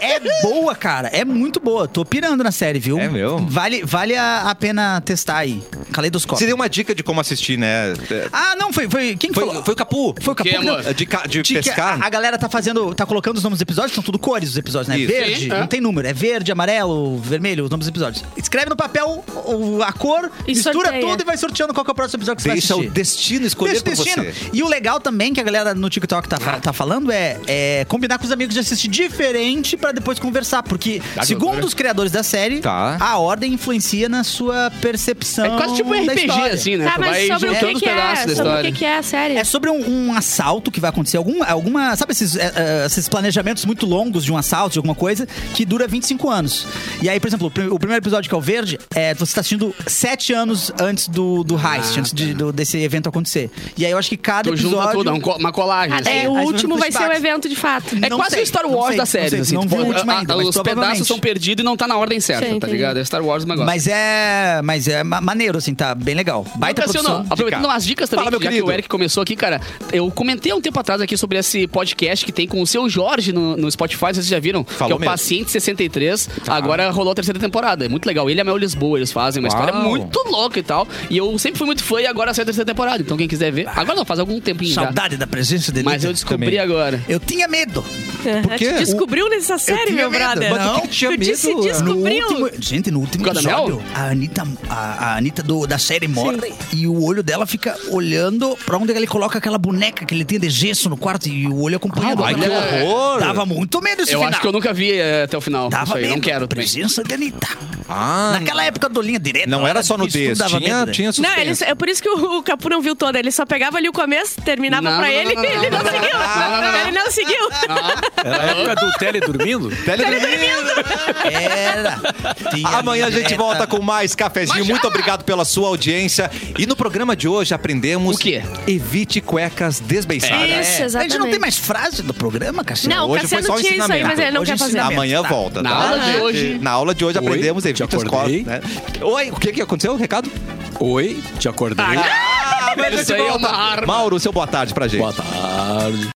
[SPEAKER 7] é boa, cara. É muito boa. Tô pirando na série, viu?
[SPEAKER 1] É mesmo?
[SPEAKER 7] Vale, vale a, a pena testar aí.
[SPEAKER 1] Você
[SPEAKER 7] Caleidoscópio.
[SPEAKER 1] deu uma dica de como assistir, né?
[SPEAKER 7] Ah, não, foi. foi quem que
[SPEAKER 1] Foi,
[SPEAKER 7] falou?
[SPEAKER 1] foi o Capu.
[SPEAKER 7] Foi o Capu.
[SPEAKER 2] Que,
[SPEAKER 7] que deu-
[SPEAKER 2] amor?
[SPEAKER 1] É, De, ca- de
[SPEAKER 7] Tique,
[SPEAKER 1] pescar.
[SPEAKER 7] A, a galera tá fazendo, tá colocando os nomes dos episódios, são tudo cores os episódios, né?
[SPEAKER 1] Isso.
[SPEAKER 7] Verde,
[SPEAKER 2] Sim, é.
[SPEAKER 7] não tem número, é verde, amarelo, vermelho, os nomes dos episódios. Escreve no papel o- a cor,
[SPEAKER 4] E
[SPEAKER 7] mistura
[SPEAKER 4] sorteia.
[SPEAKER 7] tudo e vai sorteando qual que é o próximo episódio que
[SPEAKER 1] Deixa
[SPEAKER 7] você
[SPEAKER 1] o
[SPEAKER 7] vai assistir.
[SPEAKER 1] destino escolher
[SPEAKER 7] Deixa
[SPEAKER 1] pra
[SPEAKER 7] o destino.
[SPEAKER 1] você.
[SPEAKER 7] E o legal também que a galera no TikTok tá, fa- tá falando é, é combinar com os amigos de assistir diferente pra depois conversar. Porque, segundo
[SPEAKER 2] né?
[SPEAKER 9] agora.
[SPEAKER 7] os criadores da série,
[SPEAKER 1] Tá.
[SPEAKER 7] a ordem influencia na sua percepção.
[SPEAKER 2] É quase tipo um
[SPEAKER 7] da
[SPEAKER 2] RPG,
[SPEAKER 7] história.
[SPEAKER 2] assim, né?
[SPEAKER 4] Tá,
[SPEAKER 2] Tu
[SPEAKER 4] mas
[SPEAKER 2] vai
[SPEAKER 4] sobre o
[SPEAKER 2] juntando
[SPEAKER 4] que,
[SPEAKER 2] os
[SPEAKER 4] que é?
[SPEAKER 2] pedaços da
[SPEAKER 4] Sobre o que,
[SPEAKER 2] história.
[SPEAKER 4] que é a série?
[SPEAKER 7] É sobre um, um assalto que vai acontecer. Algum, alguma. Sabe esses, eh, eh, esses planejamentos muito longos de um assalto, de alguma coisa, que dura 25 anos. E aí, por exemplo, o, prim- o primeiro episódio, que é o Verde, é, você tá assistindo 7 anos antes do, do
[SPEAKER 2] Ah,
[SPEAKER 7] heist, antes
[SPEAKER 2] tá.
[SPEAKER 7] de- do- desse evento acontecer. E aí eu acho que cada
[SPEAKER 2] Tu
[SPEAKER 7] episódio.
[SPEAKER 2] junta tudo, é um co- uma colagem.
[SPEAKER 4] Ah,
[SPEAKER 2] assim.
[SPEAKER 4] daí
[SPEAKER 7] É,
[SPEAKER 4] o
[SPEAKER 7] aí
[SPEAKER 4] último
[SPEAKER 7] você
[SPEAKER 4] vai ser o
[SPEAKER 7] bate.
[SPEAKER 4] evento de fato.
[SPEAKER 2] É
[SPEAKER 7] Não
[SPEAKER 2] quase
[SPEAKER 7] sei,
[SPEAKER 2] o Star
[SPEAKER 7] não
[SPEAKER 2] Wars
[SPEAKER 7] sei,
[SPEAKER 2] da
[SPEAKER 7] não
[SPEAKER 2] série.
[SPEAKER 7] sei,
[SPEAKER 2] assim,
[SPEAKER 7] não
[SPEAKER 2] tu
[SPEAKER 7] vi o
[SPEAKER 2] pode-
[SPEAKER 7] último
[SPEAKER 2] a- a-
[SPEAKER 7] ainda, mas
[SPEAKER 2] os
[SPEAKER 7] provavelmente.
[SPEAKER 2] pedaços são perdidos e não tá na ordem certa,
[SPEAKER 4] Sim,
[SPEAKER 2] tá
[SPEAKER 4] entendi.
[SPEAKER 2] ligado? É Star Wars o negócio.
[SPEAKER 7] Mas é. Mas é ma- maneiro, assim, tá bem legal. Baita
[SPEAKER 2] Ô, Cassiano,
[SPEAKER 7] produção.
[SPEAKER 2] aproveitando umas dicas também,
[SPEAKER 1] Fala, meu
[SPEAKER 2] já que
[SPEAKER 1] querido.
[SPEAKER 2] o Eric começou aqui, cara. Eu comentei há um tempo atrás aqui sobre esse podcast que tem com o seu Jorge no, no Spotify, vocês já viram? que é o
[SPEAKER 1] mesmo.
[SPEAKER 2] Paciente 63.
[SPEAKER 7] Tá.
[SPEAKER 2] Agora rolou a terceira temporada. É muito legal. Ele é meu Lisboa, eles fazem uma história muito louca e tal. E eu sempre fui muito fã e agora saiu a terceira temporada. Então quem quiser ver. Agora não, faz algum tempinho já.
[SPEAKER 7] Saudade da presença dele.
[SPEAKER 2] Mas eu descobri
[SPEAKER 7] Também.
[SPEAKER 2] agora.
[SPEAKER 7] Eu tinha medo.
[SPEAKER 4] Por
[SPEAKER 1] quê?
[SPEAKER 4] descobriu nessa série,
[SPEAKER 7] tinha
[SPEAKER 4] meu
[SPEAKER 7] medo,
[SPEAKER 4] brother.
[SPEAKER 7] mas tu que tinha
[SPEAKER 4] tu disse
[SPEAKER 7] medo,
[SPEAKER 4] descobriu.
[SPEAKER 7] No último- gente, no último
[SPEAKER 2] Por causa da
[SPEAKER 7] episódio,
[SPEAKER 2] Mel?
[SPEAKER 7] a Anitta, a, a Anitta do- da série morre e o olho dela fica olhando pra onde ele coloca aquela boneca que ele tem de gesso no quarto e o olho acompanhando.
[SPEAKER 1] Ai, que
[SPEAKER 7] Ela-
[SPEAKER 1] horror!
[SPEAKER 7] Dava muito medo esse
[SPEAKER 2] Eu
[SPEAKER 7] final.
[SPEAKER 2] acho que eu nunca vi eh, até o final.
[SPEAKER 7] Dava
[SPEAKER 2] Isso aí,
[SPEAKER 7] medo.
[SPEAKER 2] não quero também.
[SPEAKER 7] Presença da Anitta.
[SPEAKER 1] Ah,
[SPEAKER 7] Naquela época do Linha Direta.
[SPEAKER 1] não era só no
[SPEAKER 7] isso tudo
[SPEAKER 1] desse.
[SPEAKER 7] dava
[SPEAKER 1] Tinha,
[SPEAKER 7] medo, né?
[SPEAKER 1] tinha
[SPEAKER 4] Não,
[SPEAKER 1] suspense.
[SPEAKER 4] ele, é por isso que o, o Capu não viu toda. Ele só pegava ali o começo, terminava
[SPEAKER 2] Não,
[SPEAKER 4] pra
[SPEAKER 2] não, não,
[SPEAKER 4] ele
[SPEAKER 2] não,
[SPEAKER 4] e
[SPEAKER 2] não,
[SPEAKER 4] ele não
[SPEAKER 2] não, não,
[SPEAKER 4] seguiu.
[SPEAKER 2] não, não, não.
[SPEAKER 4] Ele não seguiu.
[SPEAKER 10] Era a época do Tele dormindo?
[SPEAKER 7] Era. Tinha
[SPEAKER 1] Amanhã a
[SPEAKER 7] Linha
[SPEAKER 1] gente
[SPEAKER 7] Direta.
[SPEAKER 1] volta com mais cafezinho. Muito obrigado pela sua audiência. E no programa de hoje aprendemos
[SPEAKER 2] O quê?
[SPEAKER 1] evite cuecas desbeiçadas.
[SPEAKER 4] Isso,
[SPEAKER 7] A gente não tem
[SPEAKER 4] exatamente.
[SPEAKER 7] mais frase do programa, Cassiano?
[SPEAKER 4] Não, o
[SPEAKER 1] Hoje foi só
[SPEAKER 4] Cassiano
[SPEAKER 1] um
[SPEAKER 4] tinha isso aí,
[SPEAKER 1] ensinamento.
[SPEAKER 4] mas ele não
[SPEAKER 7] Hoje
[SPEAKER 4] quer fazer.
[SPEAKER 7] ensinamento.
[SPEAKER 1] Amanhã
[SPEAKER 7] Tá.
[SPEAKER 1] volta,
[SPEAKER 2] Na
[SPEAKER 1] tá?
[SPEAKER 2] aula de
[SPEAKER 1] gente?
[SPEAKER 2] hoje.
[SPEAKER 1] Na aula de hoje
[SPEAKER 10] Oi,
[SPEAKER 1] aprendemos
[SPEAKER 10] te
[SPEAKER 1] evite as
[SPEAKER 10] acordei.
[SPEAKER 1] costas. Né? Oi, o que, que aconteceu? O recado?
[SPEAKER 10] Oi, te acordei.
[SPEAKER 4] Ah.
[SPEAKER 2] Isso aí é uma arma.
[SPEAKER 1] Mauro, seu boa tarde pra gente.
[SPEAKER 10] Boa tarde.